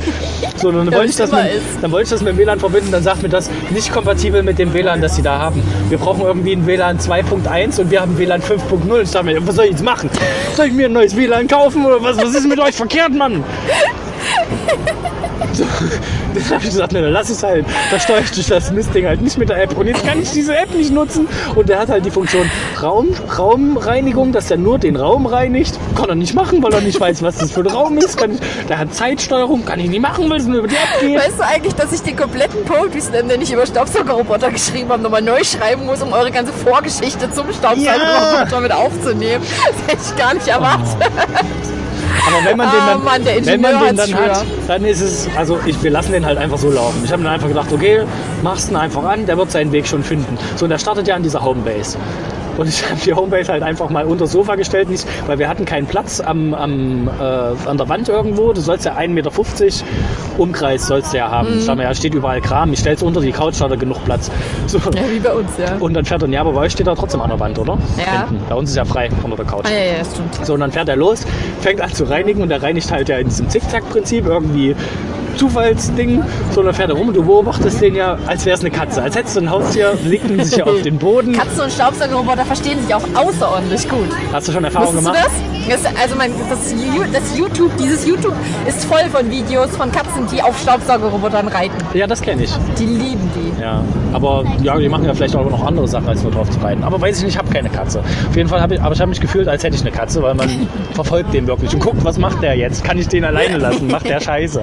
[SPEAKER 1] So, dann, wollte ich das mit,
[SPEAKER 8] schlimmer ist.
[SPEAKER 1] dann wollte ich das mit dem WLAN verbinden, dann sagt mir das nicht kompatibel mit dem WLAN, das sie da haben. Wir brauchen irgendwie ein WLAN 2.1 und wir haben WLAN 5.0. Ich dachte mir, was soll ich jetzt machen? Soll ich mir ein neues WLAN kaufen oder was? Was ist mit euch verkehrt, Mann? Dann habe *laughs* ich gesagt, ne, dann lass es halt. Da steuert sich das Mistding halt nicht mit der App. Und jetzt kann ich diese App nicht nutzen. Und der hat halt die Funktion Raum, Raumreinigung, dass der nur den Raum reinigt. Kann er nicht machen, weil er nicht weiß, was das für ein Raum ist. Kann ich, der hat Zeitsteuerung, kann ich nicht machen, weil es nur über die App geht.
[SPEAKER 8] Weißt du eigentlich, dass ich den kompletten Poetry Slam, den ich über Staubsaugerroboter geschrieben habe, nochmal neu schreiben muss, um eure ganze Vorgeschichte zum Staubsaugerroboter mit aufzunehmen? *laughs* Das hätte ich gar nicht erwartet.
[SPEAKER 1] Aber wenn man den
[SPEAKER 8] Ah,
[SPEAKER 1] dann,
[SPEAKER 8] Mann, der
[SPEAKER 1] wenn man den
[SPEAKER 8] Ingenieur
[SPEAKER 1] dann
[SPEAKER 8] hat's
[SPEAKER 1] hat, dann ist es, also ich, wir lassen den halt einfach so laufen. Ich habe dann einfach gedacht, okay, machst ihn einfach an, der wird seinen Weg schon finden. So, und er startet ja an dieser Homebase. Und ich habe die Homebase halt einfach mal unter das Sofa gestellt, nicht, weil wir hatten keinen Platz am, am, äh, an der Wand irgendwo. Du sollst ja 1,50 Meter Umkreis sollst du ja haben. Ich dachte mir, ja, steht überall Kram. Ich stell's unter die Couch, da hat er genug Platz. So.
[SPEAKER 8] Ja, wie bei uns, ja.
[SPEAKER 1] Und dann fährt er, ja, aber bei euch steht er trotzdem an der Wand, oder?
[SPEAKER 8] Ja.
[SPEAKER 1] Hinten. Bei uns ist ja frei unter der Couch.
[SPEAKER 8] Ah, ja, ja, stimmt.
[SPEAKER 1] So, und dann fährt er los, fängt an zu reinigen und er reinigt halt ja in diesem Zickzack-Prinzip irgendwie Zufallsding. So, und dann fährt er rum und du beobachtest den ja, als wäre es eine Katze. Als hättest du ein Haustier, legt ihn sich ja auf den Boden.
[SPEAKER 8] Katzen und Staubsaugerroboter verstehen sich auch außerordentlich gut.
[SPEAKER 1] Hast du schon Erfahrung
[SPEAKER 8] Wusstest du
[SPEAKER 1] gemacht?
[SPEAKER 8] das? das also mein, das, Ju- das YouTube, dieses YouTube ist voll von Videos von Katzen, die auf Staubsaugerrobotern reiten.
[SPEAKER 1] Ja, das kenne ich.
[SPEAKER 8] Die lieben die.
[SPEAKER 1] Ja. Aber ja, die machen ja vielleicht auch noch andere Sachen, als nur drauf zu reiten. Aber weiß ich nicht, ich habe keine Katze. Auf jeden Fall habe ich, aber ich habe mich gefühlt, als hätte ich eine Katze, weil man verfolgt den wirklich und guckt, was macht der jetzt? Kann ich den alleine lassen? Macht der Scheiße?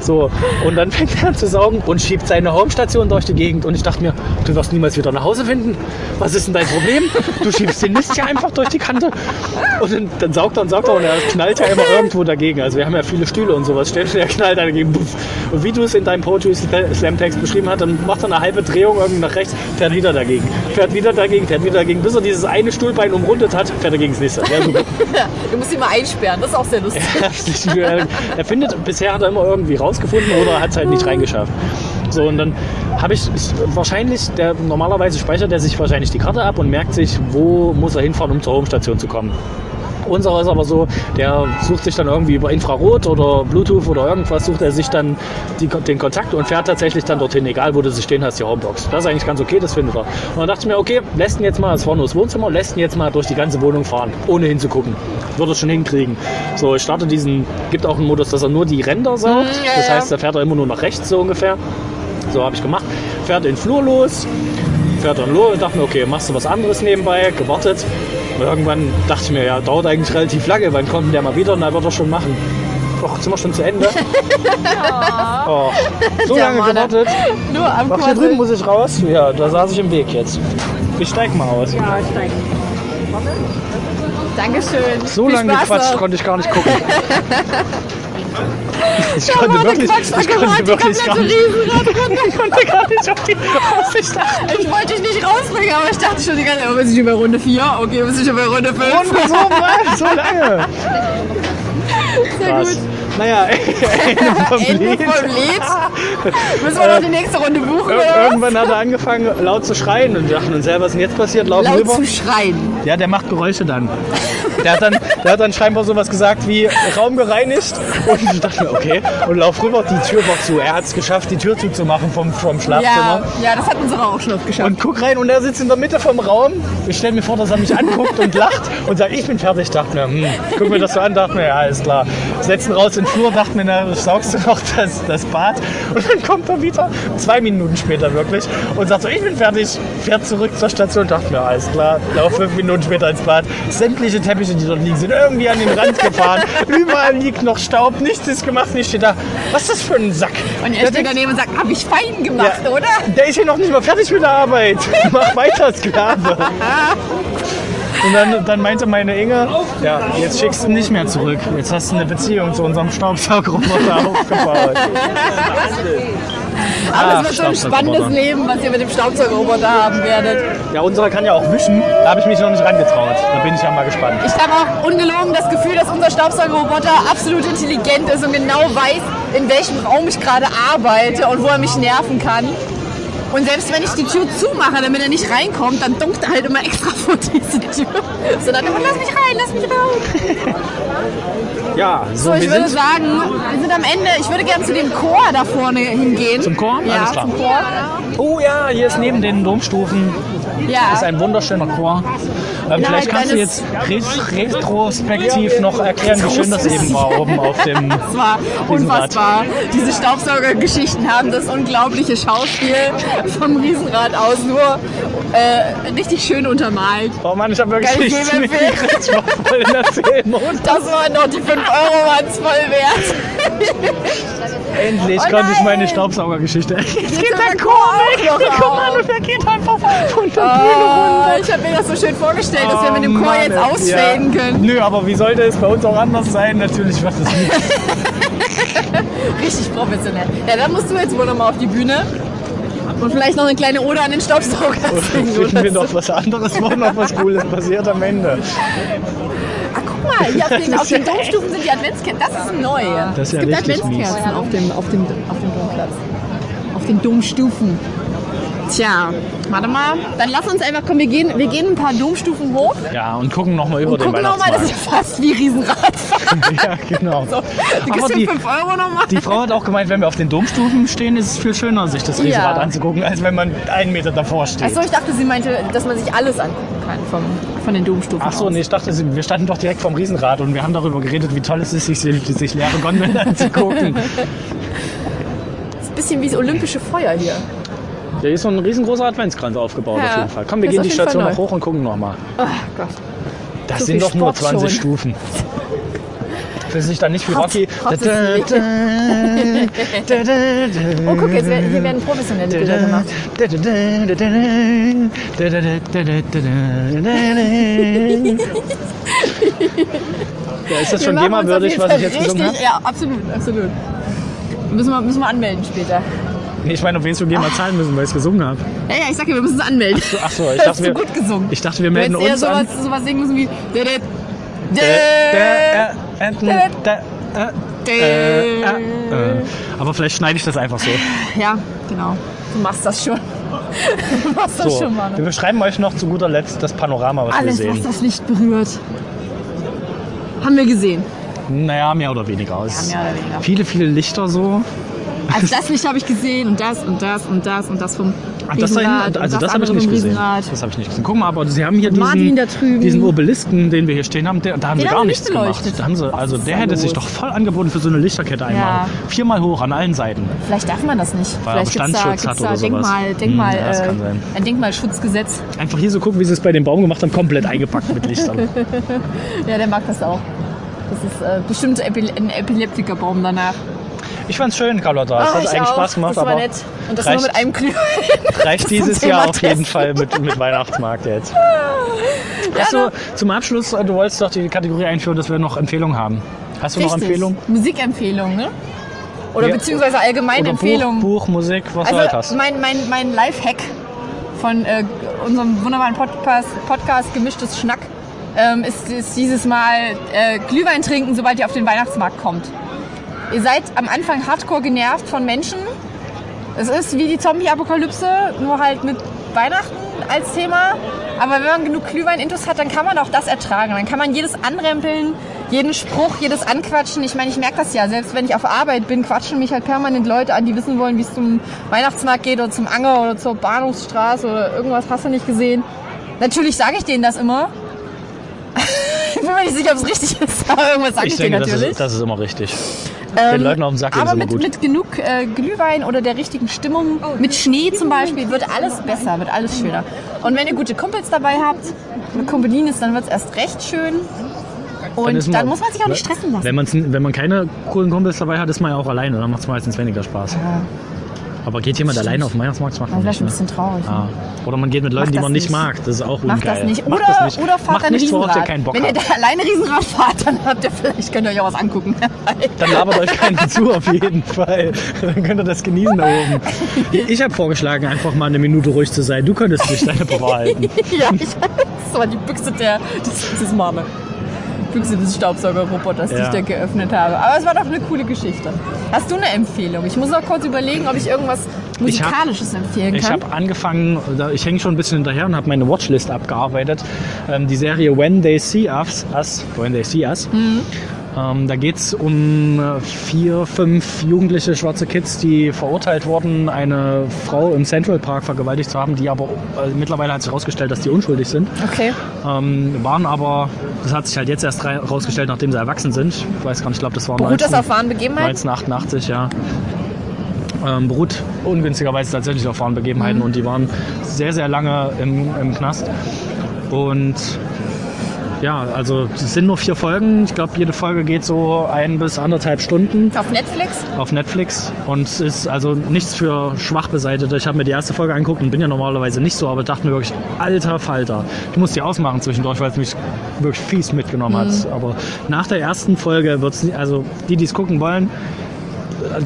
[SPEAKER 1] So, und dann fängt er an zu saugen und schiebt seine Homestation durch die Gegend. Und ich dachte mir, du wirst niemals wieder nach Hause finden. Was ist denn dein Problem? Du schiebst den Mist ja einfach durch die Kante. Und dann, dann saugt er und saugt er und er knallt ja immer irgendwo dagegen. Also wir haben ja viele Stühle und sowas. Stell dir, er knallt da dagegen. Puff. Und wie du es in deinem Poetry Slam Text beschrieben hast, dann macht er eine halbe Drehung irgendwie nach rechts, fährt wieder dagegen, fährt wieder dagegen, fährt wieder dagegen. Bis er dieses eine Stuhlbein umrundet hat, fährt er gegen das nächste. Ja, super.
[SPEAKER 8] Du musst sie mal einsperren, das ist auch sehr lustig.
[SPEAKER 1] Herzlichen Glückwunsch. Er findet, bisher hat er immer irgendwie rausgefunden oder hat es halt nicht reingeschafft. So, und dann habe ich ich- wahrscheinlich, der, normalerweise speichert er sich wahrscheinlich die Karte ab und merkt sich, wo muss er hinfahren, um zur Homestation zu kommen. Unserer ist aber so, der sucht sich dann irgendwie über Infrarot oder Bluetooth oder irgendwas, sucht er sich dann die, den Kontakt und fährt tatsächlich dann dorthin, egal wo du sie stehen hast, die Homebox. Das ist eigentlich ganz okay, das findet er. Und dann dachte ich mir, okay, lässt ihn jetzt mal, es war nur das Wohnzimmer, lässt ihn jetzt mal durch die ganze Wohnung fahren, ohne hinzugucken. Wird er schon hinkriegen. So, ich starte diesen, gibt auch einen Modus, dass er nur die Ränder saugt.
[SPEAKER 8] Mhm, ja,
[SPEAKER 1] das
[SPEAKER 8] ja.
[SPEAKER 1] heißt, da fährt er immer nur nach rechts so ungefähr. So habe ich gemacht. Fährt in den Flur los, fährt dann los. Ich dachte mir, okay, machst du was anderes nebenbei? Gewartet. Und irgendwann dachte ich mir, ja, dauert eigentlich relativ lange. Wann kommt denn der mal wieder? Und dann wird er schon machen. Och, sind wir schon
[SPEAKER 8] *laughs*
[SPEAKER 1] zu Ende? oh, so lange
[SPEAKER 8] Mann. ne?
[SPEAKER 1] gewartet.
[SPEAKER 8] Nur am
[SPEAKER 1] Ach, hier drüben
[SPEAKER 8] Quasseln.
[SPEAKER 1] muss ich raus. Ja, da saß ich im Weg jetzt. Ich steig mal aus.
[SPEAKER 2] Ja, steig.
[SPEAKER 8] Dankeschön.
[SPEAKER 1] So
[SPEAKER 8] Viel
[SPEAKER 1] lange
[SPEAKER 8] Spaß
[SPEAKER 1] gequatscht
[SPEAKER 8] noch.
[SPEAKER 1] konnte ich gar
[SPEAKER 8] *laughs*
[SPEAKER 1] nicht gucken. Ich
[SPEAKER 8] Mann,
[SPEAKER 1] konnte
[SPEAKER 8] der
[SPEAKER 1] wirklich,
[SPEAKER 8] quatscht
[SPEAKER 1] ich
[SPEAKER 8] akkurat
[SPEAKER 1] konnte
[SPEAKER 8] die
[SPEAKER 1] wirklich gar
[SPEAKER 8] komplette ne?
[SPEAKER 1] nicht. Ich konnte *laughs* gar nicht auf die Aussicht achten.
[SPEAKER 8] Ich wollte dich nicht rausbringen, aber ich dachte schon die ganze Zeit, oh, wir sind schon bei Runde 4, okay, wir sind schon bei Runde 5.
[SPEAKER 1] Und so, weit, so lange. Krass. Naja, *laughs* Ende vom
[SPEAKER 8] Ende
[SPEAKER 1] Lied.
[SPEAKER 8] vom Lied.
[SPEAKER 1] *laughs*
[SPEAKER 8] Müssen wir noch die nächste Runde buchen,
[SPEAKER 1] Ir
[SPEAKER 8] oder was?
[SPEAKER 1] irgendwann hat er angefangen laut zu schreien und wir dachten uns selber, was ist denn jetzt passiert? Laufen
[SPEAKER 8] Laut
[SPEAKER 1] rüber.
[SPEAKER 8] zu schreien.
[SPEAKER 1] Ja, der macht Geräusche dann. Der hat, dann, der hat dann scheinbar sowas gesagt wie Raum gereinigt. Und ich dachte mir, okay. Und lauf rüber, die Tür war zu. Er hat es geschafft, die Tür zuzumachen vom, vom Schlafzimmer.
[SPEAKER 5] Ja, ja, das hat unsere auch schon oft geschafft.
[SPEAKER 1] Und guck rein und er sitzt in der Mitte vom Raum. Ich stelle mir vor, dass er mich anguckt und lacht und sagt, ich bin fertig. Dachte mir, hm, guck mir das so an. Dachte mir, ja, alles klar. Setzen raus in den Flur. Dachte mir, na, saugst du noch das, das Bad. Und dann kommt er wieder, zwei Minuten später wirklich, und sagt so, ich bin fertig. Fährt zurück zur Station. Dachte mir, alles klar. Lauf fünf Minuten später ins Bad. Sämtliche Teppiche, die dort liegen, sind irgendwie an den Rand gefahren. Überall liegt noch Staub. Nichts ist gemacht. Nichts steht da. Was ist das für ein Sack?
[SPEAKER 5] Und
[SPEAKER 1] Der
[SPEAKER 5] er steht
[SPEAKER 1] denkt-
[SPEAKER 5] daneben und sagt, habe ich fein gemacht,
[SPEAKER 1] Ja.
[SPEAKER 5] oder?
[SPEAKER 1] der ist ja noch nicht mal fertig mit der Arbeit. *laughs* Mach weiter, Sklave. Und dann, dann meinte meine Inge, ja, jetzt schickst du ihn nicht mehr zurück. Jetzt hast du eine Beziehung zu unserem
[SPEAKER 5] *laughs*
[SPEAKER 1] Staubsaugerroboter aufgebaut.
[SPEAKER 5] Aber
[SPEAKER 1] Ach,
[SPEAKER 5] es wird schon ein
[SPEAKER 1] Ah, Staubsaugerroboter.
[SPEAKER 5] spannendes Leben, was ihr mit dem Staubsaugerroboter haben werdet.
[SPEAKER 1] Ja, unserer kann ja auch wischen. Da habe ich mich noch nicht rangetraut. Da bin ich ja mal gespannt.
[SPEAKER 5] Ich habe auch ungelogen das Gefühl, dass unser Staubsaugerroboter absolut intelligent ist und genau weiß, in welchem Raum ich gerade arbeite und wo er mich nerven kann. Und selbst wenn ich die Tür zumache, damit er nicht reinkommt, dann dunkt er halt immer extra *laughs* vor diese Tür. Sondern immer, lass mich rein, lass mich rein.
[SPEAKER 1] Ja, so,
[SPEAKER 5] So, ich
[SPEAKER 1] wir
[SPEAKER 5] würde
[SPEAKER 1] sind
[SPEAKER 5] sagen, wir sind am Ende. Ich würde gerne zu dem Chor da vorne hingehen.
[SPEAKER 1] zum Chor.
[SPEAKER 5] Ja,
[SPEAKER 1] Alles klar.
[SPEAKER 5] zum Chor.
[SPEAKER 1] Oh ja, hier ist neben den Domstufen
[SPEAKER 5] Ja.
[SPEAKER 1] ist ein wunderschöner Chor. Ähm, vielleicht kannst du
[SPEAKER 5] deines-
[SPEAKER 1] jetzt ret- retrospektiv noch erklären, wie schön das eben war oben auf
[SPEAKER 5] *laughs*
[SPEAKER 1] dem
[SPEAKER 5] Es war
[SPEAKER 1] Riesenrad.
[SPEAKER 5] unfassbar. Diese Staubsaugergeschichten haben das unglaubliche Schauspiel vom Riesenrad aus nur äh, richtig schön untermalt.
[SPEAKER 1] Oh Mann, ich habe wirklich
[SPEAKER 5] Kann ich
[SPEAKER 1] nichts
[SPEAKER 5] jedem empfehlen.
[SPEAKER 1] mitgekriegt. *laughs* Ich war voll in der Zählmut.
[SPEAKER 5] Das waren noch die 5 Euro waren's voll wert.
[SPEAKER 1] Endlich
[SPEAKER 5] Oh
[SPEAKER 1] konnte ich
[SPEAKER 5] nein!
[SPEAKER 1] meine
[SPEAKER 5] *laughs*
[SPEAKER 1] Staubsaugergeschichte. Jetzt
[SPEAKER 5] geht der Chor weg. Guck mal,
[SPEAKER 1] und er geht einfach von der
[SPEAKER 5] Oh, ich habe mir das so schön vorgestellt, dass wir mit
[SPEAKER 1] Oh
[SPEAKER 5] dem Chor jetzt ausfaden können.
[SPEAKER 1] Nö, aber wie sollte es bei uns auch anders sein? Natürlich wird es
[SPEAKER 5] *laughs*
[SPEAKER 1] nicht.
[SPEAKER 5] Richtig professionell. Ja, dann musst du jetzt wohl nochmal auf die Bühne. Und vielleicht noch eine kleine Ode an den Staubsauger singen.
[SPEAKER 1] Finden
[SPEAKER 5] Oder
[SPEAKER 1] wir
[SPEAKER 5] so.
[SPEAKER 1] noch was anderes, wo noch was Cooles passiert am Ende.
[SPEAKER 5] Ah, guck mal, hier auf den, auf den Domstufen sind die Adventskerzen. Das ist neu.
[SPEAKER 1] Das ist ja
[SPEAKER 5] es gibt
[SPEAKER 1] richtig mies.
[SPEAKER 5] Adventskerzen auf dem, auf, dem, auf dem Domplatz. Auf den Domstufen. Tja, warte mal. Dann lass uns einfach, komm, wir gehen, wir gehen ein paar Domstufen hoch
[SPEAKER 1] Ja, und gucken nochmal über
[SPEAKER 5] und
[SPEAKER 1] den
[SPEAKER 5] gucken nochmal, das
[SPEAKER 1] Weihnachtsmarkt.
[SPEAKER 5] ist ja fast
[SPEAKER 1] *laughs*
[SPEAKER 5] wie Riesenradfahren.
[SPEAKER 1] ja,
[SPEAKER 5] *laughs*
[SPEAKER 1] genau.
[SPEAKER 5] Du
[SPEAKER 1] aber
[SPEAKER 5] gibst
[SPEAKER 1] die,
[SPEAKER 5] mir 5 Euro nochmal.
[SPEAKER 1] die Frau hat auch gemeint, wenn wir auf den Domstufen stehen, ist es viel schöner, sich das Riesenrad anzugucken, als wenn man einen Meter davor steht.
[SPEAKER 5] Achso, ich dachte, sie meinte, dass man sich alles angucken kann vom, von den Domstufen.
[SPEAKER 1] Ach so,
[SPEAKER 5] aus.
[SPEAKER 1] nee, ich dachte, wir standen doch direkt vom Riesenrad und wir haben darüber geredet, wie toll es ist, sich, sich leere Gondeln *laughs* anzugucken.
[SPEAKER 5] Ist ein bisschen wie das olympische Feuer hier.
[SPEAKER 1] Da ist so ein riesengroßer Adventskranz aufgebaut
[SPEAKER 5] Ja,
[SPEAKER 1] auf jeden Fall. Komm, wir
[SPEAKER 5] ist
[SPEAKER 1] gehen
[SPEAKER 5] auf
[SPEAKER 1] die
[SPEAKER 5] jeden Fall
[SPEAKER 1] Station
[SPEAKER 5] neu.
[SPEAKER 1] noch hoch und gucken nochmal.
[SPEAKER 5] Oh Gott.
[SPEAKER 1] Das
[SPEAKER 5] So
[SPEAKER 1] sind
[SPEAKER 5] viel
[SPEAKER 1] doch nur
[SPEAKER 5] Sport
[SPEAKER 1] 20
[SPEAKER 5] schon.
[SPEAKER 1] Stufen. Das ist dann nicht wie
[SPEAKER 5] Trotz-
[SPEAKER 1] Rocky.
[SPEAKER 5] trotz des Oh, guck, jetzt werden, hier werden professionelle Bilder gemacht.
[SPEAKER 1] Ja, ist das
[SPEAKER 5] Wir
[SPEAKER 1] schon
[SPEAKER 5] machen uns auf
[SPEAKER 1] GEMA-würdig,
[SPEAKER 5] jeden
[SPEAKER 1] was
[SPEAKER 5] Fall
[SPEAKER 1] ich jetzt gesungen habe?
[SPEAKER 5] richtig- Ja, absolut, absolut. Müssen wir, müssen wir anmelden später.
[SPEAKER 1] Nee, ich meine, auf wen du GEMA zahlen müssen, weil ich es gesungen habe.
[SPEAKER 5] Ja, ja, ich sag ja, wir müssen es anmelden. *laughs*
[SPEAKER 1] Ach so, ich
[SPEAKER 5] Hast
[SPEAKER 1] dachte,
[SPEAKER 5] du
[SPEAKER 1] wir,
[SPEAKER 5] gut gesungen.
[SPEAKER 1] ich dachte, wir
[SPEAKER 5] Du
[SPEAKER 1] melden
[SPEAKER 5] hättest eher
[SPEAKER 1] uns
[SPEAKER 5] sowas,
[SPEAKER 1] an.
[SPEAKER 5] sowas singen müssen wie... Äh, *laughs*
[SPEAKER 1] äh,
[SPEAKER 5] äh.
[SPEAKER 1] Aber vielleicht schneide ich das einfach so.
[SPEAKER 5] Ja, genau. Du machst das schon. Du machst *laughs* das
[SPEAKER 1] so.
[SPEAKER 5] schon mal.
[SPEAKER 1] Wir beschreiben euch noch zu guter Letzt das Panorama, was
[SPEAKER 5] Alles,
[SPEAKER 1] wir
[SPEAKER 5] was
[SPEAKER 1] sehen.
[SPEAKER 5] das Licht berührt, haben wir gesehen.
[SPEAKER 1] Naja, mehr oder weniger. Es
[SPEAKER 5] mehr oder weniger.
[SPEAKER 1] Viele, viele Lichter so.
[SPEAKER 5] Also das Licht habe ich gesehen und das und das und das und das vom
[SPEAKER 1] Ach, das da hinten,
[SPEAKER 5] Riesenrad und
[SPEAKER 1] also das, habe ich
[SPEAKER 5] andere
[SPEAKER 1] nicht
[SPEAKER 5] vom
[SPEAKER 1] gesehen.
[SPEAKER 5] Riesenrad.
[SPEAKER 1] Das habe ich nicht gesehen. Guck mal, aber sie haben hier
[SPEAKER 5] Martin
[SPEAKER 1] diesen,
[SPEAKER 5] da drüben.
[SPEAKER 1] diesen Obelisken, den wir hier stehen haben, der, da haben
[SPEAKER 5] Den
[SPEAKER 1] sie
[SPEAKER 5] haben
[SPEAKER 1] gar
[SPEAKER 5] sie
[SPEAKER 1] nichts
[SPEAKER 5] nicht beleuchtet.
[SPEAKER 1] gemacht. Da haben sie, also der
[SPEAKER 5] da
[SPEAKER 1] hätte
[SPEAKER 5] los?
[SPEAKER 1] sich doch voll angeboten für so eine Lichterkette einmal.
[SPEAKER 5] Ja.
[SPEAKER 1] Viermal hoch an allen Seiten.
[SPEAKER 5] Vielleicht darf man das nicht.
[SPEAKER 1] Weil er
[SPEAKER 5] Vielleicht gibt's da,
[SPEAKER 1] Bestandsschutz
[SPEAKER 5] gibt's
[SPEAKER 1] hat
[SPEAKER 5] da
[SPEAKER 1] oder sowas.
[SPEAKER 5] Denkmal,
[SPEAKER 1] Hm,
[SPEAKER 5] Denkmal,
[SPEAKER 1] ja, das kann sein.
[SPEAKER 5] äh, ein Denkmalschutzgesetz.
[SPEAKER 1] Einfach hier so gucken, wie sie es bei dem Baum gemacht haben, komplett eingepackt mit
[SPEAKER 5] *laughs*
[SPEAKER 1] Lichtern.
[SPEAKER 5] Ja, der mag das auch. Das ist äh, bestimmt Epi ein Epileptikerbaum danach.
[SPEAKER 1] Ich fand's schön, Carlotta. Es
[SPEAKER 5] Ah,
[SPEAKER 1] hat
[SPEAKER 5] ich
[SPEAKER 1] eigentlich
[SPEAKER 5] auch.
[SPEAKER 1] Spaß gemacht,
[SPEAKER 5] Das war
[SPEAKER 1] aber
[SPEAKER 5] nett. Und das
[SPEAKER 1] reicht,
[SPEAKER 5] nur mit einem Glühwein.
[SPEAKER 1] reicht dieses
[SPEAKER 5] Thema
[SPEAKER 1] Jahr auf
[SPEAKER 5] Testen.
[SPEAKER 1] jeden Fall mit, mit Weihnachtsmarkt jetzt.
[SPEAKER 5] ne?
[SPEAKER 1] Achso, zum Abschluss, äh, du wolltest doch die Kategorie einführen, dass wir noch Empfehlungen haben. Hast du noch Empfehlungen?
[SPEAKER 5] Musikempfehlung, ne? Oder
[SPEAKER 1] Ja.
[SPEAKER 5] beziehungsweise allgemeine
[SPEAKER 1] Oder
[SPEAKER 5] Empfehlung.
[SPEAKER 1] Buch, Buch, Musik, was du halt
[SPEAKER 5] Also
[SPEAKER 1] hast.
[SPEAKER 5] mein, mein, mein Lifehack von äh, unserem wunderbaren Podcast, Podcast Gemischtes Schnack ähm, ist, ist dieses Mal äh, Glühwein trinken, sobald ihr auf den Weihnachtsmarkt kommt. Ihr seid am Anfang hardcore genervt von Menschen. Es ist wie die Zombie-Apokalypse, nur halt mit Weihnachten als Thema. Aber wenn man genug Glühwein-Intus hat, dann kann man auch das ertragen. Dann kann man jedes anrempeln, jeden Spruch, jedes Anquatschen. Ich meine, ich merke das ja. Selbst wenn ich auf Arbeit bin, quatschen mich halt permanent Leute an, die wissen wollen, wie es zum Weihnachtsmarkt geht oder zum Anger oder zur Bahnhofsstraße oder irgendwas hast du nicht gesehen. Natürlich sage ich denen das immer. *laughs* ich bin mir nicht sicher, ob es richtig ist, aber irgendwas sage ich,
[SPEAKER 1] Ich
[SPEAKER 5] denen
[SPEAKER 1] denke, das
[SPEAKER 5] natürlich.
[SPEAKER 1] ist, das ist immer richtig. Den Leuten auf den Sack gehen ist
[SPEAKER 5] Ähm, Aber
[SPEAKER 1] immer
[SPEAKER 5] mit,
[SPEAKER 1] gut.
[SPEAKER 5] mit genug äh, Glühwein oder der richtigen Stimmung, mit Schnee zum Beispiel, wird alles besser, wird alles schöner. Und wenn ihr gute Kumpels dabei habt, eine Kumpelin ist, dann wird es erst recht schön. Und
[SPEAKER 1] ist ne?
[SPEAKER 5] dann,
[SPEAKER 1] man-
[SPEAKER 5] muss man sich auch nicht stressen lassen.
[SPEAKER 1] Wenn, man's, wenn man keine coolen Kumpels dabei hat, ist man ja auch alleine. Dann macht es meistens weniger Spaß. Aber geht jemand alleine auf den Weihnachtsmarkt, das macht man
[SPEAKER 5] Das wäre
[SPEAKER 1] nicht.
[SPEAKER 5] schon ein
[SPEAKER 1] Ne?
[SPEAKER 5] bisschen traurig.
[SPEAKER 1] Ah. Oder man geht mit Leuten, die
[SPEAKER 5] das
[SPEAKER 1] man nicht
[SPEAKER 5] nicht.
[SPEAKER 1] mag. Das ist auch ungeil.
[SPEAKER 5] Macht das nicht. Oder,
[SPEAKER 1] Macht das nicht.
[SPEAKER 5] oder fahrt
[SPEAKER 1] Macht
[SPEAKER 5] ein
[SPEAKER 1] nichts, worauf ihr
[SPEAKER 5] Riesenrad.
[SPEAKER 1] keinen Bock
[SPEAKER 5] Wenn ihr da
[SPEAKER 1] habt.
[SPEAKER 5] alleine Riesenrad fahrt, dann habt ihr vielleicht, könnt ihr euch auch was angucken.
[SPEAKER 1] Dann labert euch keinen zu, auf jeden Fall. Dann könnt ihr das genießen da
[SPEAKER 5] *laughs*
[SPEAKER 1] oben. Ich habe vorgeschlagen, einfach mal eine Minute ruhig zu sein. Du könntest dich
[SPEAKER 5] *laughs*
[SPEAKER 1] deine Papa halten.
[SPEAKER 5] ja, ich, das war die Büchse der, des, des Mame. Büchse des Staubsaugerroboters, die
[SPEAKER 1] Ja.
[SPEAKER 5] ich da geöffnet habe. Aber es war doch eine coole Geschichte. Hast du eine Empfehlung? Ich muss noch kurz überlegen, ob ich irgendwas
[SPEAKER 1] Ich hab-
[SPEAKER 5] Musikalisches empfehlen
[SPEAKER 1] Ich
[SPEAKER 5] kann.
[SPEAKER 1] habe angefangen, da- ich hänge schon ein bisschen hinterher und habe meine Watchlist abgearbeitet. Ähm, die Serie When They See Us, Us When They See Us.
[SPEAKER 5] Mhm.
[SPEAKER 1] Ähm, da geht es um äh, vier, fünf jugendliche schwarze Kids, die verurteilt wurden, eine Frau im Central Park vergewaltigt zu haben, die aber äh, mittlerweile hat sich herausgestellt, dass die unschuldig sind.
[SPEAKER 5] okay.
[SPEAKER 1] Ähm, waren aber, das hat sich halt jetzt erst rei- rausgestellt, nachdem sie erwachsen sind. Ich weiß gar nicht, ich glaube, das war
[SPEAKER 5] Beruht das
[SPEAKER 1] 19
[SPEAKER 5] auf wahren Begebenheiten?
[SPEAKER 1] 1988, ja. Ähm, beruht ungünstigerweise tatsächlich auf wahren Begebenheiten
[SPEAKER 5] Mhm.
[SPEAKER 1] und die waren sehr, sehr lange im, im Knast. Und ja, also es sind nur vier Folgen. Ich glaube, jede Folge geht so ein bis anderthalb Stunden
[SPEAKER 5] Auf Netflix?
[SPEAKER 1] auf Netflix und es ist also nichts für schwach beseitete. Ich habe mir die erste Folge angeguckt und bin ja normalerweise nicht so, aber dachte mir wirklich, alter Falter. Ich muss die ausmachen zwischendurch, weil es mich wirklich fies mitgenommen
[SPEAKER 5] Mhm.
[SPEAKER 1] hat. Aber nach der ersten Folge wird es, also die, die es gucken wollen,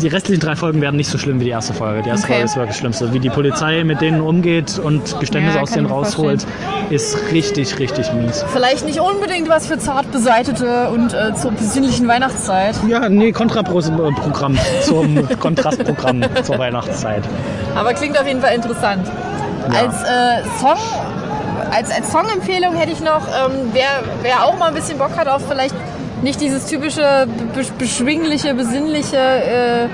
[SPEAKER 1] die restlichen drei Folgen werden nicht so schlimm wie die erste Folge. Die erste
[SPEAKER 5] Okay.
[SPEAKER 1] Folge ist wirklich das Schlimmste. Wie die Polizei mit denen umgeht und Geständnisse
[SPEAKER 5] Ja,
[SPEAKER 1] aus
[SPEAKER 5] kann
[SPEAKER 1] denen
[SPEAKER 5] ich mir
[SPEAKER 1] rausholt, ist richtig, richtig mies.
[SPEAKER 5] Vielleicht nicht unbedingt was für zart beseitete und äh, zur besinnlichen Weihnachtszeit.
[SPEAKER 1] Ja, nee, Kontraprogramm
[SPEAKER 5] *laughs*
[SPEAKER 1] zum Kontrastprogramm zur Weihnachtszeit.
[SPEAKER 5] Aber klingt auf jeden Fall interessant.
[SPEAKER 1] Ja.
[SPEAKER 5] Als äh, Song. Als, als Songempfehlung hätte ich noch, ähm, wer, wer auch mal ein bisschen Bock hat auf vielleicht nicht dieses typische be beschwingliche, besinnliche äh,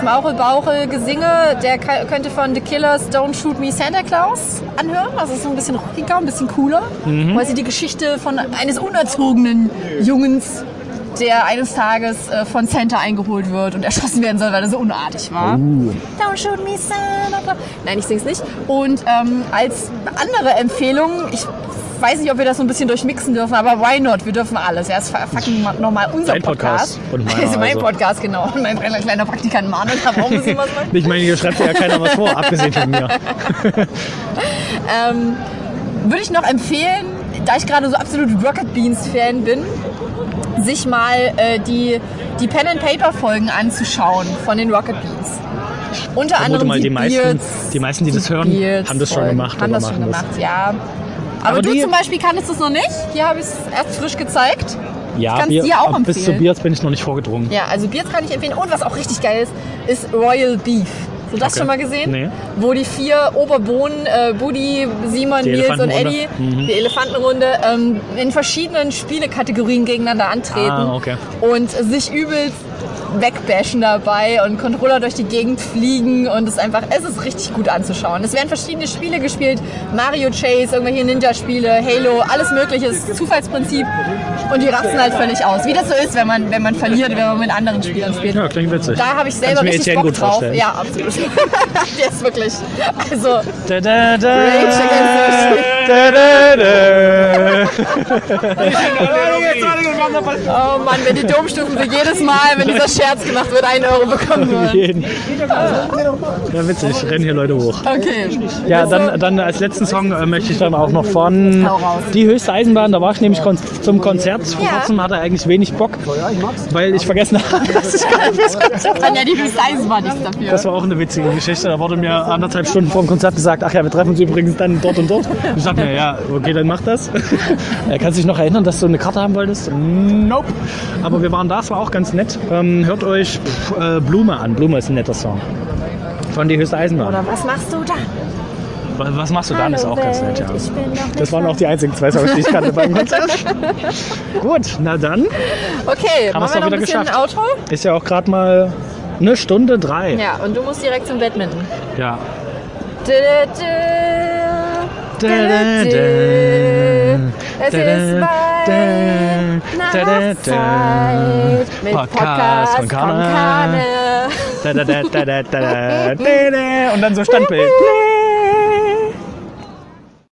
[SPEAKER 5] Schmauchelbauchel Gesinge, der ka- könnte von The Killers Don't Shoot Me Santa Claus anhören. Also so ein bisschen rockiger, ein bisschen cooler, weil sie die Geschichte von eines unerzogenen Jungens, der eines Tages äh, von Santa eingeholt wird und erschossen werden soll, weil er so unartig war. Don't shoot me, Santa Claus. Nein, ich sing's nicht. Und ähm, als andere Empfehlung, ich weiß nicht, ob wir das so ein bisschen durchmixen dürfen, aber why not? Wir dürfen alles. Er ist fa- fucking ma- nochmal unser
[SPEAKER 1] Dein Podcast
[SPEAKER 5] *laughs*
[SPEAKER 1] und meiner
[SPEAKER 5] also mein
[SPEAKER 1] also.
[SPEAKER 5] Podcast, genau. Und mein kleiner, kleiner Praktikant Manuel hat auch ein bisschen was
[SPEAKER 1] *laughs*
[SPEAKER 5] machen.
[SPEAKER 1] Ich meine, hier schreibt ja keiner was vor, abgesehen von mir.
[SPEAKER 5] Ähm, würde ich noch empfehlen, da ich gerade so absolut Rocket Beans Fan bin, sich mal äh, die, die Pen and Paper Folgen anzuschauen von den Rocket Beans.
[SPEAKER 1] Vermute
[SPEAKER 5] Unter anderem
[SPEAKER 1] mal, die meisten,
[SPEAKER 5] Beards,
[SPEAKER 1] die meisten, die das hören,
[SPEAKER 5] Beards
[SPEAKER 1] haben das schon
[SPEAKER 5] Folgen.
[SPEAKER 1] gemacht
[SPEAKER 5] Haben
[SPEAKER 1] oder
[SPEAKER 5] das schon
[SPEAKER 1] machen das.
[SPEAKER 5] gemacht, ja. Aber,
[SPEAKER 1] Aber
[SPEAKER 5] du
[SPEAKER 1] die-
[SPEAKER 5] zum Beispiel kanntest es noch nicht. Hier habe ich es erst frisch gezeigt.
[SPEAKER 1] Ja,
[SPEAKER 5] kann's dir auch
[SPEAKER 1] ab- bis zu
[SPEAKER 5] empfehlen.
[SPEAKER 1] Biers bin ich noch nicht vorgedrungen.
[SPEAKER 5] Ja, also Bier kann ich empfehlen. Und was auch richtig geil ist, ist Royal Beef. Hast du das
[SPEAKER 1] Okay.
[SPEAKER 5] schon mal gesehen?
[SPEAKER 1] Nee.
[SPEAKER 5] Wo die vier Oberbohnen, äh, Budi, Simon,
[SPEAKER 1] Die
[SPEAKER 5] Nils und
[SPEAKER 1] Elefantenrunde. Mhm.
[SPEAKER 5] Eddie, die Elefantenrunde, ähm, in verschiedenen Spielekategorien gegeneinander antreten
[SPEAKER 1] Ah, okay.
[SPEAKER 5] und sich übelst wegbashen dabei und Controller durch die Gegend fliegen und es ist einfach, es ist richtig gut anzuschauen. Es werden verschiedene Spiele gespielt, Mario Chase, irgendwelche Ninja-Spiele, Halo, alles mögliche, es ist Zufallsprinzip und die ratzen halt völlig aus, wie das so ist, wenn man, wenn man verliert, wenn man mit anderen Spielern spielt.
[SPEAKER 1] Ja, klingt witzig.
[SPEAKER 5] Da habe ich
[SPEAKER 1] Kannst
[SPEAKER 5] selber
[SPEAKER 1] du mir
[SPEAKER 5] richtig
[SPEAKER 1] Etienne
[SPEAKER 5] Bock
[SPEAKER 1] gut
[SPEAKER 5] drauf.
[SPEAKER 1] vorstellen.
[SPEAKER 5] Ja, absolut. *laughs* Der ist wirklich, also
[SPEAKER 1] Da, da, da,
[SPEAKER 5] Rage Against the Machine.
[SPEAKER 1] da, da, da.
[SPEAKER 5] Oh Mann, wenn die Domstufen für jedes Mal, wenn dieser Scherz gemacht wird, 1 Euro bekommen
[SPEAKER 1] *laughs*
[SPEAKER 5] würden.
[SPEAKER 1] Jeden. Ja, witzig, rennen hier Leute hoch.
[SPEAKER 5] Okay.
[SPEAKER 1] Ja, dann, dann als letzten Song äh, möchte ich dann auch noch von
[SPEAKER 5] Hau raus.
[SPEAKER 1] Die höchste Eisenbahn, da war ich nämlich kon zum Konzert. Vor kurzem hatte eigentlich wenig Bock, weil ich
[SPEAKER 5] *laughs*
[SPEAKER 1] vergessen habe, dass ich gar nicht fürs Konzert
[SPEAKER 5] Kann ja die höchste Eisenbahn nichts dafür.
[SPEAKER 1] Das war auch eine witzige Geschichte. Da wurde mir anderthalb Stunden vor dem Konzert gesagt, ach ja, wir treffen uns übrigens dann dort und dort. Ich dachte mir, ja, okay, dann mach das. *laughs* Äh, Kannst du dich noch erinnern, dass du eine Karte haben wolltest? Nope. Aber wir waren da, es war auch ganz nett. Ähm, hört euch pf, äh, Blume an. Blume ist ein netter Song. Von die höchste Eisenbahn.
[SPEAKER 5] Was machst du da?
[SPEAKER 1] Was, was machst du dann? Ist auch ganz nett, ja. Das waren auch die einzigen zwei Songs, die ich kannte beim Konzert. Gut, na dann.
[SPEAKER 5] Okay,
[SPEAKER 1] Haben wir's
[SPEAKER 5] machen wir
[SPEAKER 1] doch
[SPEAKER 5] noch ein
[SPEAKER 1] wieder
[SPEAKER 5] bisschen
[SPEAKER 1] geschafft.
[SPEAKER 5] Outro?
[SPEAKER 1] Ist ja auch gerade mal eine Stunde drei.
[SPEAKER 5] Ja, und du musst direkt zum Badminton.
[SPEAKER 1] Ja.
[SPEAKER 5] Dü, dü, dü.
[SPEAKER 1] Da, da,
[SPEAKER 5] Dü, dü, dü.
[SPEAKER 1] da.
[SPEAKER 5] Es
[SPEAKER 1] Da,
[SPEAKER 5] ist
[SPEAKER 1] da,
[SPEAKER 5] bald
[SPEAKER 1] da, da, da.
[SPEAKER 5] Nachtzeit mit
[SPEAKER 1] Podcast
[SPEAKER 5] Podcast
[SPEAKER 1] von
[SPEAKER 5] von
[SPEAKER 1] Carmen.
[SPEAKER 5] Kane.
[SPEAKER 1] Da, da, da, da, da, da, da, da, da. Und dann so Standbild.